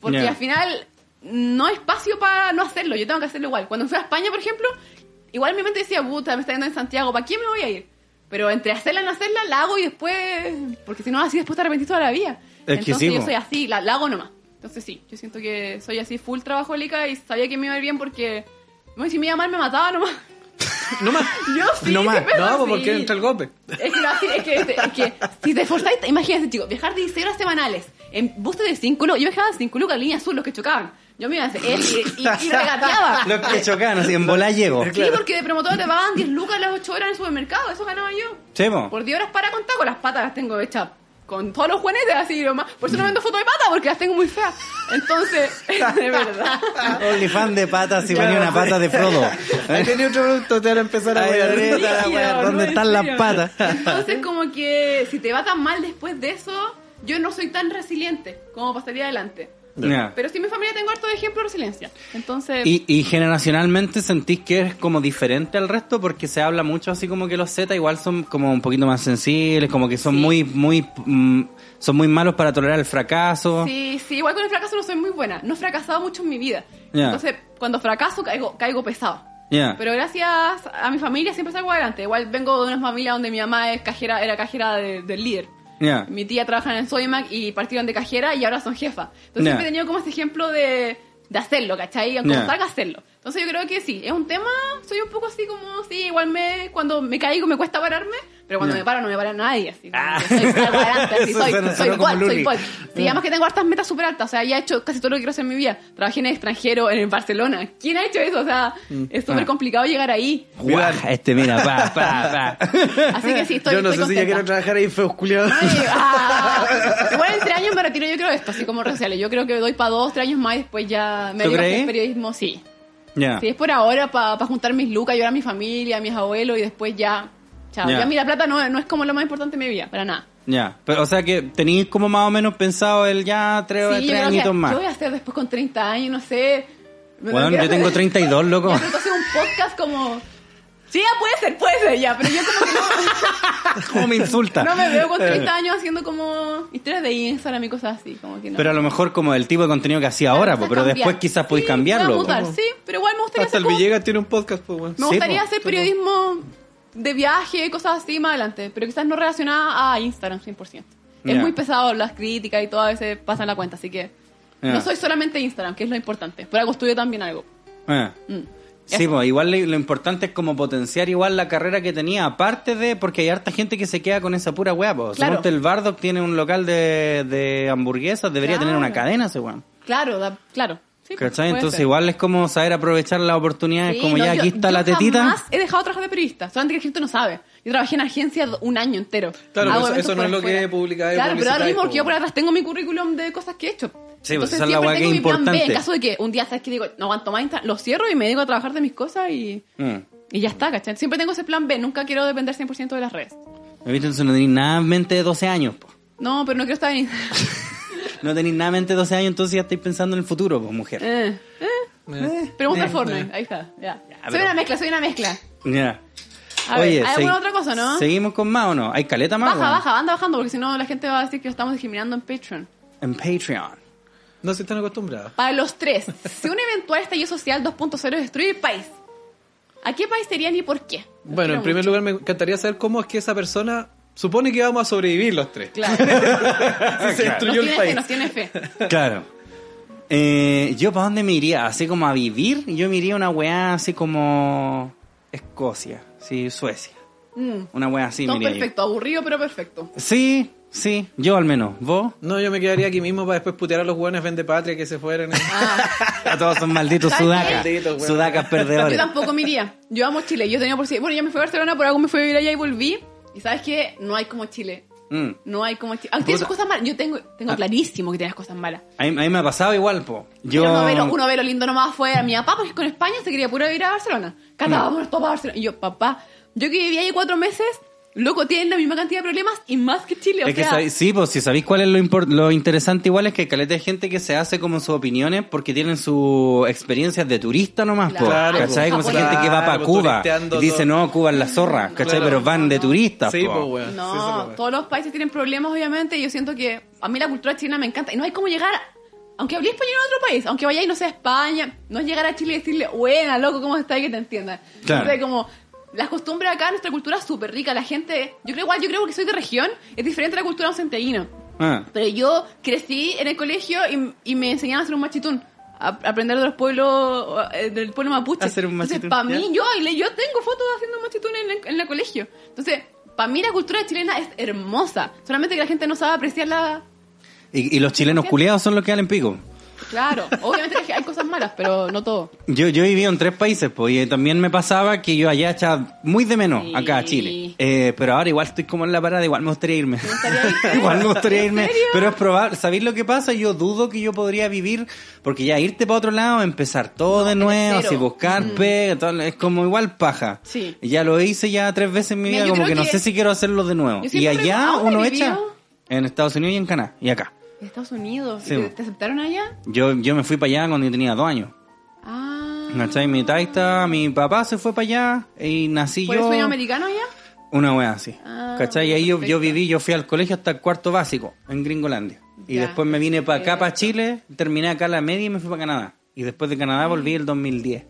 Speaker 5: Porque
Speaker 3: Ya.
Speaker 5: al final no hay espacio para no hacerlo, yo tengo que hacerlo igual. Cuando fui a España, por ejemplo, igual mi mente decía, puta, me está yendo en Santiago, ¿para qué me voy a ir? Pero entre hacerla y no hacerla, la hago y después, porque si no, así después te arrepentís toda la vida.
Speaker 3: Es que
Speaker 5: Entonces
Speaker 3: sí,
Speaker 5: yo
Speaker 3: po.
Speaker 5: soy así, la, la hago nomás. Entonces sí, yo siento que soy así full trabajólica y sabía que me iba a ir bien porque, bueno, si me iba mal me mataba nomás.
Speaker 4: No más.
Speaker 5: Yo sí,
Speaker 4: no más.
Speaker 5: siempre
Speaker 4: No,
Speaker 5: fue
Speaker 4: pues,
Speaker 5: así.
Speaker 4: porque entra el golpe.
Speaker 5: Es que, no, así, es que, es que si te esforzáis, imagínate, chicos, viajar 16 horas semanales en buses de 5 lucas. Yo viajaba de 5 lucas, línea azul, los que chocaban. Yo me iba a hacer él y, y, y regateaba.
Speaker 3: Los que chocan, así en bola llego.
Speaker 5: Sí, porque de promotora te pagaban 10 lucas las 8 horas en el supermercado, eso ganaba yo.
Speaker 3: Sí, pues. po.
Speaker 5: Por 10 horas para contar, con las patas las tengo hechas con todos los juanetes así, lo más. Por eso no vendo fotos de patas porque las tengo muy feas. Entonces, de verdad.
Speaker 3: OnlyFans de patas y venía una pata de Frodo.
Speaker 4: Ahí tenía otro producto, te van a empezar a
Speaker 3: Ay,
Speaker 4: wear.
Speaker 3: Andrés. Esta la wea,
Speaker 5: Brígido,
Speaker 3: ¿dónde
Speaker 5: en
Speaker 3: están las
Speaker 5: serio.
Speaker 3: patas?
Speaker 5: Entonces, como que si te va tan mal después de eso, yo no soy tan resiliente como para salir adelante.
Speaker 3: Ya.
Speaker 5: Pero sí, en mi familia tengo harto de ejemplo de resiliencia. Entonces,
Speaker 3: Y, y generacionalmente sentís que es como diferente al resto porque se habla mucho así como que los Z igual son como un poquito más sensibles, como que son
Speaker 5: Sí.
Speaker 3: muy muy mm, son muy malos para tolerar el fracaso.
Speaker 5: sí, sí, igual con el fracaso no soy muy buena. No he fracasado mucho en mi vida.
Speaker 3: Ya.
Speaker 5: Entonces, cuando fracaso, caigo, caigo pesado.
Speaker 3: Ya.
Speaker 5: Pero gracias a mi familia siempre salgo adelante. Igual vengo de una familia donde mi mamá es cajera, era cajera de- del líder.
Speaker 3: Ya.
Speaker 5: Mi tía trabaja en Soymac y partieron de cajera y ahora son jefa. Entonces
Speaker 3: Ya.
Speaker 5: siempre he tenido como este ejemplo de, de hacerlo, ¿cachai? Aunque
Speaker 3: Ya.
Speaker 5: no salga, hacerlo. Entonces yo creo que sí, es un tema, soy un poco así como, sí, igual me, cuando me caigo me cuesta pararme, pero cuando
Speaker 3: Ya.
Speaker 5: me paro no me para nadie. Así, como
Speaker 3: Ah.
Speaker 5: que soy, salgo adelante, así,
Speaker 3: Eso
Speaker 5: soy,
Speaker 3: suena-
Speaker 5: soy
Speaker 3: suena como
Speaker 5: Paul, soy
Speaker 3: Luli.
Speaker 5: Paul. Sí, además que tengo hartas metas súper altas, o sea, ya he hecho casi todo lo que quiero hacer en mi vida. Trabajé en el extranjero, en el Barcelona. ¿Quién ha hecho eso? O sea, es súper
Speaker 3: Ah.
Speaker 5: complicado llegar ahí.
Speaker 3: Guau, este mira, pa, pa, pa.
Speaker 5: Así que sí, estoy,
Speaker 4: yo no sé
Speaker 5: estoy
Speaker 4: si yo
Speaker 5: contenta.
Speaker 4: quiero trabajar ahí, feos culiados.
Speaker 5: Ay, ah. Igual en tres años me retiro, yo creo esto, así como redes sociales. Yo creo que doy para dos, tres años más y después ya me
Speaker 3: ¿Tú Ah.
Speaker 5: dedico a
Speaker 3: creí?
Speaker 5: hacer periodismo, sí.
Speaker 3: Ya.
Speaker 5: Si es por ahora, para juntar mis lucas, ayudar a mi familia, a mis abuelos y después ya. Chao.
Speaker 3: Ya.
Speaker 5: Ya, mira, plata no, no es como lo más importante de mi vida, para nada.
Speaker 3: Ya, pero o sea que tenéis como más o menos pensado el ya tres,
Speaker 5: Sí,
Speaker 3: tres
Speaker 5: yo creo que-
Speaker 3: añitos más.
Speaker 5: ¿Qué voy a hacer después con 30 años? No sé. Me
Speaker 3: Bueno,
Speaker 5: quiero
Speaker 3: yo tengo 32, loco.
Speaker 5: Ya, pero tú haces un podcast como. Sí, ya puede ser, puede ser, ya, pero yo como que
Speaker 3: ¿Cómo me insulta? Eh,
Speaker 5: no, no me veo con 30 años haciendo como historias de Instagram y cosas así, como que no.
Speaker 3: Pero a lo mejor como el tipo de contenido que hacía ahora, po,
Speaker 5: Quizás
Speaker 3: pero
Speaker 5: cambiar.
Speaker 3: después quizás podéis
Speaker 5: Sí,
Speaker 3: cambiarlo.
Speaker 5: puedo
Speaker 3: po.
Speaker 5: mudar, sí, pero igual me gustaría
Speaker 4: Hasta
Speaker 5: hacer,
Speaker 4: el
Speaker 5: como-
Speaker 4: Villegas tiene un podcast, pues, weón.
Speaker 5: me
Speaker 3: Sí,
Speaker 5: gustaría
Speaker 3: po.
Speaker 5: hacer periodismo de viaje, cosas así más adelante, pero quizás no relacionada a Instagram 100%. Es
Speaker 3: Ya.
Speaker 5: muy pesado las críticas y todo a veces pasan la cuenta, así que
Speaker 3: Ya.
Speaker 5: no soy solamente Instagram, que es lo importante. Por algo estudio también algo.
Speaker 3: Ah.
Speaker 5: Mm.
Speaker 3: Sí, pues igual le- lo importante es como potenciar igual la carrera que tenía, aparte de, porque hay harta gente que se queda con esa pura hueá, pues.
Speaker 5: Claro.
Speaker 3: el Bardock tiene un local de, de hamburguesas, debería
Speaker 5: Claro.
Speaker 3: tener una cadena ese weón.
Speaker 5: Claro, da- claro. Sí,
Speaker 3: ¿Cachai?
Speaker 5: puede
Speaker 3: Entonces
Speaker 5: ser.
Speaker 3: igual es como saber aprovechar las oportunidades,
Speaker 5: Sí,
Speaker 3: Ah, como
Speaker 5: no,
Speaker 3: ya
Speaker 5: yo-
Speaker 3: aquí está
Speaker 5: yo
Speaker 3: la tetita.
Speaker 5: jamás he dejado de trabajar de periodista, solamente que Cristo no sabe. Yo trabajé en agencia do- un año entero.
Speaker 4: Claro,
Speaker 5: Hago
Speaker 4: pero eso-
Speaker 5: eventos
Speaker 4: eso no
Speaker 5: por
Speaker 4: es lo que eh,
Speaker 5: fuera.
Speaker 4: publicáis,
Speaker 5: Claro, pero ahora
Speaker 4: publicitáis,
Speaker 5: mismo
Speaker 4: po.
Speaker 5: porque yo por atrás tengo mi currículum de cosas que he hecho.
Speaker 3: Sí, pues
Speaker 5: Entonces
Speaker 3: esa es la
Speaker 5: siempre
Speaker 3: weá que
Speaker 5: tengo
Speaker 3: es
Speaker 5: mi plan B en
Speaker 3: importante.
Speaker 5: caso de que un día sabes que digo, no aguanto más, Insta, lo cierro y me dedico a trabajar de mis cosas y,
Speaker 3: Mm.
Speaker 5: y ya está, ¿cachai? Siempre tengo ese plan B, nunca quiero depender 100% de las redes.
Speaker 3: ¿Me viste? Entonces no tenéis nada en mente de 12 años, po.
Speaker 5: No, pero no quiero estar en...
Speaker 3: No tenéis nada en mente de 12 años, entonces ya estáis pensando en el futuro, pues, mujer.
Speaker 5: eh, eh.
Speaker 4: eh,
Speaker 5: Pregunta al Fortnite, ahí está, ya. soy
Speaker 3: Ah, pero-
Speaker 5: una mezcla, soy una mezcla.
Speaker 3: Ya.
Speaker 5: A ver, ¿hay alguna
Speaker 3: segui-
Speaker 5: otra cosa, no?
Speaker 3: ¿Seguimos con más o no? ¿Hay caleta más?
Speaker 5: Baja,
Speaker 3: weón?
Speaker 5: baja, anda bajando porque si no la gente va a decir que lo estamos discriminando en Patreon.
Speaker 3: En Patreon.
Speaker 4: No se están acostumbrados.
Speaker 5: Para los tres, si un eventual estallido social 2.0 destruye el país, ¿a qué país serían y por qué? Los
Speaker 4: Bueno,
Speaker 5: quiero
Speaker 4: en primer
Speaker 5: Ah, mucho.
Speaker 4: lugar me encantaría saber cómo es que esa persona supone que vamos a sobrevivir los tres.
Speaker 5: Claro,
Speaker 4: se
Speaker 5: nos
Speaker 4: destruyó
Speaker 5: tiene
Speaker 4: el
Speaker 5: fe,
Speaker 4: país.
Speaker 5: nos tiene fe.
Speaker 3: Claro. Eh, yo para dónde me iría, así como a vivir, yo me iría a una weá así como Escocia, sí, Suecia.
Speaker 5: Mm,
Speaker 3: Una weá así, me
Speaker 5: todo
Speaker 3: iría yo.
Speaker 5: perfecto, aburrido pero perfecto.
Speaker 3: Sí, sí, yo al menos. ¿Vos?
Speaker 4: No, yo me quedaría aquí mismo para después putear a los hueones vende patria que se fueron.
Speaker 3: A todos son malditos
Speaker 5: ¿Sabes
Speaker 3: sudacas.
Speaker 4: qué? Malditos, weón.
Speaker 3: Sudacas
Speaker 5: Yo
Speaker 3: perdedores.
Speaker 5: tampoco me iría. Yo amo Chile. Yo tenía por si. Bueno, ya me fui a Barcelona, por algo me fui a vivir allá y volví. Y sabes que no hay como Chile.
Speaker 3: Mm.
Speaker 5: No hay como Chile. Aunque tiene sus
Speaker 3: Puta.
Speaker 5: cosas malas. Yo tengo, tengo clarísimo que tiene las cosas malas.
Speaker 3: A, mí, a mí me ha pasado igual, po. Yo...
Speaker 5: Pero uno ve, lo, uno ve lo lindo nomás afuera. Mi papá, porque con España se quería puro ir a Barcelona. Cata,
Speaker 3: Mm.
Speaker 5: vámonos todos para Barcelona. Y yo, papá, yo que viví ahí cuatro meses, loco, tienen la misma cantidad de problemas y más que Chile. O
Speaker 3: Es que
Speaker 5: sea,
Speaker 3: sabéis- sí, pues si sabéis cuál es lo, impor- lo interesante igual es que caleta de gente que se hace como sus opiniones porque tienen su experiencias de turista nomás, po.
Speaker 5: Claro,
Speaker 3: ¿cachai?
Speaker 5: po.
Speaker 3: Como esa
Speaker 5: Claro,
Speaker 3: gente que va para
Speaker 4: po,
Speaker 3: Cuba
Speaker 4: turisteando
Speaker 3: y dice,
Speaker 4: todo.
Speaker 3: no, Cuba es la zorra, ¿cachai?
Speaker 4: Claro.
Speaker 3: Pero van de turistas,
Speaker 4: Sí,
Speaker 3: po.
Speaker 4: pues, weón. Sí, esa es la
Speaker 5: no,
Speaker 4: weá.
Speaker 5: todos los países tienen problemas, obviamente. Y yo siento que a mí la cultura china me encanta. Y no hay como llegar, aunque hablé español en otro país, aunque vaya y no sea España, no es llegar a Chile y decirle, buena, loco, ¿cómo estás? Y que te entiendan.
Speaker 3: Claro.
Speaker 5: Entonces, como. Las costumbres acá, nuestra cultura es súper rica. La gente, yo creo igual, yo creo que soy de región, es diferente a la cultura de un centeíno.
Speaker 3: Ah,
Speaker 5: Pero yo crecí en el colegio y, y me enseñaban a hacer un machitún. A a aprender de los pueblos, eh, del pueblo mapuche.
Speaker 3: A hacer un machitún,
Speaker 5: para
Speaker 3: ¿ya?
Speaker 5: mí, yo, y yo tengo fotos haciendo un machitún en el, en el colegio. Entonces, para mí la cultura chilena es hermosa. Solamente que la gente no sabe apreciarla.
Speaker 3: Y, y los chilenos culiados son los que en pico.
Speaker 5: Claro, obviamente que hay cosas malas, pero no todo.
Speaker 3: Yo, yo he vivido en tres países, pues, y también me pasaba que yo allá echaba muy de menos
Speaker 5: Sí.
Speaker 3: acá a Chile. Eh, pero ahora igual estoy como en la parada, igual me gustaría irme.
Speaker 5: gustaría irte?
Speaker 3: igual me gustaría
Speaker 5: ¿En
Speaker 3: irme.
Speaker 5: serio?
Speaker 3: Pero es probable, ¿sabéis lo que pasa? Yo dudo que yo podría vivir, porque ya irte para otro lado, empezar todo de nuevo,
Speaker 5: cero. Mm.
Speaker 3: así buscar pega, todo, es como igual paja.
Speaker 5: Sí.
Speaker 3: Ya lo hice ya tres veces en mi
Speaker 5: Mira,
Speaker 3: vida,
Speaker 5: yo
Speaker 3: como que,
Speaker 5: creo
Speaker 3: no sé
Speaker 5: que-
Speaker 3: si quiero hacerlo de nuevo.
Speaker 5: Yo
Speaker 3: Y
Speaker 5: siempre me-
Speaker 3: allá
Speaker 5: ¿a dónde
Speaker 3: uno
Speaker 5: he
Speaker 3: echa
Speaker 5: vivido?
Speaker 3: en Estados Unidos y en Canadá, y acá.
Speaker 5: de Estados Unidos.
Speaker 3: Sí.
Speaker 5: ¿Y ¿Te aceptaron allá?
Speaker 3: Yo, yo me fui para allá cuando yo tenía dos años.
Speaker 5: Ah.
Speaker 3: ¿Cachai? Mi taita, mi papá se fue para allá y nací
Speaker 5: ¿Por el
Speaker 3: yo.
Speaker 5: sueño americano allá?
Speaker 3: Una wea así.
Speaker 5: Ah,
Speaker 3: ¿Cachai? Y ahí yo, yo
Speaker 5: perfecto.
Speaker 3: viví, yo fui al colegio hasta el cuarto básico en Gringolandia. Y
Speaker 5: Ya,
Speaker 3: después me vine para acá, para
Speaker 5: perfecto.
Speaker 3: Chile, terminé acá la media y me fui para Canadá. Y después de Canadá volví el 2010.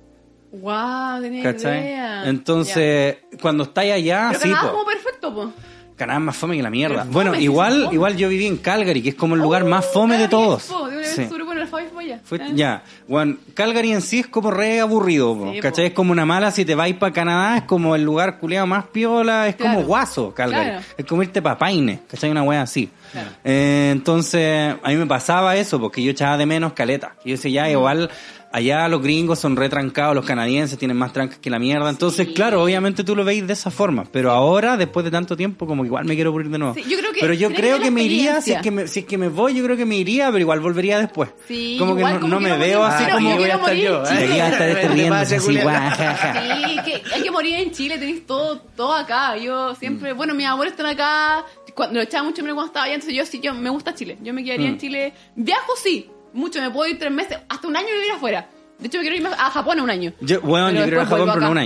Speaker 5: Wow, tenía
Speaker 3: ¿Cachai?
Speaker 5: Mm. idea.
Speaker 3: Entonces, cuando estáis allá,
Speaker 5: Ya. Pero
Speaker 3: sí,
Speaker 5: Canadá es
Speaker 3: po.
Speaker 5: como perfecto, po.
Speaker 3: Canadá es más fome que la mierda.
Speaker 5: Pero
Speaker 3: bueno,
Speaker 5: fome, sí, sí, Oh,
Speaker 3: igual
Speaker 5: fome.
Speaker 3: igual yo viví en Calgary, que es como el lugar más fome Ah, de todos. Sí.
Speaker 5: Sí. Seguro con el Fabio fue allá.
Speaker 3: Fue-
Speaker 5: Ah.
Speaker 3: ya, bueno, Calgary en sí es como re aburrido, po,
Speaker 5: Sí, po.
Speaker 3: ¿cachai? Es como una mala, si te vais para Canadá, es como el lugar culeado más piola, es
Speaker 5: Claro.
Speaker 3: como guaso, Calgary.
Speaker 5: Claro.
Speaker 3: Es como irte para Paine, ¿cachai? Una wea así.
Speaker 5: Claro.
Speaker 3: Eh, entonces, a mí me pasaba eso, porque yo echaba de menos caleta. Yo decía,
Speaker 5: Mm.
Speaker 3: ya, igual, allá los gringos son retrancados, los canadienses tienen más trancas que la mierda. Entonces, claro, obviamente tú lo veis de esa forma, pero ahora, después de tanto tiempo, como que igual me quiero aburrir de nuevo.
Speaker 5: Sí, yo creo que-
Speaker 3: pero yo
Speaker 5: creo que
Speaker 3: creo
Speaker 5: la
Speaker 3: que me iría, si es
Speaker 5: experiencia.
Speaker 3: que me, si es que me voy, yo creo que me iría, pero igual volvería después.
Speaker 5: Sí,
Speaker 3: como que
Speaker 5: igual
Speaker 3: no,
Speaker 5: como
Speaker 3: no
Speaker 5: que
Speaker 3: me
Speaker 5: no
Speaker 3: veo
Speaker 5: me-
Speaker 3: así
Speaker 5: Pero
Speaker 3: como...
Speaker 5: yo quiero
Speaker 4: estar
Speaker 5: morir,
Speaker 4: yo, ¿eh?
Speaker 5: sí.
Speaker 3: Debería estar este
Speaker 4: Te
Speaker 3: riendo,
Speaker 4: pasa,
Speaker 3: así,
Speaker 4: Julián.
Speaker 3: guau, ja, ja.
Speaker 5: Sí, que hay que morir en Chile, tenéis todo, todo acá. Yo siempre,
Speaker 3: Mm.
Speaker 5: bueno, mis abuelos están acá, cuando lo echaba mucho menos cuando estaba allá, entonces yo sí, yo me gusta Chile, yo me quedaría
Speaker 3: Mm.
Speaker 5: en Chile. Viajo sí, mucho, me puedo ir tres meses, hasta un año y vivir afuera. De hecho, me quiero ir a Japón a un año.
Speaker 3: Yo, bueno,
Speaker 5: Pero
Speaker 3: yo quiero ir a
Speaker 5: después
Speaker 3: Japón,
Speaker 5: vuelvo
Speaker 3: pero no
Speaker 5: acá.
Speaker 3: un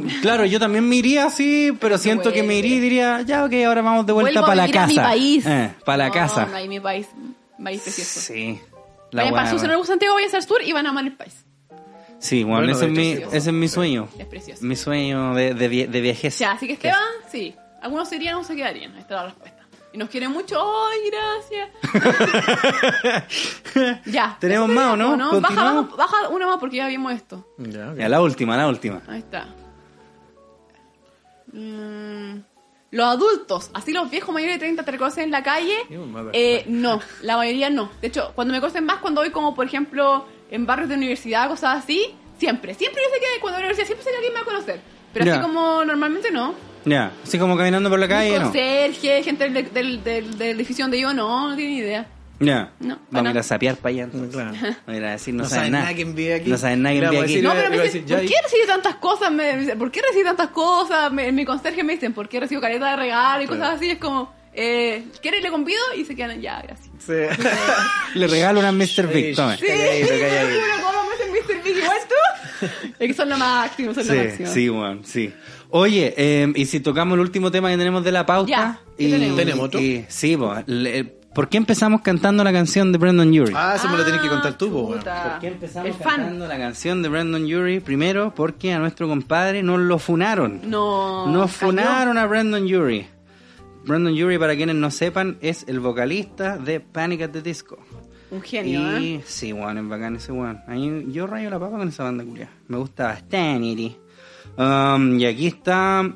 Speaker 3: año. Yo, claro, yo también me iría así, pero siento que me iría y diría, ya, ok, ahora vamos de vuelta
Speaker 5: Vuelvo a
Speaker 3: para la
Speaker 5: vivir
Speaker 3: casa.
Speaker 5: a mi país.
Speaker 3: para la
Speaker 5: No,
Speaker 3: casa.
Speaker 5: No, hay mi país, un país precioso.
Speaker 3: Sí. La
Speaker 5: Vayan
Speaker 3: hueá,
Speaker 5: para el sur, si no les gusta Santiago, vayan al sur y van a amar el país.
Speaker 3: Sí, bueno,
Speaker 4: Bueno,
Speaker 3: ese,
Speaker 4: de
Speaker 3: es
Speaker 4: hecho,
Speaker 3: mi,
Speaker 4: sí,
Speaker 3: ese es mi sueño.
Speaker 5: Es precioso.
Speaker 3: Mi sueño de, de, vie- de viejez.
Speaker 5: Ya, así que Esteban, sí. Algunos se irían, algunos se quedarían. Ahí está la respuesta. Y nos quieren mucho. ¡Ay, gracias! ya.
Speaker 3: ¿Tenemos
Speaker 5: Eso
Speaker 3: más o no?
Speaker 5: sería, Baja,
Speaker 3: ¿Continuamos?
Speaker 5: baja, baja una más porque ya vimos esto.
Speaker 4: Ya, ok.
Speaker 3: Ya, la última, la última.
Speaker 5: Ahí está. Mm, Los adultos, así los viejos mayores de 30 te reconocen en la calle.
Speaker 4: You motherfucker.
Speaker 5: Eh, no, la mayoría no. De hecho, cuando me conocen más, cuando voy como, por ejemplo, en barrios de universidad, cosas así, siempre, siempre yo sé que cuando voy a la universidad siempre sé que alguien me va a conocer. Pero
Speaker 3: Ya.
Speaker 5: así como normalmente no.
Speaker 3: Ya, así como caminando por la calle,
Speaker 5: Ni
Speaker 3: ¿no?
Speaker 5: conserje, gente del, del, del, del edificio donde yo no, no tiene ni idea.
Speaker 3: Ya.
Speaker 5: No,
Speaker 3: Vamos a ir
Speaker 5: no.
Speaker 3: a sapear para allá. entonces.
Speaker 4: Mm, Claro.
Speaker 3: Vamos a ir a decir, no,
Speaker 4: No
Speaker 3: saben
Speaker 4: saben
Speaker 3: nada.
Speaker 4: nada quién vive aquí. pues,
Speaker 3: No saben nadie
Speaker 4: Le
Speaker 3: quién vive
Speaker 4: vamos a
Speaker 3: aquí.
Speaker 4: decir,
Speaker 5: No,
Speaker 4: iba-
Speaker 5: pero me
Speaker 4: iba a
Speaker 5: dicen,
Speaker 4: decir, ya
Speaker 5: ¿por
Speaker 4: ahí-
Speaker 5: qué recibes tantas cosas? Me me dicen, ¿por qué recibes tantas cosas? Me- mi conserje me dicen, ¿por qué recibo careta de regalo y cosas así? Es como, eh, ¿quieres? Le convido y se quedan, ya, gracias.
Speaker 4: Sí.
Speaker 3: Le regalo una Mr. Big,
Speaker 4: Sí.
Speaker 3: tome.
Speaker 5: Sí,
Speaker 4: Calladito, calladito.
Speaker 5: una copa más en Mr. Big igual tú. Es que son lo máximo, son lo
Speaker 3: Sí,
Speaker 5: máximo.
Speaker 3: sí, weón, sí. Oye, eh, y si tocamos el último tema que tenemos de la pauta.
Speaker 5: Ya, ¿qué
Speaker 3: y,
Speaker 5: tenemos?
Speaker 4: ¿Tenemos otro?
Speaker 3: y- sí, po, le- ¿por qué empezamos cantando la canción de Brandon Urie?
Speaker 4: Ah, eso me lo tenés que contar tú, po,
Speaker 5: Ah,
Speaker 4: weón.
Speaker 5: chuta.
Speaker 3: ¿Por qué empezamos
Speaker 5: El fan.
Speaker 3: cantando la canción de Brandon Urie? Primero, porque a nuestro compadre nos lo funaron.
Speaker 5: No.
Speaker 3: Nos
Speaker 5: cayó.
Speaker 3: funaron a Brandon Urie. Brandon Urie, para quienes no sepan, es el vocalista de Panic at the Disco.
Speaker 5: Un genio, ¿eh?
Speaker 3: Y sí, weón, es bacán ese weón. A mí- yo rayo la papa con esa banda culia. Me gusta bastante. Um, y aquí está.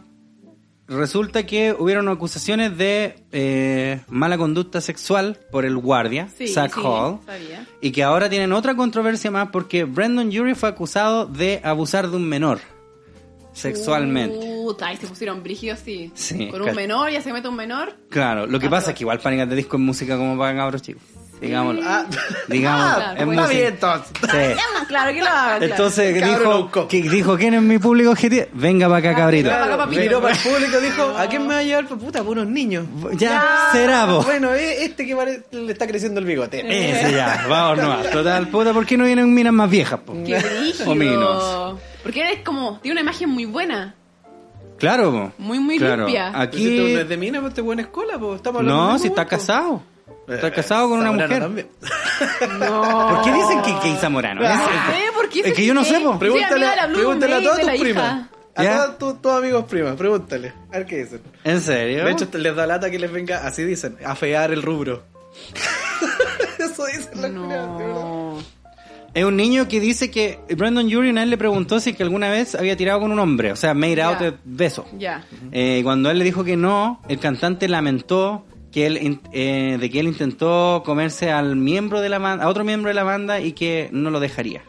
Speaker 3: Resulta que hubieron acusaciones de eh, mala conducta sexual por el guardia,
Speaker 5: Sí,
Speaker 3: Zach
Speaker 5: sí,
Speaker 3: Hall.
Speaker 5: sabía.
Speaker 3: Y que ahora tienen otra controversia más porque Brandon Urie fue acusado de abusar de un menor sexualmente.
Speaker 5: Puta, y se pusieron brígidos, sí.
Speaker 3: Sí,
Speaker 5: Con un
Speaker 3: cal-
Speaker 5: menor, ya se mete un menor.
Speaker 3: Claro, lo
Speaker 5: Ah,
Speaker 3: que pasa es que igual Panic at the Disco es música como para cabros chicos. Digámoslo.
Speaker 4: Ah,
Speaker 3: Digámoslo.
Speaker 5: Ah,
Speaker 3: es
Speaker 5: pues.
Speaker 3: música.
Speaker 4: Está bien, entonces.
Speaker 3: Sí.
Speaker 5: Claro que lo hagan.
Speaker 3: Eh. Entonces
Speaker 4: Cabro Ah,
Speaker 3: dijo,
Speaker 4: loco.
Speaker 3: que dijo, ¿quién es mi público objetivo? Venga para acá, cabrito.
Speaker 5: Claro,
Speaker 4: Claro,
Speaker 5: papito.
Speaker 4: miró para el público, dijo, ¿a quién me va a llevar? Pues, Puta, por unos niños.
Speaker 3: Ya, será vos.
Speaker 4: Bueno, eh, este que pare- le está creciendo el bigote.
Speaker 3: Ese ya, vamos nomás. Total, puta, ¿por qué no vienen minas más viejas? po?
Speaker 5: Qué brígido.
Speaker 3: O minos.
Speaker 5: Porque eres como, tiene una imagen muy buena.
Speaker 3: Claro, po.
Speaker 5: Muy, muy
Speaker 3: Claro.
Speaker 5: limpia.
Speaker 4: Aquí... Si tú
Speaker 3: Aquí.
Speaker 4: no es de mina, pues este weón es cola, pues estamos hablando del
Speaker 3: No,
Speaker 4: mismo
Speaker 3: si está
Speaker 4: weón, po.
Speaker 3: casado. Está
Speaker 4: Eh,
Speaker 3: casado con una
Speaker 4: Zamorano
Speaker 3: mujer.
Speaker 4: también.
Speaker 5: No.
Speaker 3: ¿Por qué dicen que Key Zamorano?
Speaker 4: Ah.
Speaker 5: No sé, ¿por qué
Speaker 3: Es
Speaker 5: se
Speaker 3: que yo no sé,
Speaker 5: cree?
Speaker 3: po.
Speaker 5: Sí,
Speaker 4: Pregúntale,
Speaker 5: amiga de la Blue
Speaker 4: pregúntale a
Speaker 5: Maid,
Speaker 4: todas
Speaker 5: de la
Speaker 4: tus
Speaker 3: pues,
Speaker 5: hija.
Speaker 4: primas. A
Speaker 3: ¿Ya?
Speaker 4: todas tus, tus amigos primas, pregúntale. A ver qué dicen.
Speaker 3: ¿En serio?
Speaker 4: De hecho, les da lata que les venga, así dicen, afear el rubro. Eso dicen las culiadas, de verdad.
Speaker 5: No.
Speaker 3: Es un niño que dice que Brandon Urie una vez le preguntó si es que alguna vez había tirado con un hombre, o sea, made
Speaker 5: Ya.
Speaker 3: out de beso.
Speaker 5: Ya.
Speaker 3: Eh, cuando él le dijo que no, el cantante lamentó que él in- eh, de que él intentó comerse al miembro de la ban- a otro miembro de la banda y que no lo dejaría.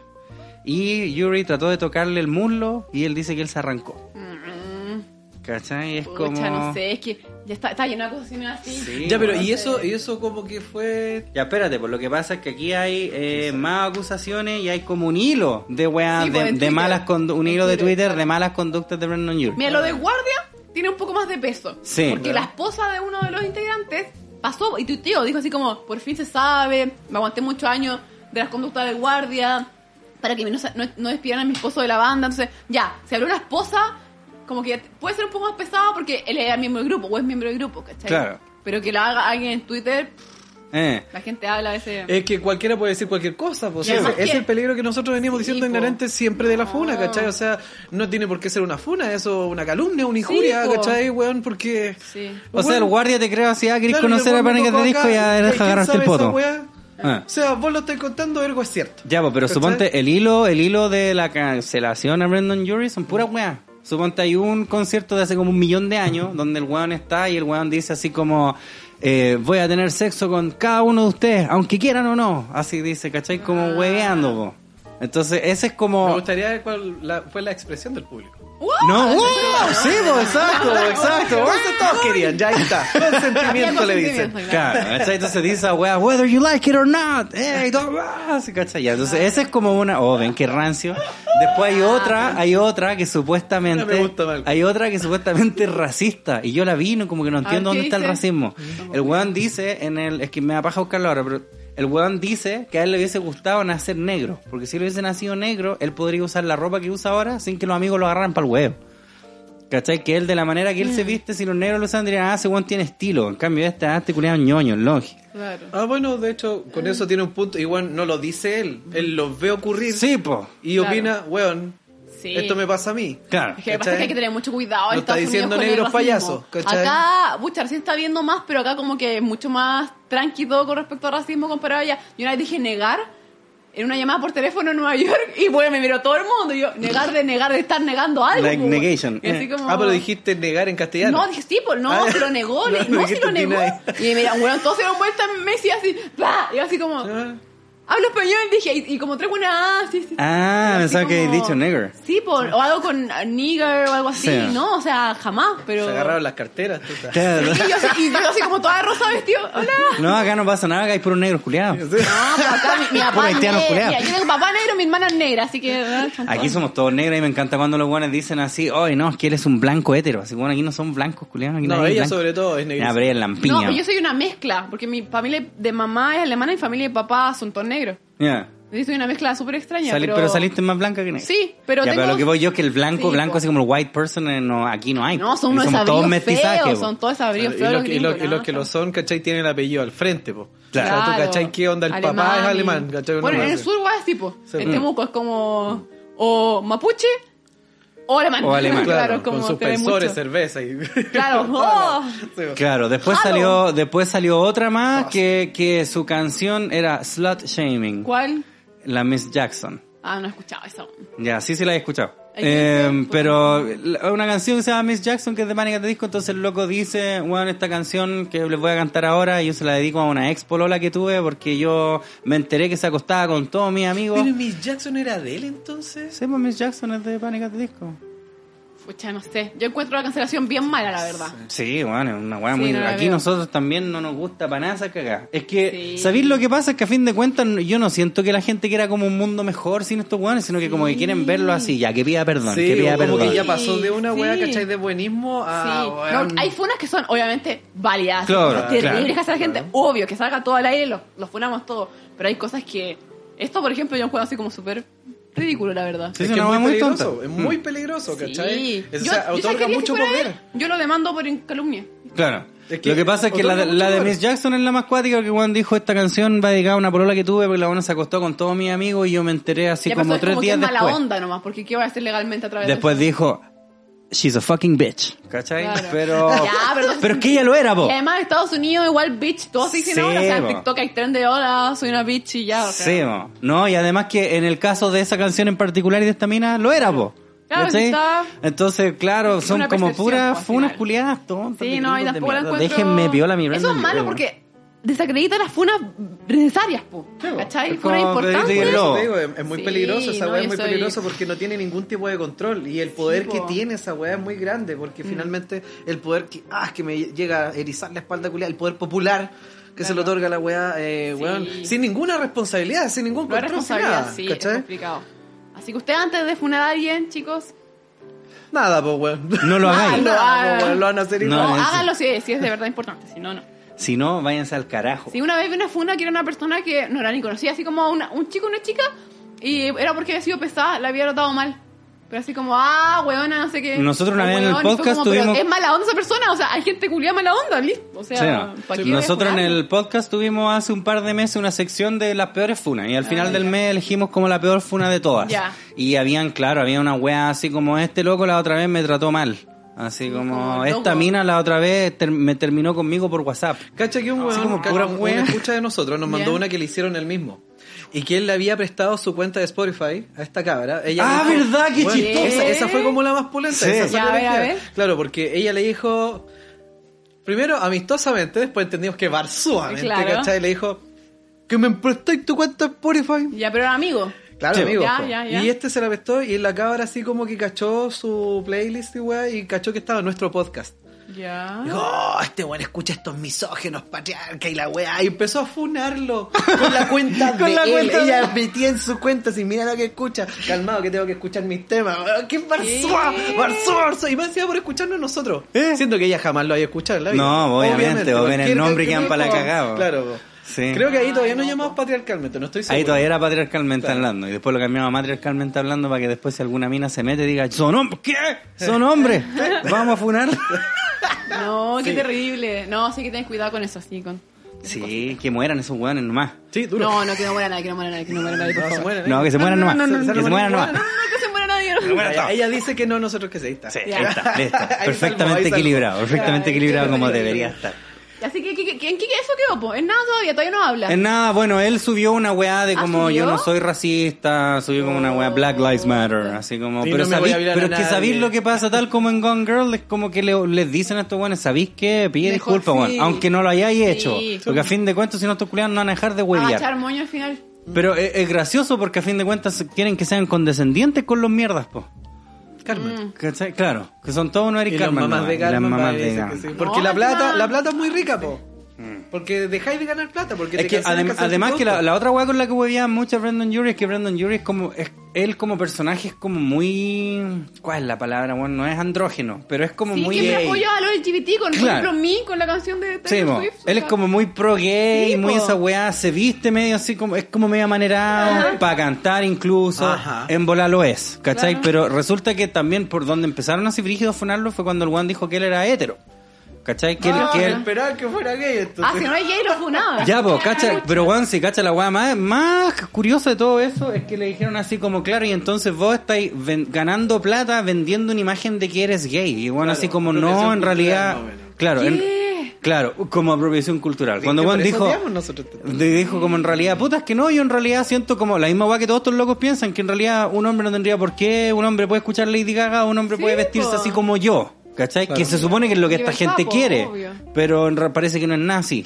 Speaker 3: Y Yuri trató de tocarle el muslo y él dice que él se arrancó.
Speaker 5: Mm,
Speaker 3: ¿Cachai? Es
Speaker 5: pucha,
Speaker 3: como
Speaker 5: no sé, es que ya está, está llena de acusaciones así.
Speaker 3: Sí.
Speaker 4: Ya, pero y eso, y eso como que fue
Speaker 3: Ya espérate, por lo que pasa es que aquí hay eh, más acusaciones y hay como un hilo de weas
Speaker 5: Sí,
Speaker 3: de,
Speaker 5: pues, en
Speaker 3: de
Speaker 5: Twitter.
Speaker 3: malas condu- un
Speaker 5: En
Speaker 3: hilo de
Speaker 5: Twitter,
Speaker 3: Twitter
Speaker 5: claro.
Speaker 3: de malas conductas de Brandon Yuri.
Speaker 5: Mira, lo de guardia tiene un poco más de peso.
Speaker 3: Sí.
Speaker 5: Porque la esposa de uno de los integrantes pasó y tuiteó, dijo así como, por fin se sabe, me aguanté muchos años de las conductas del guardia para que no, sa- no, no despidieran a mi esposo de la banda. Entonces, ya, se abrió una esposa, como que puede ser un poco más pesado porque él era miembro del grupo o es miembro del grupo, ¿cachai?
Speaker 3: Claro.
Speaker 5: Pero que la haga alguien en Twitter, pff,
Speaker 3: Eh.
Speaker 5: la gente habla a veces...
Speaker 4: Es que cualquiera puede decir cualquier cosa, pues,
Speaker 5: Y además
Speaker 4: ese- es
Speaker 5: que-
Speaker 4: el peligro que nosotros venimos
Speaker 5: Sí,
Speaker 4: diciendo
Speaker 5: po.
Speaker 4: inherente siempre de la funa,
Speaker 5: No.
Speaker 4: ¿cachai? O sea, no tiene por qué ser una funa, eso, una calumnia, una injuria,
Speaker 5: po.
Speaker 4: ¿cachai, weón? Porque...
Speaker 5: Sí.
Speaker 3: O sea, el guardia te creo así, ah, querés
Speaker 4: Claro,
Speaker 3: conocer
Speaker 4: el
Speaker 3: a
Speaker 4: weón me
Speaker 3: Pánicas de
Speaker 4: tocó
Speaker 3: Disco
Speaker 4: acá,
Speaker 3: y ya
Speaker 4: ¿y
Speaker 3: dejas
Speaker 4: quién
Speaker 3: agarrarte el
Speaker 4: sabe esa
Speaker 3: poto.
Speaker 4: weá?
Speaker 3: Ah.
Speaker 4: O sea, vos lo estás contando, algo es cierto.
Speaker 3: Ya, pues, pero
Speaker 4: ¿Cachai?
Speaker 3: suponte el hilo, el hilo de la cancelación a Brendan Urie son puras weas. Suponte hay un concierto de hace como un millón de años donde el weón está y el weón dice así como eh, voy a tener sexo con cada uno de ustedes, aunque quieran o no. Así dice, ¿cachai? Como hueveando, po. Entonces, ese es
Speaker 4: Ah. Me
Speaker 3: como...
Speaker 4: gustaría ver cuál la- fue la expresión del público. Ah,
Speaker 3: No, ¡Wow! sí, po, exacto, exacto.
Speaker 4: Eso todos querían, ya ahí está. Consentimiento le dicen.
Speaker 5: Consentimiento,
Speaker 3: Claro, ¿cachai? Entonces dice esa wea, whether you like it or not, hey, don't así, ¿cachai? Ya, Entonces, esa es como una, oh, ven qué rancio. Después hay otra, hay otra que
Speaker 4: No me
Speaker 3: supuestamente,
Speaker 4: gusta, Marco.
Speaker 3: hay otra que supuestamente es racista, y yo la vi, no, como que no entiendo
Speaker 5: Ah, ¿qué
Speaker 3: dónde está el
Speaker 5: dice? Mm.
Speaker 3: racismo. El weón dice en el, es que me da paja buscarlo ahora, pero el weón dice que a él le hubiese gustado nacer negro, porque si le hubiese nacido negro, él podría usar la ropa que usa ahora sin que los amigos lo agarraran para el huevo. ¿Cachai? Que él, de la manera que él se viste, si los negros lo usan, dirían, ah, ese weón tiene estilo. En cambio, este, ah, este culiado ñoño, el longe.
Speaker 5: Claro.
Speaker 4: Ah, bueno, de hecho, con eso tiene un punto. Igual no lo dice él, él lo ve ocurrir
Speaker 3: Sí, po.
Speaker 4: y
Speaker 5: Claro.
Speaker 4: opina, weón,
Speaker 5: Sí.
Speaker 4: esto me pasa a mí.
Speaker 3: Claro.
Speaker 5: Es que pasa que hay que tener mucho cuidado en
Speaker 4: No está
Speaker 5: Estados
Speaker 4: diciendo
Speaker 5: Unidos con el
Speaker 4: negros
Speaker 5: racismo.
Speaker 4: payasos, ¿cachai?
Speaker 5: Acá, pucha, recién está viendo más, pero acá como que es mucho más tranquilo con respecto al racismo comparado allá. Yo una vez dije negar en una llamada por teléfono en Nueva York y bueno, me miró todo el mundo. Y yo, negar de negar, de estar negando algo.
Speaker 3: Like
Speaker 5: pues.
Speaker 3: negation.
Speaker 5: Y así como-
Speaker 4: Ah, pero dijiste negar en castellano.
Speaker 5: No, dije, sí, pues no,
Speaker 4: Ah.
Speaker 5: se lo negó,
Speaker 4: No,
Speaker 5: no,
Speaker 4: no
Speaker 5: se lo
Speaker 4: dijiste
Speaker 5: negó.
Speaker 4: nada.
Speaker 5: Y me mira, bueno, todos se dieron vuelta en Messi así, ¡pa! Y yo así como,
Speaker 4: Ah,
Speaker 5: hablo español, dije, y, y como tres buenas, ah, sí, sí.
Speaker 3: Ah,
Speaker 5: Así
Speaker 3: pensaba que he
Speaker 5: como-
Speaker 3: dicho nigger.
Speaker 5: Sí, por, o algo con eh, nigger o algo así,
Speaker 3: Sí.
Speaker 5: ¿no? O sea, jamás, pero...
Speaker 4: Se agarraron las carteras. tuta.
Speaker 3: Claro.
Speaker 5: Y yo, así, y yo así como toda de rosa vestido, hola.
Speaker 3: No, acá no pasa nada, acá hay puros negros
Speaker 4: Sí.
Speaker 3: culiados.
Speaker 5: No, pero acá mi, mi
Speaker 3: Puro
Speaker 5: papá
Speaker 3: haitiano
Speaker 5: negro,
Speaker 3: culeado.
Speaker 5: mira, yo tengo papá negro, mi hermana es negra, así que... ¿verdad? Son
Speaker 3: Aquí
Speaker 5: todos-
Speaker 3: somos todos negros y me encanta cuando los guanes dicen así, oye, no, es que eres un blanco hétero. Así, bueno, aquí no son blancos culiados. Aquí
Speaker 4: No,
Speaker 3: nadie es
Speaker 4: ella
Speaker 3: blanco.
Speaker 4: sobre todo es
Speaker 3: Ah,
Speaker 4: negra.
Speaker 3: pero ella es
Speaker 5: No,
Speaker 3: lampiña.
Speaker 5: pero yo soy una mezcla, porque mi familia de mamá es alemana y mi familia de papá son todos negros.
Speaker 3: Ya.
Speaker 5: Yo soy una mezcla súper extraña,
Speaker 3: Salí-
Speaker 5: pero...
Speaker 3: pero... saliste más blanca que negra.
Speaker 5: Sí, pero
Speaker 3: Ya,
Speaker 5: tengo-
Speaker 3: pero lo que voy yo es que el blanco,
Speaker 5: Sí,
Speaker 3: blanco,
Speaker 5: po.
Speaker 3: así como el white person, eh, no, aquí no hay.
Speaker 5: No, son
Speaker 3: Aquí
Speaker 5: unos
Speaker 3: somos todos
Speaker 5: desabríos
Speaker 3: mestizajes. pues.
Speaker 5: feos,
Speaker 3: po.
Speaker 5: son todos desabríos
Speaker 4: Y, los,
Speaker 5: feos.
Speaker 4: que- y los- y
Speaker 5: gringos,
Speaker 4: los
Speaker 5: ¿no?
Speaker 4: que lo son, ¿cachai? Tienen el apellido al frente, po.
Speaker 3: Claro.
Speaker 4: O sea, tú, ¿cachai? ¿Qué onda? El papá es
Speaker 5: y-
Speaker 4: alemán, ¿cachai? Una
Speaker 5: Bueno, en
Speaker 4: cosa
Speaker 5: el
Speaker 4: así.
Speaker 5: sur, igual es tipo.
Speaker 4: Sí.
Speaker 5: En Temuco es como. O mapuche o alemán.
Speaker 3: O alemán.
Speaker 5: claro,
Speaker 4: Claro,
Speaker 5: como
Speaker 4: con
Speaker 5: te ven
Speaker 4: suspensores,
Speaker 5: mucho.
Speaker 4: cerveza y...
Speaker 5: Claro, oh.
Speaker 4: Sí,
Speaker 3: Claro, después
Speaker 5: Jalo.
Speaker 3: salió, después salió otra más que, que su canción era Slut Shaming,
Speaker 5: ¿Cuál?
Speaker 3: la Miss Jackson.
Speaker 5: Ah, no he escuchado esa.
Speaker 3: Ya, sí, sí la he escuchado.
Speaker 5: Hay que
Speaker 3: Eh,
Speaker 5: ver, pues.
Speaker 3: pero la- una canción que se llama Miss Jackson, que es de Panic! at the Disco, entonces el loco dice, bueno, esta canción que les voy a cantar ahora, yo se la dedico a una ex polola que tuve, porque yo me enteré que se acostaba con todos mis amigos.
Speaker 4: Pero Miss Jackson era de él entonces.
Speaker 3: Sí, pues Miss Jackson es de Panic! at the Disco.
Speaker 5: Pucha, no sé. Yo encuentro la cancelación bien mala, la verdad.
Speaker 3: Sí, bueno, es una weá
Speaker 5: Sí,
Speaker 3: muy...
Speaker 5: no la
Speaker 3: aquí
Speaker 5: veo.
Speaker 3: nosotros también no nos gusta para nada esa cagada. Es que,
Speaker 5: Sí.
Speaker 3: ¿sabéis lo que pasa? Es que a fin de cuentas no- yo no siento que la gente quiera como un mundo mejor sin estos weones, sino que como que quieren verlo así, ya, que pida perdón, que
Speaker 4: Sí,
Speaker 3: pida
Speaker 4: o como
Speaker 3: perdón.
Speaker 4: que ya pasó de una
Speaker 5: Sí,
Speaker 4: wea,
Speaker 5: sí.
Speaker 4: ¿cachai? De buenismo a...
Speaker 5: sí.
Speaker 4: weón,
Speaker 5: No, hay funas que son obviamente válidas.
Speaker 3: Claro,
Speaker 5: cosas terribles
Speaker 3: claro,
Speaker 5: que hace la gente. Obvio, que salga todo al aire, lo, lo funamos todo. Pero hay cosas que. Esto, por ejemplo, yo encuentro así como súper ridículo, la verdad.
Speaker 3: Sí,
Speaker 4: es
Speaker 3: sí,
Speaker 4: que
Speaker 3: una
Speaker 4: es muy
Speaker 3: wea muy
Speaker 4: peligroso,
Speaker 3: tonta. Mm.
Speaker 4: es muy peligroso, ¿cachai?
Speaker 5: Sí.
Speaker 4: Es- o
Speaker 5: Yo-
Speaker 4: sea,
Speaker 5: yo
Speaker 4: otorga
Speaker 5: sacaría, si
Speaker 4: mucho
Speaker 5: fuera él,
Speaker 4: poder.
Speaker 5: Yo lo demando por calumnia.
Speaker 3: Claro.
Speaker 4: Es que-
Speaker 3: lo que pasa es que la, de-
Speaker 4: otorga mucho
Speaker 3: la de
Speaker 4: valor.
Speaker 3: Miss Jackson es la más cuática porque Juan dijo esta canción va dedicada a una polola que tuve porque la buena se acostó con todos mis amigos y yo me enteré así
Speaker 5: Ya, pero
Speaker 3: como
Speaker 5: es
Speaker 3: tres
Speaker 5: como que
Speaker 3: días
Speaker 5: es mala
Speaker 3: después.
Speaker 5: onda nomás, porque ¿qué va a hacer legalmente a través
Speaker 3: Después
Speaker 5: de
Speaker 3: dijo, she's a fucking bitch. ¿Cachai?
Speaker 5: Claro.
Speaker 3: Pero,
Speaker 5: Ya, pero-
Speaker 3: pero es que ella lo era, po.
Speaker 5: Y además en Estados Unidos igual bitch, todos se dicen
Speaker 3: Sí,
Speaker 5: ahora, o sea, en
Speaker 3: bo.
Speaker 5: TikTok hay tren de hola, soy una bitch y ya, o sea.
Speaker 3: Sí, po. no, y además que en el caso de esa canción en particular y de esta mina, lo era, po.
Speaker 5: Claro,
Speaker 3: ¿Cachai?
Speaker 5: quizá-
Speaker 3: Entonces, claro, son
Speaker 5: una
Speaker 3: como
Speaker 5: percepción,
Speaker 3: puras
Speaker 5: po, al
Speaker 3: funas
Speaker 5: final.
Speaker 3: culiadas, tontas.
Speaker 5: Sí,
Speaker 3: de
Speaker 5: no, y
Speaker 3: gringos de
Speaker 5: tampoco la
Speaker 3: mierda.
Speaker 5: encuentro...
Speaker 3: Déjenme viola mi
Speaker 5: Eso es
Speaker 3: Brandon
Speaker 5: malo
Speaker 3: Urie.
Speaker 5: porque desacredita las funas necesarias, po.
Speaker 4: bo.
Speaker 5: ¿Cachai?
Speaker 3: Es como
Speaker 5: Funas
Speaker 3: Pedrito y el
Speaker 5: importantes.
Speaker 3: Lobo.
Speaker 4: Eso te digo, es, es muy
Speaker 5: Sí,
Speaker 4: peligroso, esa
Speaker 5: no,
Speaker 4: weá
Speaker 5: yo
Speaker 4: es muy
Speaker 5: soy-
Speaker 4: peligroso porque no tiene ningún tipo de control y el poder que
Speaker 5: po. Mm.
Speaker 4: tiene esa weá es muy grande porque finalmente el poder que, ah, que me llega a erizar la espalda culiada, el poder popular que se le otorga a la weá, eh,
Speaker 5: Sí.
Speaker 4: weón, sin ninguna responsabilidad, sin ningún
Speaker 5: No hay
Speaker 4: control, sin
Speaker 5: responsabilidad,
Speaker 4: nada,
Speaker 5: sí, es
Speaker 4: ¿cachai?
Speaker 5: complicado. Así que usted antes de funar a alguien, chicos,
Speaker 4: Nada, pues weón.
Speaker 3: No lo
Speaker 5: Mal.
Speaker 3: hagáis.
Speaker 4: Nada, po, weón, lo van a hacer
Speaker 3: No,
Speaker 4: igual.
Speaker 5: no,
Speaker 3: es-
Speaker 5: háganlo si, si es de verdad importante, si no, no.
Speaker 3: Si no, váyanse al carajo.
Speaker 5: Sí, una vez vi una funa que era una persona que no era ni conocida, así como una- un chico, una chica, y era porque había sido pesada, la había tratado mal. Pero así como, ah, weona, no sé qué.
Speaker 3: Nosotros una
Speaker 5: O
Speaker 3: vez en el
Speaker 5: weón, y fue
Speaker 3: podcast
Speaker 5: como, pero
Speaker 3: tuvimos-
Speaker 5: Es mala onda esa persona, o sea, hay gente culiada mala onda, ¿listo? O sea,
Speaker 3: Sí, no.
Speaker 5: ¿pa' qué
Speaker 3: Nosotros en
Speaker 5: jugar?
Speaker 3: el podcast tuvimos hace un par de meses una sección de las peores funas y al final del mes elegimos como la peor funa de todas.
Speaker 5: Ah, Ya.
Speaker 3: Y habían, claro, había una wea así como este loco la otra vez me trató mal. Así como,
Speaker 5: como el
Speaker 3: esta
Speaker 5: loco.
Speaker 3: mina la otra vez ter- me terminó conmigo por WhatsApp.
Speaker 4: Cacha que un
Speaker 3: Así
Speaker 4: weón,
Speaker 3: Ah, como
Speaker 4: cacha,
Speaker 3: pura
Speaker 4: un- un
Speaker 3: wea.
Speaker 4: escucha de nosotros nos mandó
Speaker 5: Ya.
Speaker 4: una que le hicieron el mismo. Y que él le había prestado su cuenta de Spotify a esta cabra. Ella
Speaker 3: Ah,
Speaker 4: le
Speaker 3: ¿verdad? Qué
Speaker 4: Weón,
Speaker 5: chistoso.
Speaker 4: Esa, esa fue como la más pulenta.
Speaker 3: Sí.
Speaker 4: esa salió
Speaker 5: Ya, a ver,
Speaker 4: elegida.
Speaker 5: a ver.
Speaker 4: Claro, porque ella le dijo, primero amistosamente, después entendimos que barzuamente,
Speaker 5: Claro.
Speaker 4: ¿cachai? Le dijo, que me prestáis tu cuenta de Spotify.
Speaker 5: Ya, pero era amigo.
Speaker 4: Claro,
Speaker 3: Sí.
Speaker 4: amigo.
Speaker 5: Ya,
Speaker 4: po.
Speaker 5: ya, ya.
Speaker 4: Y este se la prestó y la cabra así como que cachó su playlist y weá, y cachó que estaba nuestro podcast.
Speaker 5: Ya.
Speaker 4: Dijo, "Oh, este weón escucha estos misógenos, patriarca y la weá. Y empezó a funarlo con la cuenta
Speaker 3: Con
Speaker 4: de
Speaker 3: la
Speaker 4: él.
Speaker 3: cuenta de-
Speaker 4: Ella metía en su cuenta así, mira lo que escucha. Calmado que tengo que escuchar mis temas. weón. ¡Qué barzúa!
Speaker 5: ¿Qué?
Speaker 4: ¡Barzúa, barzúa! Y me decía por escucharnos nosotros.
Speaker 3: ¿Eh?
Speaker 4: Siento que ella jamás lo había escuchado en la vida.
Speaker 3: No, obviamente, o ven el
Speaker 4: cualquier
Speaker 3: nombre y
Speaker 4: cantidad-
Speaker 3: quedan pa' la cagada, po.
Speaker 4: Claro, po.
Speaker 3: Sí.
Speaker 4: Creo que ahí todavía no llamamos patriarcalmente, pues, no estoy seguro.
Speaker 3: Ahí todavía era patriarcalmente
Speaker 4: Claro.
Speaker 3: hablando y después lo cambiamos a matriarcalmente hablando para que después si alguna mina se mete diga, son hombres, ¿qué? Son hombres, vamos a funar.
Speaker 5: No, qué terrible. No, sí que tenés cuidado con eso, sí. Con...
Speaker 3: Sí, que mueran esos weones nomás.
Speaker 4: Sí, duro.
Speaker 5: No, no, que no muera nadie, que no muera nadie, que no muera nadie, por
Speaker 4: No, se
Speaker 5: favor.
Speaker 4: mueren, ¿eh?
Speaker 3: No, que se mueran
Speaker 4: no,
Speaker 3: nomás.
Speaker 4: no, no, no,
Speaker 3: que se
Speaker 4: no,
Speaker 3: mueran
Speaker 4: no,
Speaker 3: nomás.
Speaker 5: No, no, que se muera nadie. no.
Speaker 3: muera
Speaker 4: Ella, ella dice que no, nosotros que sí. ahí está.
Speaker 3: Sí,
Speaker 4: Ya.
Speaker 3: ahí está, listo.
Speaker 4: Ahí
Speaker 3: Perfectamente
Speaker 4: salvó, ahí
Speaker 3: equilibrado,
Speaker 4: salvó.
Speaker 3: perfectamente
Speaker 5: Ay,
Speaker 3: equilibrado
Speaker 5: qué
Speaker 3: como
Speaker 5: terrible.
Speaker 3: debería estar.
Speaker 5: Así que, ¿qué- qué- qué- ¿en qué eso quedó? po? En nada todavía, todavía no habla.
Speaker 3: En nada, bueno, él subió una weá de
Speaker 5: ¿Ah,
Speaker 3: como
Speaker 5: subió?
Speaker 3: yo no soy racista, subió como una weá Black Lives Matter, así como,
Speaker 4: Sí,
Speaker 3: pero,
Speaker 4: no me voy
Speaker 3: sabéis,
Speaker 4: a hablar
Speaker 3: pero
Speaker 4: a
Speaker 3: es que sabéis
Speaker 4: nadie.
Speaker 3: lo que pasa tal como en Gone Girl, es como que le- les dicen a estos weones, sabéis que pide
Speaker 5: Mejor
Speaker 3: disculpas, weón,
Speaker 5: sí.
Speaker 3: aunque no lo hayáis hecho,
Speaker 5: Sí.
Speaker 3: porque a fin de cuentas si no estos culiados no van a dejar
Speaker 4: Ah,
Speaker 3: de
Speaker 5: a
Speaker 3: hueviar.
Speaker 5: echar Ah, moño al final.
Speaker 3: Pero es, es gracioso porque a fin de cuentas quieren que sean condescendientes con los mierdas, po.
Speaker 4: Carmen.
Speaker 3: ¿Cachai? Claro, que son todos unos Eric
Speaker 4: Y las
Speaker 3: Cartman,
Speaker 4: mamás
Speaker 3: ¿no?
Speaker 4: de
Speaker 3: Y las
Speaker 4: Carmen
Speaker 3: mamás
Speaker 4: va y
Speaker 3: de
Speaker 4: dice que
Speaker 3: Cartman.
Speaker 4: sí. Porque
Speaker 5: No,
Speaker 4: la plata,
Speaker 5: encima-
Speaker 4: la plata es muy rica, po. Porque dejáis de ganar plata, porque
Speaker 3: Es
Speaker 4: te
Speaker 3: que adem-
Speaker 4: cancelan casi el
Speaker 3: además que la,
Speaker 4: producto.
Speaker 3: la otra weá con la que huevían mucho a Brandon Yuri es que Brandon Yuri es como es- él como personaje es como muy ¿cuál es la palabra? Bueno, no es andrógeno, pero es como
Speaker 5: Sí,
Speaker 3: muy
Speaker 5: siempre
Speaker 3: gay.
Speaker 5: apoyo a los LGBT, con, por
Speaker 3: Claro.
Speaker 5: ejemplo, mí, con la canción de
Speaker 3: Sí,
Speaker 5: Taylor
Speaker 3: mo.
Speaker 5: Swift. o
Speaker 3: él es
Speaker 5: sea,
Speaker 3: como muy pro gay,
Speaker 5: Sí,
Speaker 3: muy
Speaker 5: po.
Speaker 3: esa weá, se viste medio así como, es como medio amanerado, para cantar incluso,
Speaker 4: Ajá.
Speaker 3: en bola lo es, ¿cachai?
Speaker 5: Claro.
Speaker 3: Pero resulta que también por donde empezaron así brígidos a funarlo fue cuando el weón dijo que él era hétero, ¿cachai? Que, él-
Speaker 4: Ah,
Speaker 3: que él,
Speaker 4: esperaba que fuera gay entonces.
Speaker 5: Ah, si no es gay, lo funaba.
Speaker 3: Ya, pues, cacha, pero weón, si cacha la weá más, más curiosa de todo eso es que le dijeron así como, claro, y entonces vos estáis ven- ganando plata vendiendo una imagen de que eres gay. Y bueno,
Speaker 4: Claro,
Speaker 3: así como,
Speaker 4: apropiación
Speaker 3: no, en
Speaker 4: cultural,
Speaker 3: realidad.
Speaker 4: más o menos.
Speaker 3: Claro, en-
Speaker 5: ¿Qué?
Speaker 3: claro, como apropiación cultural. Cuando
Speaker 4: Por
Speaker 3: Juan
Speaker 4: eso
Speaker 3: dijo. eh,
Speaker 4: odiamos nosotros.
Speaker 3: de- Dijo como en realidad, puta, es que no, yo en realidad siento como la misma weá que todos estos locos piensan, que en realidad un hombre no tendría por qué, un hombre puede escuchar Lady Gaga, un hombre
Speaker 5: Sí,
Speaker 3: puede vestirse
Speaker 5: po.
Speaker 3: así como yo, ¿cachai? Que se supone que es lo que esta
Speaker 5: Libertad,
Speaker 3: gente
Speaker 5: po,
Speaker 3: quiere,
Speaker 5: obvio.
Speaker 3: pero en re- parece que no es nazi,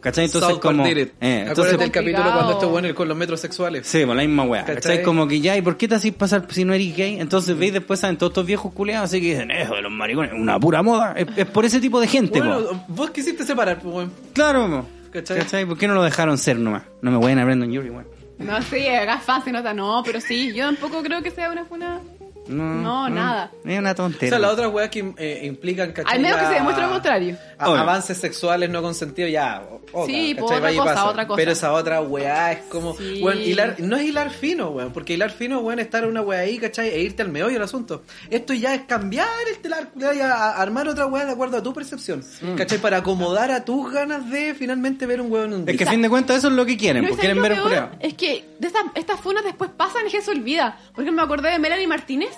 Speaker 3: ¿cachai? Entonces
Speaker 4: South
Speaker 3: como...
Speaker 4: Park did it.
Speaker 3: eh,
Speaker 4: Acuérdate
Speaker 3: entonces,
Speaker 4: del capítulo cuando
Speaker 5: Complicado.
Speaker 4: este bueno con los metros sexuales.
Speaker 3: Sí, pues la misma weá.
Speaker 4: ¿Cachai?
Speaker 3: ¿Cachai? Mm. Como que ya, ¿y por qué te hacís pasar si no eres gay? Entonces veis después saben todos estos viejos culeados así que dicen, eso de los maricones, una pura moda. Es, es por ese tipo de gente, po.
Speaker 4: Bueno, vos quisiste separar, pues, weón.
Speaker 3: Claro, po.
Speaker 4: ¿Cachai?
Speaker 3: ¿Cachai? ¿Por qué no lo dejaron ser nomás? No me vayan a Brandon Yuri, weón.
Speaker 5: No, sí, acá es fácil, nota. No, pero sí, yo tampoco creo que sea una funa.
Speaker 3: No,
Speaker 5: No, nada.
Speaker 3: Es una
Speaker 4: O
Speaker 3: tontería.
Speaker 4: sea, las otras weas que eh, implican, ¿cachai?
Speaker 5: Al menos que
Speaker 4: Ya-
Speaker 5: se demuestre lo contrario.
Speaker 4: A-
Speaker 3: Obvio.
Speaker 4: avances sexuales no consentidos, ya. o- otra,
Speaker 5: Sí, pues,
Speaker 4: ¿cachai?
Speaker 5: otra
Speaker 4: Va y
Speaker 5: cosa,
Speaker 4: pasa.
Speaker 5: otra cosa.
Speaker 4: Pero esa otra weá es como.
Speaker 5: Sí.
Speaker 4: weón, hilar, no es hilar fino, weón, porque hilar fino, weón, es estar una weá ahí, ¿cachai? E irte al meollo el asunto. Esto ya es cambiar el telar, ya, ya, a- armar otra weá de acuerdo a tu percepción, ¿cachai? Para acomodar a tus ganas de finalmente ver un weón en un
Speaker 3: Es que
Speaker 4: día.
Speaker 3: a fin de cuentas eso es lo que quieren,
Speaker 5: No, y
Speaker 3: porque
Speaker 5: ¿sabes
Speaker 3: quieren
Speaker 5: lo
Speaker 3: ver el
Speaker 5: peor?
Speaker 3: curado.
Speaker 5: Es que de estas, estas funas después pasan y que se olvida. Por ejemplo, me acordé de Melanie Martínez.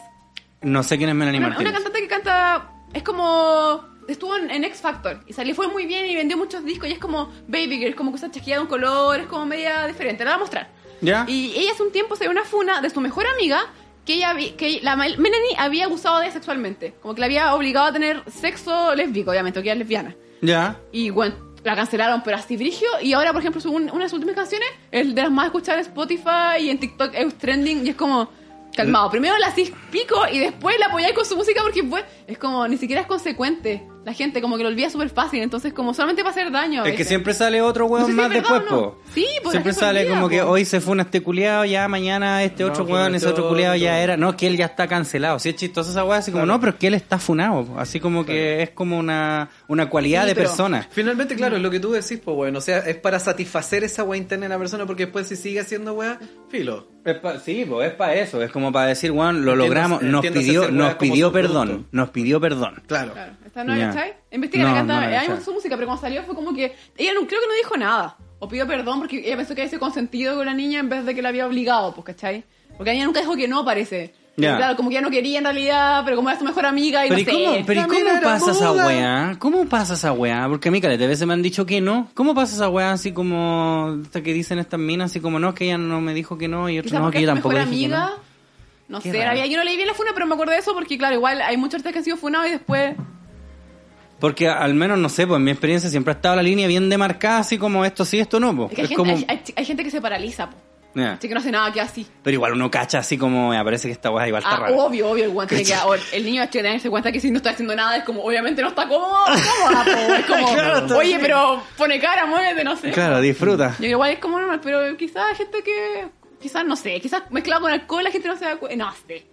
Speaker 3: No sé quién es Melanie
Speaker 5: Una, una
Speaker 3: Martínez.
Speaker 5: cantante que canta. Es como. Estuvo en, en X Factor y salió, fue muy bien y vendió muchos discos. Y es como Baby Girl, es como que está chasqueada de un color, es como media diferente. La voy a mostrar.
Speaker 3: ¿Ya?
Speaker 5: Y ella hace un tiempo se dio una funa de su mejor amiga que ella vi- que la Mel- Melanie había abusado de ella sexualmente. Como que la había obligado a tener sexo lésbico, obviamente, porque ella es lesbiana.
Speaker 3: Ya.
Speaker 5: Y bueno, la cancelaron, pero así brigio. Y ahora, por ejemplo, su- un- una de sus últimas canciones es de las más escuchadas en Spotify y en TikTok es trending. Y es como, calmado, primero la hacís pico y después la apoyáis con su música porque pues, es como, ni siquiera es consecuente. La gente como que lo olvida súper fácil, entonces como solamente para hacer daño. a
Speaker 3: Es que
Speaker 5: veces.
Speaker 3: siempre sale otro
Speaker 5: No
Speaker 3: weón
Speaker 5: sé si
Speaker 3: más
Speaker 5: es verdad
Speaker 3: después,
Speaker 5: o no.
Speaker 3: po.
Speaker 5: Sí, pues,
Speaker 3: Siempre
Speaker 5: la gente
Speaker 3: sale
Speaker 5: olvida,
Speaker 3: como que
Speaker 5: po.
Speaker 3: hoy se fue un este culiado, ya mañana este
Speaker 4: No,
Speaker 3: otro
Speaker 4: fue
Speaker 3: weón,
Speaker 4: este
Speaker 3: ese otro culiado ya
Speaker 4: otro.
Speaker 3: era. No, que él ya está cancelado. Si es chistosa esa weá, así como, no, pero es que él está funado. po. Así como que es como una, una cualidad
Speaker 5: Sí,
Speaker 3: de
Speaker 5: pero-
Speaker 3: persona.
Speaker 4: Finalmente, claro, es lo que tú decís, pues, bueno, o sea, es para satisfacer esa weá interna de la persona, porque después si sigue haciendo weá, filo.
Speaker 3: Es pa- sí, pues es para eso. Es como para decir, weón, lo
Speaker 4: Entiendo-
Speaker 3: logramos, nos
Speaker 4: entiendo
Speaker 3: pidió,
Speaker 4: hacer
Speaker 3: nos
Speaker 4: weá como
Speaker 3: pidió
Speaker 4: subproducto.
Speaker 3: perdón, nos pidió perdón.
Speaker 4: Claro.
Speaker 5: Claro, esta no la
Speaker 3: Ya.
Speaker 5: cachai. Investiga
Speaker 3: No,
Speaker 5: la cantaba.
Speaker 3: no la
Speaker 5: hay
Speaker 3: cachai.
Speaker 5: su música, pero cuando salió fue como que. Ella no, creo que no dijo nada. O pidió perdón porque ella pensó que había sido consentido con la niña en vez de que la había obligado, pues, ¿cachai? Porque ella nunca dijo que no, parece.
Speaker 3: Ya.
Speaker 5: Claro, como que ella no quería en realidad, pero como era su mejor amiga y
Speaker 3: Pero ¿y
Speaker 5: no
Speaker 3: cómo,
Speaker 5: sé.
Speaker 3: pero ¿y
Speaker 4: la
Speaker 3: cómo
Speaker 4: mina era
Speaker 3: pasa esa
Speaker 4: muda.
Speaker 3: weá? ¿Cómo pasa esa weá? Porque a mí caleta de veces me han dicho que no. ¿Cómo pasa esa weá así como hasta que dicen estas minas así como no, que ella no me dijo que no y otro
Speaker 5: Quizás
Speaker 3: no,
Speaker 5: porque
Speaker 3: que yo
Speaker 5: es tu
Speaker 3: tampoco
Speaker 5: mejor
Speaker 3: dije que
Speaker 5: amiga.
Speaker 3: no?
Speaker 5: No
Speaker 3: Qué
Speaker 5: sé, la
Speaker 3: raro.
Speaker 5: vida- yo no leí bien la funa, pero me acordé de eso porque, claro, igual hay muchos artistas que han sido funados y después.
Speaker 3: Porque al menos no sé, pues en mi experiencia siempre ha estado la línea bien demarcada así como esto sí, esto no, po.
Speaker 5: Es que hay,
Speaker 3: Es
Speaker 5: gente,
Speaker 3: como
Speaker 5: hay, hay- hay gente que se paraliza, po.
Speaker 3: Ya.
Speaker 5: Así que no hace nada que así.
Speaker 3: Pero igual uno cacha así como me parece que esta weá igual está
Speaker 5: Ah,
Speaker 3: rara.
Speaker 5: obvio, obvio, el guante tiene que ahora, El niño tiene que darse cuenta que si no está haciendo nada es como, obviamente no está cómodo, cómoda, po. Es como,
Speaker 3: Claro, está
Speaker 5: oye,
Speaker 3: así.
Speaker 5: pero pone cara, muévete, no sé.
Speaker 3: Claro, disfruta.
Speaker 5: Yo creo igual es como normal, pero quizás hay gente que, quizás no sé, quizás mezclado con alcohol la gente no se da cuenta, no sé.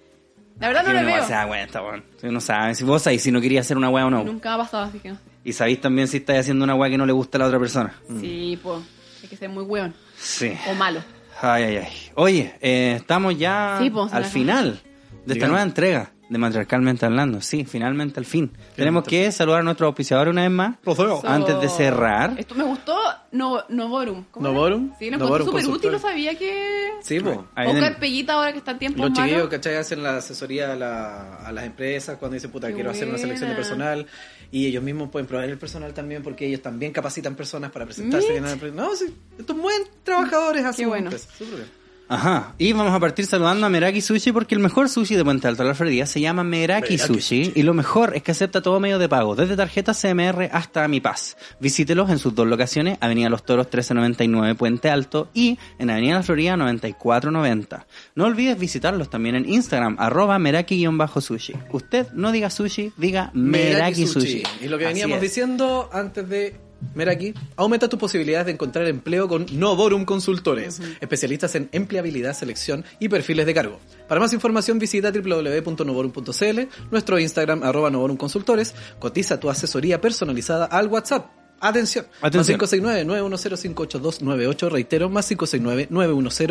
Speaker 5: La verdad
Speaker 3: Si
Speaker 5: no
Speaker 3: uno
Speaker 5: le
Speaker 3: igual
Speaker 5: veo.
Speaker 3: se da cuenta, weón. Si uno sabe, si vos sabés si no quería hacer una weá o no.
Speaker 5: Nunca ha pasado, así que no sé.
Speaker 3: Y sabéis también si estáis haciendo una weá que no le gusta a la otra persona.
Speaker 5: Sí, pues, hay que ser muy weón
Speaker 3: Mm. Sí.
Speaker 5: o malo.
Speaker 3: Ay, ay, ay. Oye, eh, estamos ya
Speaker 5: Sí, pues,
Speaker 3: al
Speaker 5: la-
Speaker 3: final de esta
Speaker 4: Digamos.
Speaker 3: nueva entrega de Matriarcalmente Hablando. Sí, finalmente al fin. Tenemos que saludar a nuestros auspiciadores una vez más.
Speaker 5: So,
Speaker 3: Oh, Antes de cerrar.
Speaker 5: Esto me gustó no, Novorum. ¿Cómo era?
Speaker 4: Novorum,
Speaker 5: Sí, nos
Speaker 4: Novorum
Speaker 5: encontró súper
Speaker 4: Consultor.
Speaker 5: útil, no sabía que...
Speaker 4: Sí, pues.
Speaker 3: Ahí
Speaker 5: o
Speaker 3: en-
Speaker 5: Carpellita ahora que está en tiempo
Speaker 4: Los
Speaker 5: malo.
Speaker 4: chiquillos, ¿cachai? Hacen la asesoría a, la- a las empresas cuando dicen, puta,
Speaker 5: Qué
Speaker 4: quiero hacer una selección de
Speaker 5: buena.
Speaker 4: personal. Y ellos mismos pueden proveer el personal también porque ellos también capacitan personas para presentarse. y ganar el premio. No, sí, estos buen trabajadores hacen pues,
Speaker 5: bueno.
Speaker 4: empresas, sin problema.
Speaker 3: Ajá. Y vamos a partir saludando a Meraki Sushi porque el mejor sushi de Puente Alto, la Florida, se llama Meraki, sushi, y lo mejor es que acepta todo medio de pago, desde tarjeta CMR hasta Mi Paz. Visítelos en sus dos locaciones, Avenida Los Toros 1399 Puente Alto y en Avenida La Florida 9490. No olvides visitarlos también en Instagram, arroba Meraki-sushi. Usted no diga sushi, diga Meraki, sushi.
Speaker 4: Y lo que
Speaker 3: Así
Speaker 4: veníamos
Speaker 3: es.
Speaker 4: diciendo antes de Meraki, aumenta tus posibilidades de encontrar empleo con Novorum Consultores, especialistas en empleabilidad, selección y perfiles de cargo. Para más información visita www.novorum.cl, nuestro Instagram arroba Novorum Consultores, cotiza tu asesoría personalizada al WhatsApp. Atención,
Speaker 3: Atención.
Speaker 4: más 569-910-58298, reitero, más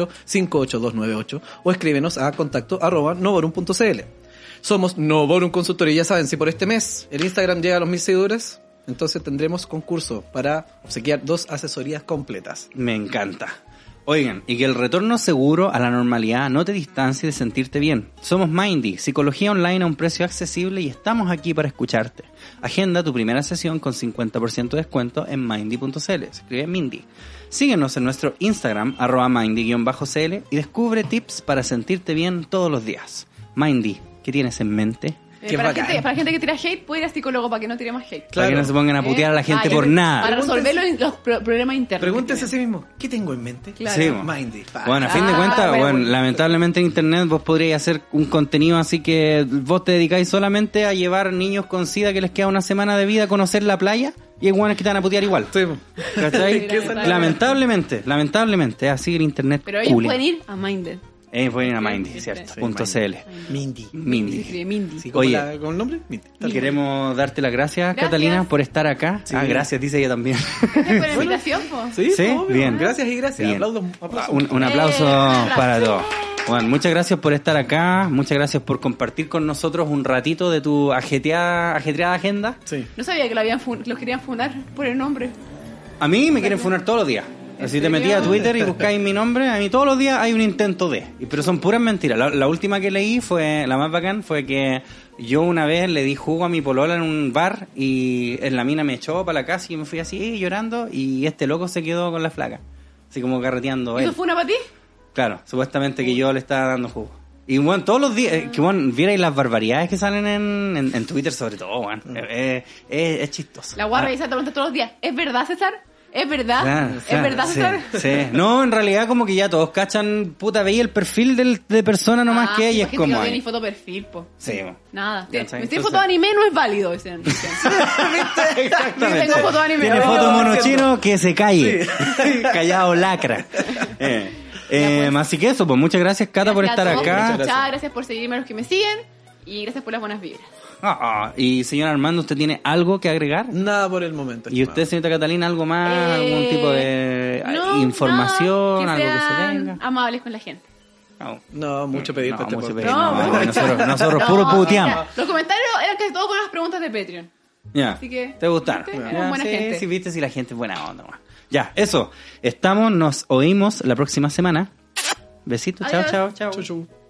Speaker 4: 569-910-58298 o escríbenos a contacto arroba novorum.cl. Somos Novorum Consultoría. Ya saben, si por este mes el Instagram llega a los mil seguidores, entonces tendremos concurso para obsequiar dos asesorías completas.
Speaker 3: Me encanta. Oigan, y que el retorno seguro a la normalidad no te distancie de sentirte bien. Somos Mindy, psicología online a un precio accesible y estamos aquí para escucharte. Agenda tu primera sesión con 50% de descuento en mindy.cl. Se Escribe Mindy. Síguenos en nuestro Instagram, arroba mindy-cl y descubre tips para sentirte bien todos los días. Mindy, ¿qué tienes en mente?
Speaker 5: Eh,
Speaker 4: Qué
Speaker 5: para, la
Speaker 4: bacán.
Speaker 5: gente, para la gente que tira hate, puede ir a psicólogo para que no tire más hate.
Speaker 3: Para que
Speaker 4: Claro.
Speaker 3: no se pongan a putear a la gente
Speaker 5: Ah,
Speaker 3: por
Speaker 5: yo-
Speaker 3: nada.
Speaker 5: Para resolver los, los pro- problemas internos.
Speaker 4: Pregúntese a
Speaker 5: que
Speaker 4: sí mismo, ¿qué tengo en mente?
Speaker 5: Claro.
Speaker 3: Sí, mo.
Speaker 4: Mindy. pa.
Speaker 3: Bueno, a fin de
Speaker 5: Ah,
Speaker 3: cuentas,
Speaker 5: bueno,
Speaker 3: bueno,
Speaker 5: bueno.
Speaker 3: lamentablemente en internet vos podríais hacer un contenido así que vos te dedicáis solamente a llevar niños con sida que les queda una semana de vida a conocer la playa y hay hueones que te van a putear igual.
Speaker 4: Sí, mo.
Speaker 3: ¿Cachai?
Speaker 5: Qué sanidad.
Speaker 3: lamentablemente, lamentablemente, es así el internet.
Speaker 5: tienen. Pero ellos
Speaker 3: culia.
Speaker 5: pueden ir a Minded.
Speaker 3: Eh, pueden ir a Mindy, ¿cierto?
Speaker 5: Sí,
Speaker 3: Punto CL.
Speaker 4: Mindy.
Speaker 5: Se
Speaker 3: Mindy.
Speaker 5: escribe Mindy.
Speaker 4: Sí, ¿cómo
Speaker 3: Oye.
Speaker 4: la- ¿Con el nombre? Mindy.
Speaker 3: Y Queremos darte las gracias,
Speaker 5: Gracias.
Speaker 3: Catalina, por estar acá.
Speaker 4: Sí.
Speaker 3: Ah, gracias, dice ella también.
Speaker 5: Gracias por la invitación, po.
Speaker 3: Sí,
Speaker 4: obvio.
Speaker 3: bien.
Speaker 4: Gracias y gracias.
Speaker 3: Bien.
Speaker 4: Aplausos, aplausos.
Speaker 3: Un, un aplauso
Speaker 5: Eh, un aplauso.
Speaker 3: para todos. Juan, muchas gracias por estar acá, muchas gracias por compartir con nosotros un ratito de tu ajeteada, ajetreada agenda.
Speaker 4: Sí.
Speaker 5: No sabía que lo habían fun- los querían fundar por el nombre.
Speaker 3: A mí me quieren funar todos los días. Así te
Speaker 5: serio?
Speaker 3: metí a Twitter y buscáis mi nombre, a mí todos los días hay un intento de. Y- Pero son puras mentiras. La, la última que leí fue, la más bacán, fue que yo una vez le di jugo a mi polola en un bar y en la mina me echó para la casa y me fui así eh, llorando y este loco se quedó con la flaca. Así como carreteando. él.
Speaker 5: ¿Eso fue una para ti?
Speaker 3: Claro, supuestamente que yo le estaba dando jugo. Y bueno, todos los días, eh, que bueno, vierais las barbaridades que salen en, en, en Twitter sobre todo, bueno, Eh, es, es chistoso.
Speaker 5: La guarra
Speaker 3: Ah,
Speaker 5: y se te pregunta todos los días. ¿Es verdad, César? Es verdad,
Speaker 3: Claro,
Speaker 5: es
Speaker 3: claro,
Speaker 5: verdad.
Speaker 3: sí,
Speaker 5: César?
Speaker 3: sí. No, en realidad como que ya todos cachan, puta, veía el perfil del- de persona nomás
Speaker 5: Ah,
Speaker 3: que
Speaker 5: sí,
Speaker 3: ella
Speaker 5: pues,
Speaker 3: es
Speaker 5: gente que
Speaker 3: como...
Speaker 5: no tiene
Speaker 3: ay.
Speaker 5: ni foto perfil, po.
Speaker 3: Sí, bueno.
Speaker 5: Nada.
Speaker 3: Ya, ¿sabes?
Speaker 5: Me tiene
Speaker 3: Entonces-
Speaker 5: foto de anime, no es válido. dicen.
Speaker 3: Exactamente.
Speaker 5: Tengo Oh, foto de anime.
Speaker 3: Tiene
Speaker 5: Ya
Speaker 3: foto
Speaker 5: vamos
Speaker 3: mono chino que se calle. Callado lacra. Eh, eh, así que eso, pues muchas gracias Cata por
Speaker 5: Gracias a
Speaker 3: estar
Speaker 5: todos
Speaker 3: acá.
Speaker 5: Por escuchar, gracias por seguirme a los que me siguen y gracias por las buenas vibras.
Speaker 3: Ah, ah, Y señor Armando, ¿usted tiene algo que agregar?
Speaker 4: Nada por el momento.
Speaker 3: ¿Y usted, señorita Catalina, algo más?
Speaker 5: Eh,
Speaker 3: ¿Algún tipo de ah,
Speaker 5: no,
Speaker 3: Eh, información?
Speaker 5: nada,
Speaker 3: ¿Algo que se
Speaker 5: sean
Speaker 3: tenga?
Speaker 5: Amables con la gente.
Speaker 3: No.
Speaker 4: No, mucho pedir
Speaker 3: No,
Speaker 4: para este
Speaker 3: mucho
Speaker 4: podcast.
Speaker 3: pedir, no,
Speaker 5: No,
Speaker 3: bueno, nosotros, nosotros
Speaker 5: No,
Speaker 3: puro
Speaker 5: mira,
Speaker 3: puteamos.
Speaker 5: los comentarios eran casi todos con las preguntas de Patreon.
Speaker 3: Ya.
Speaker 5: Así que,
Speaker 3: ¿Te gustaron?
Speaker 5: ¿viste?
Speaker 3: Ya,
Speaker 5: Eran buena
Speaker 3: sí,
Speaker 5: gente.
Speaker 3: sí, viste si la gente es buena onda. weón. Ya, eso. Estamos, nos oímos la próxima semana. Besitos, chao,
Speaker 5: Adiós.
Speaker 3: chao, chao.
Speaker 4: Chau, chau.